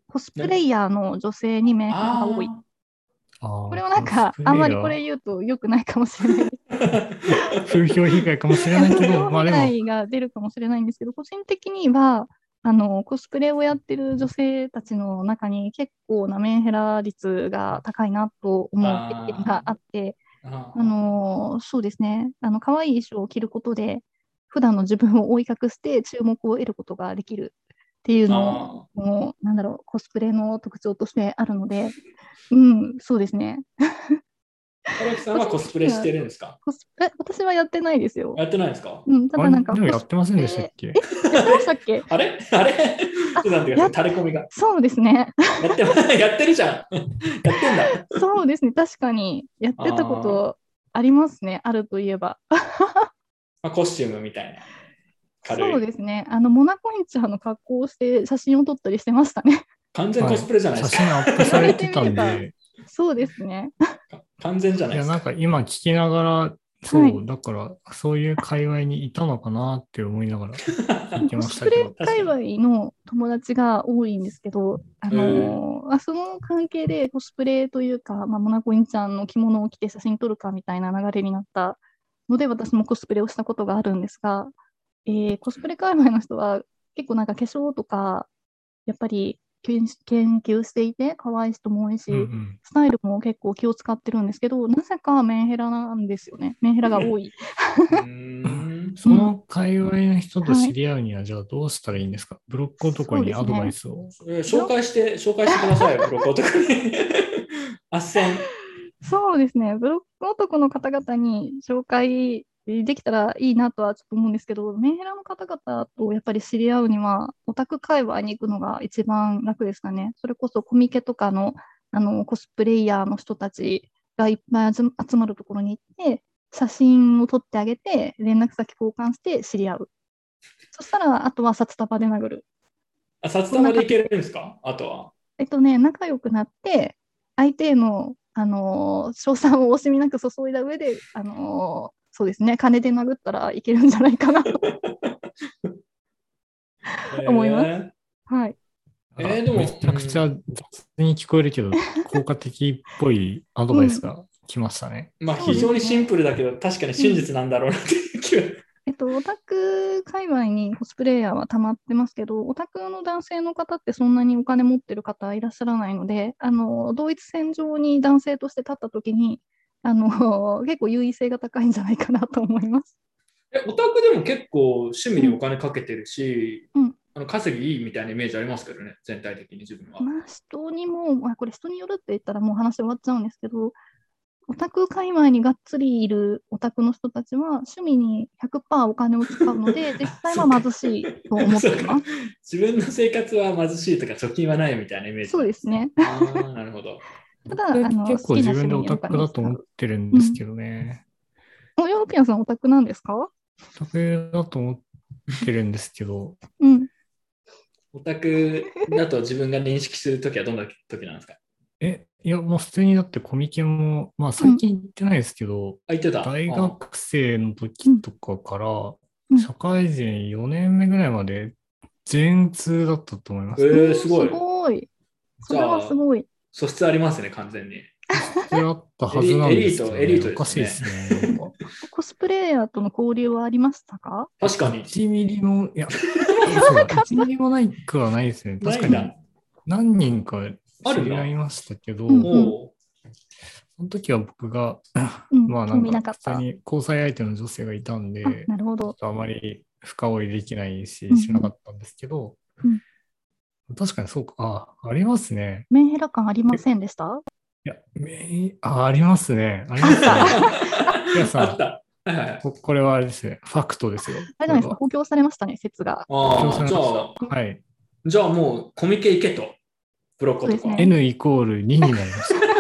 Speaker 2: コスプレイヤーの女性にメンヘラが
Speaker 1: あ
Speaker 2: 多い。
Speaker 3: こ
Speaker 2: これはなんか、あんまりこれ言うと良くないかもしれない。
Speaker 1: ー
Speaker 3: 風評被害かもしれないけ
Speaker 2: 風
Speaker 3: ど、
Speaker 2: 評
Speaker 3: まあ
Speaker 2: 被
Speaker 3: でも、
Speaker 2: 害が出るかもしれないんですけど、個人的には、あのコスプレをやってる女性たちの中に結構なメンヘラ率が高いなと思う経験があって、
Speaker 1: あ
Speaker 2: あのそうですね、あの可愛い衣装を着ることで、普段の自分を覆い隠して注目を得ることができるっていうのを
Speaker 1: あ
Speaker 2: もうなんだろうコスプレの特徴としてあるの で、うん、そうですね。
Speaker 1: ー。荒木さんはコスプレしてるんですか
Speaker 2: コスえ私はやってないですよ。
Speaker 1: やってないんですか
Speaker 2: うん、ただ
Speaker 3: あれ
Speaker 2: なんか
Speaker 3: でもや
Speaker 2: コ
Speaker 3: っ
Speaker 2: ス
Speaker 3: てませんでしたっけ
Speaker 2: やってましたっけ？
Speaker 1: あれあれちょっと待ってくださ
Speaker 2: や
Speaker 1: い。タレコミが。
Speaker 2: そうですね。
Speaker 1: やってます、やってるじゃん。やってんだ。
Speaker 2: そうですね。確かにやってたことありますね。あるといえば。
Speaker 1: まあ、コスチュームみたいな。軽い。
Speaker 2: そうですね。あのモナコインチャーの格好をして写真を撮ったりしてましたね。
Speaker 1: 完全コスプレじゃないです
Speaker 3: 写
Speaker 1: か。
Speaker 3: 真アップされてたんで。
Speaker 2: そうですね。
Speaker 1: 完全じゃないで
Speaker 3: いや、
Speaker 1: す
Speaker 3: なん
Speaker 1: か。
Speaker 3: か今聞きながら、そう、
Speaker 2: はい
Speaker 3: だから、そういう界隈にいたのかなって思いながら聞き
Speaker 2: コ
Speaker 3: まし
Speaker 2: ス
Speaker 3: た
Speaker 2: プ
Speaker 3: け
Speaker 2: レ
Speaker 3: ど。
Speaker 2: 界隈の友達が多いんですけど、あのーあその関係でコスプレというか、まあ、モナコインちゃんの着物を着て写真撮るかみたいな流れになったので、私もコスプレをしたことがあるんですが、えーコスプレ界隈の人は結構なんか化粧とか、やっぱり研研究していて、可愛い人も多いし、
Speaker 3: うんうん
Speaker 2: スタイルも結構気を使ってるんですけど、なぜかメンヘラなんですよね。メンヘラが多 い。
Speaker 1: うーん
Speaker 3: その界隈の人と知り合うには、じゃあどうしたらいいんですかブロック男にアドバイスを。
Speaker 1: えー紹介 して、紹介してくださいよ、ブロック男に。あっせん。
Speaker 2: そうですね、ブロック男の方々に紹介できたらいいなとはちょっと思うんですけど、メンヘラの方々とやっぱり知り合うには、オタク界隈に行くのが一番楽ですかね。それこそコミケとかのあのコスプレイヤーの人たちがいっぱい集集まるところに行って、写真を撮ってあげて、連絡先交換して知り合う。そしたら、あとは札束で殴る。
Speaker 1: あ札束でいけるんですかあとは。
Speaker 2: えっとね、仲良くなって、相手への、あのー賞賛を惜しみなく注いだ上で、あのーそうですね、金で殴ったらいけるんじゃないかなと。思います
Speaker 1: えー
Speaker 2: はい。
Speaker 1: えーでも
Speaker 3: めちゃくちゃ雑に聞こえる けど、効果的っぽいアドバイスが来ましたね。
Speaker 1: まあ、
Speaker 2: そうで
Speaker 1: 非
Speaker 2: すね
Speaker 1: 常にシンプルだけど、確かに真実なんだろうなっていう気は。
Speaker 2: えっと、オタク界隈にコスプレイヤーはたまってますけど、オタクの男性の方ってそんなにお金持ってる方いらっしゃらないので、あの同一線上に男性として立ったときに、あの結構優位性が高いんじゃないかなと思います。
Speaker 1: えオタクでも結構趣味にお金かけてるし、
Speaker 2: うん
Speaker 1: あの稼ぎいいみたいなイメージありますけどね、全体的に自分は。
Speaker 2: まあ、人にも、まあ、これ人によるって言ったらもう話終わっちゃうんですけど、オタク界隈にがっつりいるオタクの人たちは趣味に100%お金を使うの で、絶対は貧しいと思っています。
Speaker 1: 自分の生活は貧しいとか貯金はないみたいなイメージ。
Speaker 2: そうですね。
Speaker 1: あーなるほど。
Speaker 2: ただ、あの
Speaker 3: 結構自分でオタクだと思ってるんですけどね。
Speaker 2: おヨーピアンさんオタクなんですか
Speaker 3: オタクだと思ってるんですけど、
Speaker 2: うん。
Speaker 1: オタクだと自分が認識するときはどんなときなんですか
Speaker 3: え、いや、もう普通にだってコミケも、まあ最近行ってないですけど、
Speaker 1: あ、言ってた。
Speaker 3: 大
Speaker 1: あ
Speaker 3: 学生の時とかから、
Speaker 2: ん
Speaker 3: 社会人4年目ぐらいまで全通だったと思います。
Speaker 1: え
Speaker 2: お
Speaker 1: ー、
Speaker 2: ー
Speaker 1: すごい
Speaker 2: す。ごい。そ
Speaker 1: じ
Speaker 2: れ
Speaker 1: ゃあ
Speaker 2: はすごい。
Speaker 1: 素質ありますね、完全に。
Speaker 3: それあったはずなんですけど、ね、
Speaker 1: エリートエリートですね
Speaker 3: おかしいですね。なんか
Speaker 2: コスプレイヤーとの交流はありましたか
Speaker 1: 確かに。
Speaker 3: 1ミリも、いや、そうだ1ミリもないくはないですね。
Speaker 1: ない
Speaker 3: 確
Speaker 1: ん
Speaker 3: か
Speaker 1: だ
Speaker 3: に何人か知り合いましたけど、そ
Speaker 2: うん
Speaker 1: お
Speaker 3: の時は僕が、
Speaker 2: うん。
Speaker 3: まあな
Speaker 2: 興味
Speaker 3: ん
Speaker 2: なか
Speaker 3: か
Speaker 2: っ
Speaker 3: 普通
Speaker 2: た。あ
Speaker 3: に交際相手の女性がいたんで、
Speaker 2: なるほど。
Speaker 3: あまり深追いできないし
Speaker 2: うん、
Speaker 3: しなかったんですけど、
Speaker 2: うん
Speaker 3: 確かにそうか、あ、ありますね。
Speaker 2: メンヘラ感ありませんでした
Speaker 3: いや、めいあ、ありますね。ありますね。いや
Speaker 1: あっ
Speaker 3: さ
Speaker 1: た。はいはいはい。
Speaker 3: ここれはあれですね、ファクトですよ。
Speaker 2: あれじゃないですか、公表されましたね、説が。
Speaker 3: これ
Speaker 1: あ
Speaker 3: は
Speaker 1: あ、じゃあ、
Speaker 3: はいはい。
Speaker 1: じゃあもうコミケ行けと。ブロッコと
Speaker 2: そう
Speaker 1: か
Speaker 2: です。ね
Speaker 3: N イコール2になりました。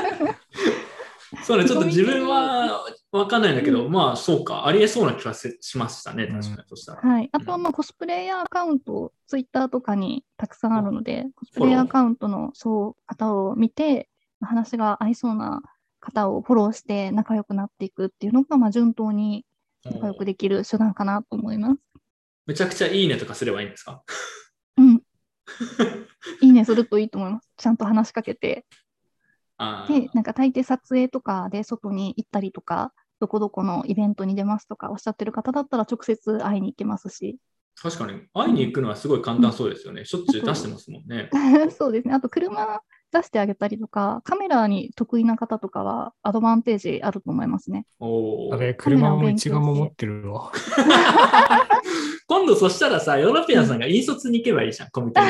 Speaker 1: そうね、ちょっと自分は分かんないんだけど、まあそうか、ありえそうな気はせしましたね、確かに。そしたら。
Speaker 2: はい、あとはまあコスプレイヤーアカウント、ツイッターとかにたくさんあるので、コスプレイヤーアカウントのそう方を見て、話が合いそうな方をフォローして仲良くなっていくっていうのが、まあ、順当に仲良くできる手段かなと思います。
Speaker 1: めちゃくちゃいいねとかすればいいんですか
Speaker 2: うん。いいねするといいと思います。ちゃんと話しかけて。
Speaker 1: あー
Speaker 2: で、なんか大抵撮影とかで外に行ったりとか、どこどこのイベントに出ますとかおっしゃってる方だったら直接会いに行けますし、
Speaker 1: 確かに、会いに行くのはすごい簡単そうですよね。しょっちゅう出してますもんね。
Speaker 2: そうですね。あと、車出してあげたりとか、カメラに得意な方とかはアドバンテージあると思いますね。
Speaker 1: お
Speaker 3: あ
Speaker 1: ー
Speaker 3: れ、車も一眼も持ってるわ。
Speaker 1: 今度そしたらさ、ヨーロピアンさんが引率に行けばいいじゃん、コミケに。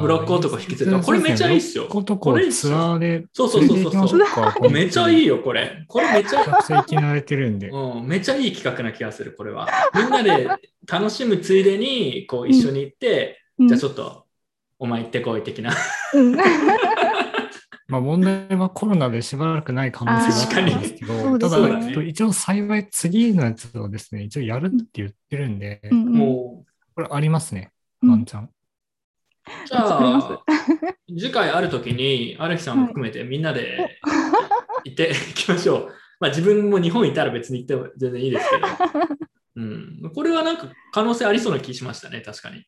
Speaker 1: ブロック男引き連れたこれめちゃいいっすよ
Speaker 3: ブロック男ツアーで
Speaker 1: そうそう そうそうそう。
Speaker 3: そう
Speaker 1: めちゃいい
Speaker 3: よ。
Speaker 1: よ、これ。これめちゃ
Speaker 3: めちゃくちゃ生き慣れてるんで。
Speaker 1: うん、めちゃいい企画な気がする、これは。 みんなで楽しむついでに、こう一緒に行って、じゃあちょっと、お前行ってこい的な。
Speaker 2: うんうん
Speaker 3: まあ問題はコロナでしばらくない可能性があるんですけ
Speaker 2: あー
Speaker 3: ど、た
Speaker 2: そうです
Speaker 1: ね
Speaker 3: だ、えっと一応幸い次のやつをですね、一応やるって言ってるんで、
Speaker 2: うん
Speaker 1: も
Speaker 3: これありますね、
Speaker 2: うん
Speaker 3: ワンチャン。
Speaker 1: う、じゃ
Speaker 2: 作りま
Speaker 1: あ、 次回あるときに、荒木さんも含めてみんなで行って いきましょう。まあ自分も日本いたら別に行っても全然いいですけど。 うん、これはなんか可能性ありそうな気しましたね、確かに。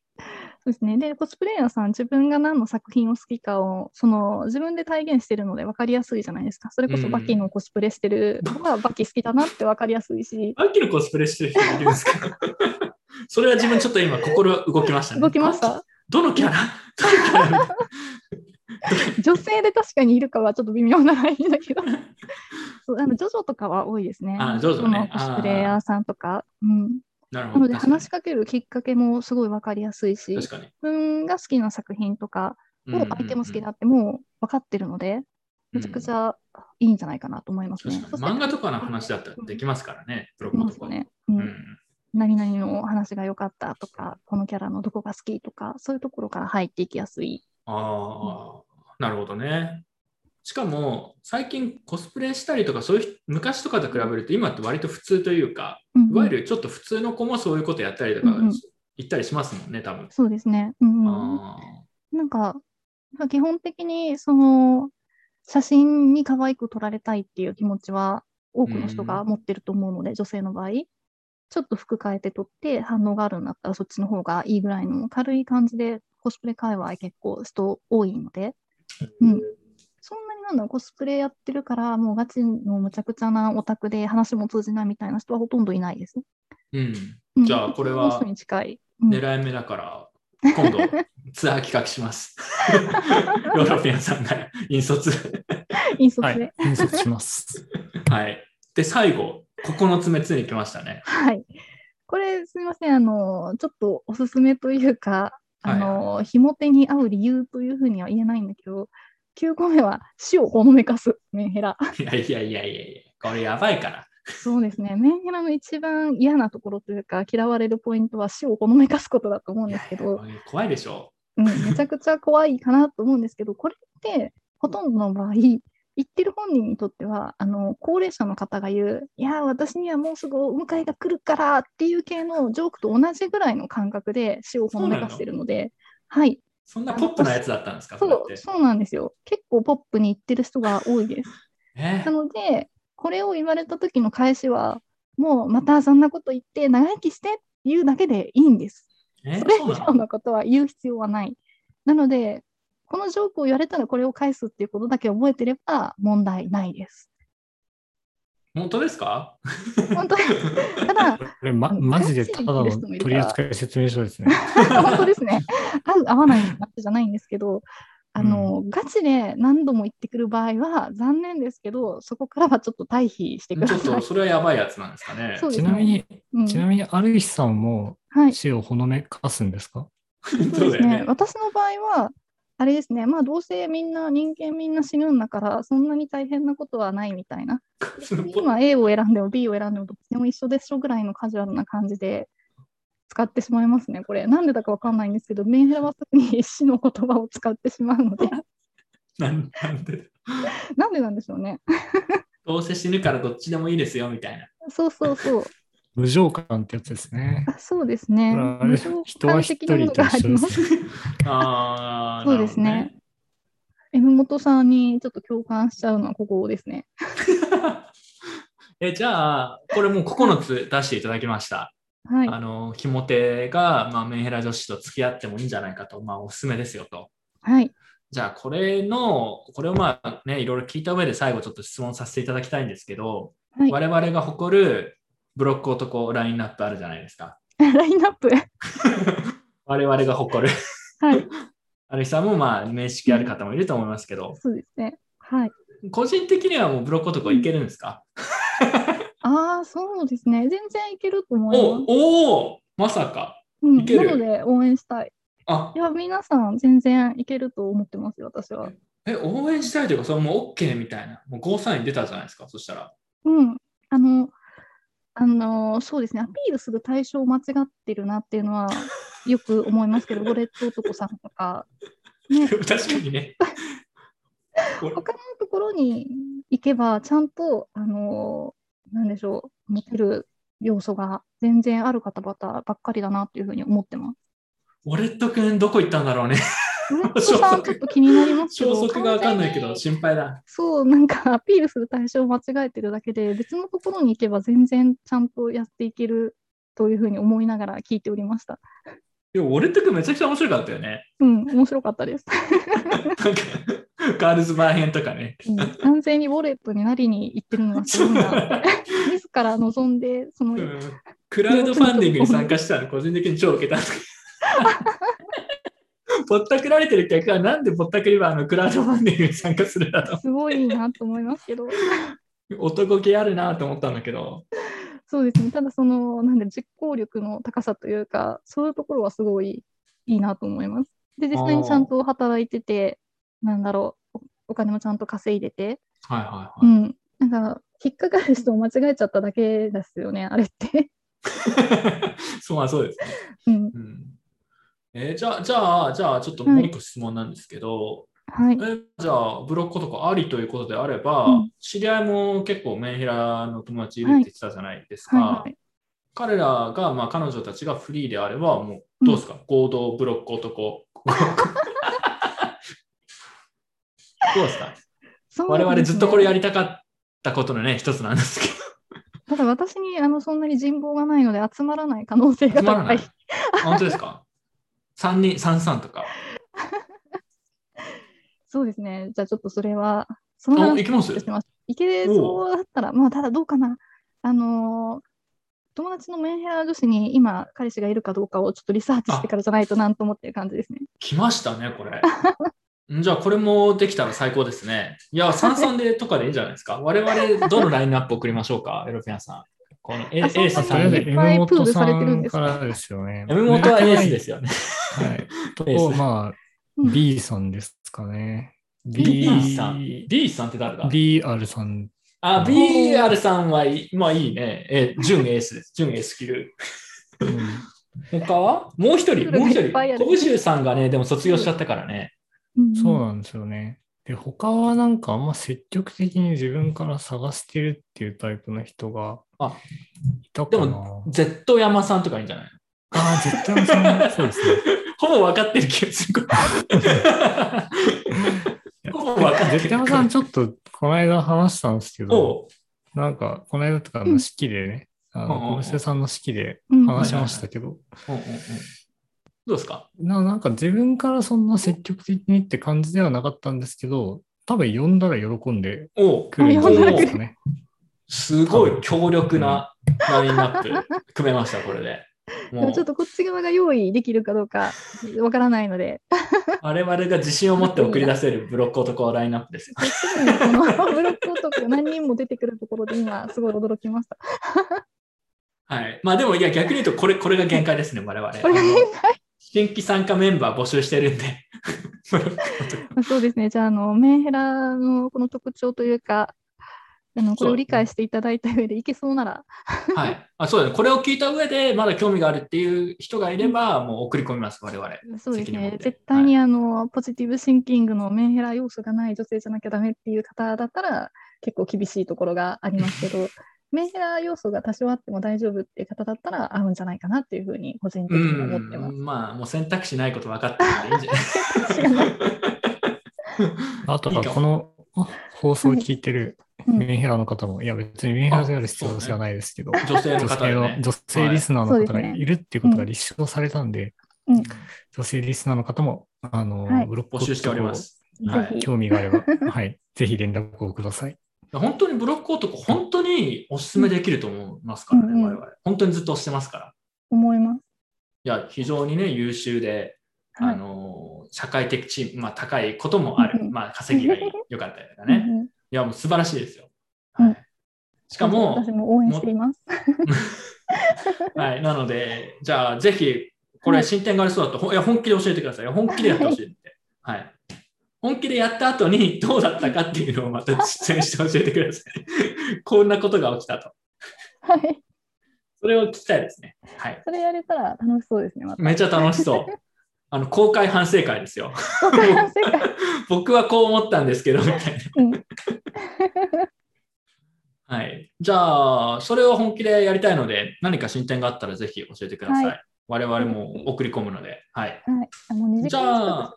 Speaker 2: そうですね。で、コスプレイヤーさん、自分が何の作品を好きかを、その、自分で体現してるので分かりやすいじゃないですか。それこ
Speaker 1: うんう
Speaker 2: そ
Speaker 1: ん
Speaker 2: バキのコスプレしてるの が、バキ好きだなって分かりやすいし、
Speaker 1: 秋のコスプレしてる人いるんですか それは自分ちょっと今心動きましたね。
Speaker 2: 動きました。
Speaker 1: どのキャラ どのキャラ
Speaker 2: 女性で確かにいるかはちょっと微妙なライン だけど、そうあのジョジョとかは多いですね。
Speaker 1: あジョジョね
Speaker 2: そのコスプレイヤーさんとか。うん、
Speaker 1: なる
Speaker 2: な
Speaker 1: ほど。
Speaker 2: ので、話しかけるきっかけもすごい分かりやすい
Speaker 1: 確
Speaker 2: し、自
Speaker 1: かに。
Speaker 2: 分が好きな作品とか、もう相手も好きだってもう分かってるので、めちゃくち
Speaker 1: ゃ、
Speaker 2: ゃいいんじゃないかなと思います
Speaker 1: うん
Speaker 2: ね。
Speaker 1: 確か
Speaker 2: そし
Speaker 1: に
Speaker 2: て
Speaker 1: 漫画とかの話だったらできますからね、ブロ
Speaker 2: い
Speaker 1: グ
Speaker 2: ま
Speaker 1: と
Speaker 2: す
Speaker 1: か。
Speaker 2: よね。うん
Speaker 1: うん
Speaker 2: 何々のお話が良かったとか、このキャラのどこが好きとか、そういうところから入っていきやすい。
Speaker 1: ああ、なるほどね。しかも最近コスプレしたりとかそういう人昔とかと比べると今って割と普通というか
Speaker 2: うん
Speaker 1: いわゆるちょっと普通の子もそういうことやったりとか
Speaker 2: うんうん
Speaker 1: 言ったりしますもんね多分。
Speaker 2: そうですね。うんうん、
Speaker 1: あ
Speaker 2: なんか、基本的にその写真に可愛く撮られたいっていう気持ちは多くの人が持ってると思うので、女性の場合、ちょっと服変えて撮って反応があるんだったらそっちの方がいいぐらいの軽い感じでコスプレ界隈結構人多いので、
Speaker 1: ー
Speaker 2: うんそんなになんだろうコスプレやってるからもうガチのむちゃくちゃなオタクで話も通じないみたいな人はほとんどいないです。
Speaker 1: うん
Speaker 2: うん
Speaker 1: じゃあこれは
Speaker 2: 普通の人に近い。うん
Speaker 1: 狙い目だから、今度、ツアー企画し ます。ヨーロピアンさんが引率。
Speaker 2: 引率
Speaker 3: は
Speaker 2: で。
Speaker 3: い。印刷します。
Speaker 1: はい。で、最後、9つ目ついに来ましたね。
Speaker 2: はい。これ、すみません。あの、ちょっとおすすめというか、あの、ひも手に合う理由というふうには言えないんだけど、9個目は死をほのめかす、メンヘラ。
Speaker 1: いやいやいやいやいや、これやばいから。
Speaker 2: そうです ね。メンヘラの一番嫌なところというか、嫌われるポイントは死をほのめかすことだと思うんですけど、
Speaker 1: いやいや怖いでしょ。
Speaker 2: うん、めちゃくちゃ怖いかなと思うんですけど、これってほとんどの場合、言ってる本人にとっては、あの高齢者の方が言う、いやー、私にはもうすぐお迎えが来るからっていう系のジョークと同じぐらいの感覚で死をほのめかしてるので、はい、
Speaker 1: そんなポップなやつだったんですか、これ
Speaker 2: そ
Speaker 1: っ
Speaker 2: う
Speaker 1: て。
Speaker 2: そうなんですよ。結構ポップに言ってる人が多いです。
Speaker 1: え
Speaker 2: なので、これを言われた時の返しは、もうまたそんなこと言って、長生きしてって言うだけでいいんです。
Speaker 1: え
Speaker 2: それ以
Speaker 1: そうな
Speaker 2: 上のことは言う必要はない。なので、このジョークを言われたらこれを返すっていうことだけ覚えてれば問題ないです。
Speaker 1: の本当です か
Speaker 2: 本当です。ただ
Speaker 3: こ、れ、ま、マジでただの取扱説明書ですね。
Speaker 2: 本当ですね。合う合わないの話じゃないんですけど、あの、ガチで何度も言ってくる場合は残念ですけど、そこからはちょっと退避してくだ
Speaker 1: ちょっ
Speaker 2: さ
Speaker 1: と
Speaker 2: い。
Speaker 1: それはやばいやつなんですかね。
Speaker 2: そうです
Speaker 3: ち
Speaker 2: ね
Speaker 3: なみに、
Speaker 2: うん
Speaker 3: ちなみに、ある日さんも
Speaker 2: はい。
Speaker 3: 死をほのめかすんですか
Speaker 2: そうです
Speaker 1: だよ
Speaker 2: ね。私の場合は、あれですね、まあ、どうせみんな、人間みんな死ぬんだから、そんなに大変なことはないみたいな。
Speaker 1: そのポッ
Speaker 2: 今 A を選んでも B を選んでもどっちでも一緒でしょぐらいのカジュアルな感じで使ってしまいますね、これ。なんでだかわかんないんですけど、メンヘラは特に死の言葉を使ってしまう ので、
Speaker 1: なんなんで
Speaker 2: なんでなんでしょうね。
Speaker 1: どうせ死ぬからどっちでもいいですよ、みたいな。
Speaker 2: そうそうそう。
Speaker 3: 無情感ってやつですね。
Speaker 2: あそうですね。
Speaker 3: これあれ人は一人と一緒ですね。
Speaker 1: ああ、
Speaker 2: そうですね
Speaker 1: なるほど
Speaker 2: M 元さんにちょっと共感しちゃうのはここですね。
Speaker 1: えじゃあ、これもう9つ出していただきました。
Speaker 2: はい。
Speaker 1: あの、ひもてが、まあ、メンヘラ女子と付き合ってもいいんじゃないかと、まあ、おすすめですよと。
Speaker 2: はい。
Speaker 1: じゃあ、これの、これをまあね、いろいろ聞いた上で最後ちょっと質問させていただきたいんですけど、
Speaker 2: はい
Speaker 1: 我々が誇るブロック男ラインナップあるじゃないですか。
Speaker 2: ラインナップ。
Speaker 1: 我々が誇る。
Speaker 2: はい。
Speaker 1: あるさんもまあ、面識ある方もいると思いますけど、
Speaker 2: そうですね。はい。
Speaker 1: 個人的にはもうブロック男いけるんですか、
Speaker 2: ああ、そうですね。全然いけると思います。
Speaker 1: おおーまさか。
Speaker 2: うん、
Speaker 1: いける
Speaker 2: なので応援したい。
Speaker 1: あ
Speaker 2: いや、皆さん、全然いけると思ってますよ、私は。
Speaker 1: え、応援したいというか、それもう OK みたいな、もうゴーサイン出たじゃないですか、そしたら。
Speaker 2: うん。あの、あの、そうですね、アピールする対象を間違ってるなっていうのは、よく思いま すけど、ゴレット男さんとか、ね、
Speaker 1: 確かにね。
Speaker 2: 他のところに行けば、ちゃんと、あの、なんでしょう、持てる要素が全然ある方々ばっかりだなっていうふうに思ってます。
Speaker 1: ウォレット君どこ行ったんだろうね。
Speaker 2: ゴレッ トさん、ちょっと気になりますけど、
Speaker 1: 消息がわかんないけど、
Speaker 2: 完全に
Speaker 1: 心配だ。
Speaker 2: そう、なんか アピールする対象を間違えてるだけで、別のところに行けば全然ちゃんとやっていけるというふうに思いながら聞いておりました。
Speaker 1: いや、ウォレット君めちゃくちゃ面白かったよね。
Speaker 2: うん、面白かったです。
Speaker 1: なんか、ガールズバー編とかね。
Speaker 2: うん完全にウォレットになりに行ってるのがすごいなって。自ら望んで、そ
Speaker 1: う
Speaker 2: の、
Speaker 1: んクラウドファンディングに参加したら個人的に超受けたんだけ ど。ぼったくられてる客がなんでぼったくりはあのクラウドファンディングに参加するんだと。
Speaker 2: すごいなと思いますけど、
Speaker 1: 男気あるなと思ったんだけど。
Speaker 2: そうですね、ただその、なんで実行力の高さというか、そういうところはすごいいいなと思います。で、実際にちゃんと働いてて、なんだろう、お金もちゃんと稼いでて、
Speaker 1: はいは
Speaker 2: う
Speaker 1: い
Speaker 2: ん、なんか引っかかる人を間違えちゃっただけですよね、 あれって。
Speaker 1: はい。 そうまあそうです。
Speaker 2: うん、
Speaker 1: うんえーじゃあ、じゃあ、じゃあ、ちょっともう一個質問なんですけど、
Speaker 2: はい。
Speaker 1: えじゃあ、ブロックとかありということであれば、
Speaker 2: うん
Speaker 1: 知り合いも結構メンヘラの友達いるって言ってたじゃないですか。
Speaker 2: はいはい。
Speaker 1: 彼らが、まあ、彼女たちがフリーであれば、もう、どうですか、合同ブロック 男。どうですか
Speaker 2: そう
Speaker 1: 我々
Speaker 2: です
Speaker 1: ず
Speaker 2: ね
Speaker 1: っとこれやりたかったことのね、一つなんですけど。
Speaker 2: ただ私にあのそんなに人望がないので集まらない可能性が
Speaker 1: つまら
Speaker 2: 高
Speaker 1: ないい。。本当ですか ?3 人、三三とか。
Speaker 2: そうですね。じゃあちょっとそれは、その
Speaker 1: お、
Speaker 2: 話
Speaker 1: いきます
Speaker 2: します。いけそうだったら、まあただどうかな。あのー友達のメンヘラ女子に今彼氏がいるかどうかをちょっとリサーチしてからじゃないとなんと思ってる感じですね。
Speaker 1: 来ましたね、こ れ。んじゃあ、これもできたら最高ですね。いや、三三でとかでいいんじゃないですか。我々、どのラインナップ送りましょうか、エロピアンさん。この A,
Speaker 2: あそんな
Speaker 1: A
Speaker 2: に
Speaker 1: さ
Speaker 3: と
Speaker 1: ん
Speaker 3: りあえず
Speaker 1: で。
Speaker 2: いっぱい
Speaker 3: M
Speaker 2: プー
Speaker 3: 元
Speaker 2: ルさ
Speaker 3: さ
Speaker 2: れてるん
Speaker 3: ん
Speaker 2: です
Speaker 3: か
Speaker 2: から
Speaker 3: ですよね。。
Speaker 1: M 元は S ですすよね。
Speaker 3: はい。と
Speaker 1: S
Speaker 3: まあ、
Speaker 2: うん
Speaker 3: B さんですかね。
Speaker 1: B さん。B さんって誰だ
Speaker 3: BR さん。
Speaker 1: あ、BR さんはいい、まあいいね。え、純エースです。純エース級。他はもう一人、もう一
Speaker 2: い
Speaker 1: 人。
Speaker 2: っぱいある
Speaker 1: コブシュウさんがね、でも卒業しちゃったからね。
Speaker 2: うん
Speaker 3: そうなんですよね。で、他はなんかあんま積極的に自分から探してるっていうタイプの人が
Speaker 1: あ
Speaker 3: いたかな。
Speaker 1: でも Z 山さんとかいいんじゃない
Speaker 3: ああ、絶対そんそうですね。
Speaker 1: ほぼ分かってる気がする。 ほぼ分かってる。
Speaker 3: 絶対さん、ちょっとこの間話したんですけど、
Speaker 1: おう
Speaker 3: なんかこの間とか
Speaker 2: う
Speaker 3: の
Speaker 2: ん
Speaker 3: 式でね、あ
Speaker 1: うんうんうん
Speaker 3: の小布施さんの式で
Speaker 2: うん
Speaker 3: 話しましたけど、
Speaker 1: うんうんうんどうですか
Speaker 3: ななんか自分からそんな積極的にって感じではなかったんですけど、多分呼んだら喜んで
Speaker 1: おう
Speaker 3: くるんじゃないですかね。
Speaker 1: すごい強力なラインナップ組めました、これで。
Speaker 2: た
Speaker 1: も
Speaker 2: だちょ
Speaker 1: う
Speaker 2: っとこっち側が用意できるかどうかわからないので、
Speaker 1: 我々が自信を持って送り出せるブロック男ラインナップですよ。
Speaker 2: 特にこのブロック男が何人も出てくるところで今すごい驚きました。
Speaker 1: はい。まあでも、いや、逆に言うと、これ、これが限界ですね、我々。
Speaker 2: これが限
Speaker 1: あの新規参加メンバー募集してるんで。 ブロック男
Speaker 2: まあそうですね。じゃあ、あの、メンヘラのこの特徴というか、あのこれを理解していただいた上でいけそうなら、
Speaker 1: はい。あ、そうだね。これを聞いた上で、まだ興味があるっていう人がいれば、もう送り込みます、我々。
Speaker 2: そうです
Speaker 1: 責任持っ
Speaker 2: ね。
Speaker 1: て
Speaker 2: 絶対にあの、ポジティブシンキングのメンヘラ要素がない女性じゃなきゃダメっていう方だったら、結構厳しいところがありますけ ど、メンヘラ要素が多少あっても大丈夫っていう方だったら合うんじゃないかなっていうふうに個人的
Speaker 1: う
Speaker 2: に思ってます。
Speaker 1: ん、まあ、もう選択肢ないこと分かってるんでいい んじゃない
Speaker 2: 知らない
Speaker 3: あと
Speaker 1: いい
Speaker 3: は
Speaker 1: かも
Speaker 3: この放送を聞いてる
Speaker 2: うん
Speaker 3: メンヘラの方も、いや別にメンヘラである必要性はないですけど、
Speaker 1: 女性の
Speaker 3: 女
Speaker 1: 方
Speaker 3: 性
Speaker 1: で、
Speaker 3: の
Speaker 1: ね。
Speaker 3: 女性リスナー
Speaker 2: は
Speaker 3: の
Speaker 2: いそう
Speaker 3: 方が
Speaker 2: ですね
Speaker 3: いるっていうことが立証されたんで、
Speaker 2: うん
Speaker 3: 女性リスナーの方も、あの、
Speaker 2: はい
Speaker 3: ブロック
Speaker 1: 募集しております。
Speaker 2: ぜひ
Speaker 3: 興味があれば、はい、ぜひ連絡をください。
Speaker 1: 本当にブロック男、本当にお勧めできると思いますからね、
Speaker 2: うんうん
Speaker 1: 我々。本当にずっと押してますから。
Speaker 2: 思います。
Speaker 1: いや、非常にね、優秀で、
Speaker 2: はい
Speaker 1: あの、社会的地位、まあ、高いこともあ
Speaker 2: うんう
Speaker 1: る。
Speaker 2: ん
Speaker 1: まあ、稼ぎがいい良かったりとか
Speaker 2: う
Speaker 1: ね。
Speaker 2: んうん
Speaker 1: いや、もう素晴らしいですよ。
Speaker 2: うん
Speaker 1: はいしかも、
Speaker 2: 私も応援しています。
Speaker 1: はい、なので、じゃあ、ぜひ、これ、進展がありそうだと、ほいや本気で教えてください。本気でやってほしいって。はい。本気でやった後に、どうだったかっていうのをまた実践して教えてください。 こんなことが起きたと。
Speaker 2: はい。
Speaker 1: それを聞きたいですね。はい。
Speaker 2: それやれたら楽しそうですね。 また。
Speaker 1: めちゃ楽しそう。あの、公開反省会ですよ。
Speaker 2: わかりませんか
Speaker 1: 僕はこう思ったんですけど、みたい
Speaker 2: うん
Speaker 1: な。はい。じゃあ、それを本気でやりたいので、何か進展があったらぜひ教えてください。
Speaker 2: は
Speaker 1: 我々も送り込むので、はい。
Speaker 2: はい。あもう2時間近く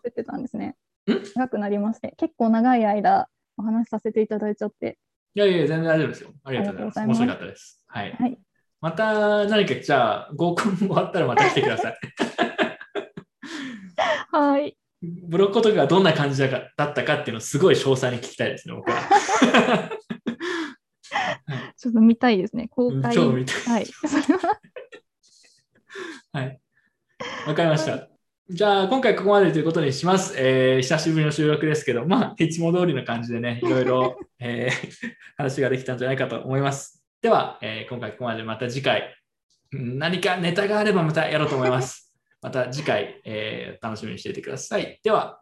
Speaker 2: 喋ってたんですね。長くなりまして、結構長い間お話しさせていただいちゃって。
Speaker 1: いやいや、全然大丈夫ですよ。ありがとうございます。
Speaker 2: あり
Speaker 1: 面
Speaker 2: がと
Speaker 1: 白
Speaker 2: うございます
Speaker 1: かったです。はい。
Speaker 2: はい。
Speaker 1: また何か、じゃあ、合コン終わったらまた来てください。
Speaker 2: はい。
Speaker 1: ブロックとかがどんな感じだかだったかっていうのをすごい詳細に聞きたいですね、僕は。
Speaker 2: ちょっと見たいですね。公 開。
Speaker 1: 超見たい。
Speaker 2: はい。 それは
Speaker 1: はい。わかりました。じゃあ、今回ここまでということにします。えー久しぶりの収録ですけど、まあ、いつも通りの感じでね、いろいろ、えー 話ができたんじゃないかと思います。では、えー今回ここまでまた次回、うん何かネタがあればまたやろうと思います。また次回、えー楽しみにしていてください。では、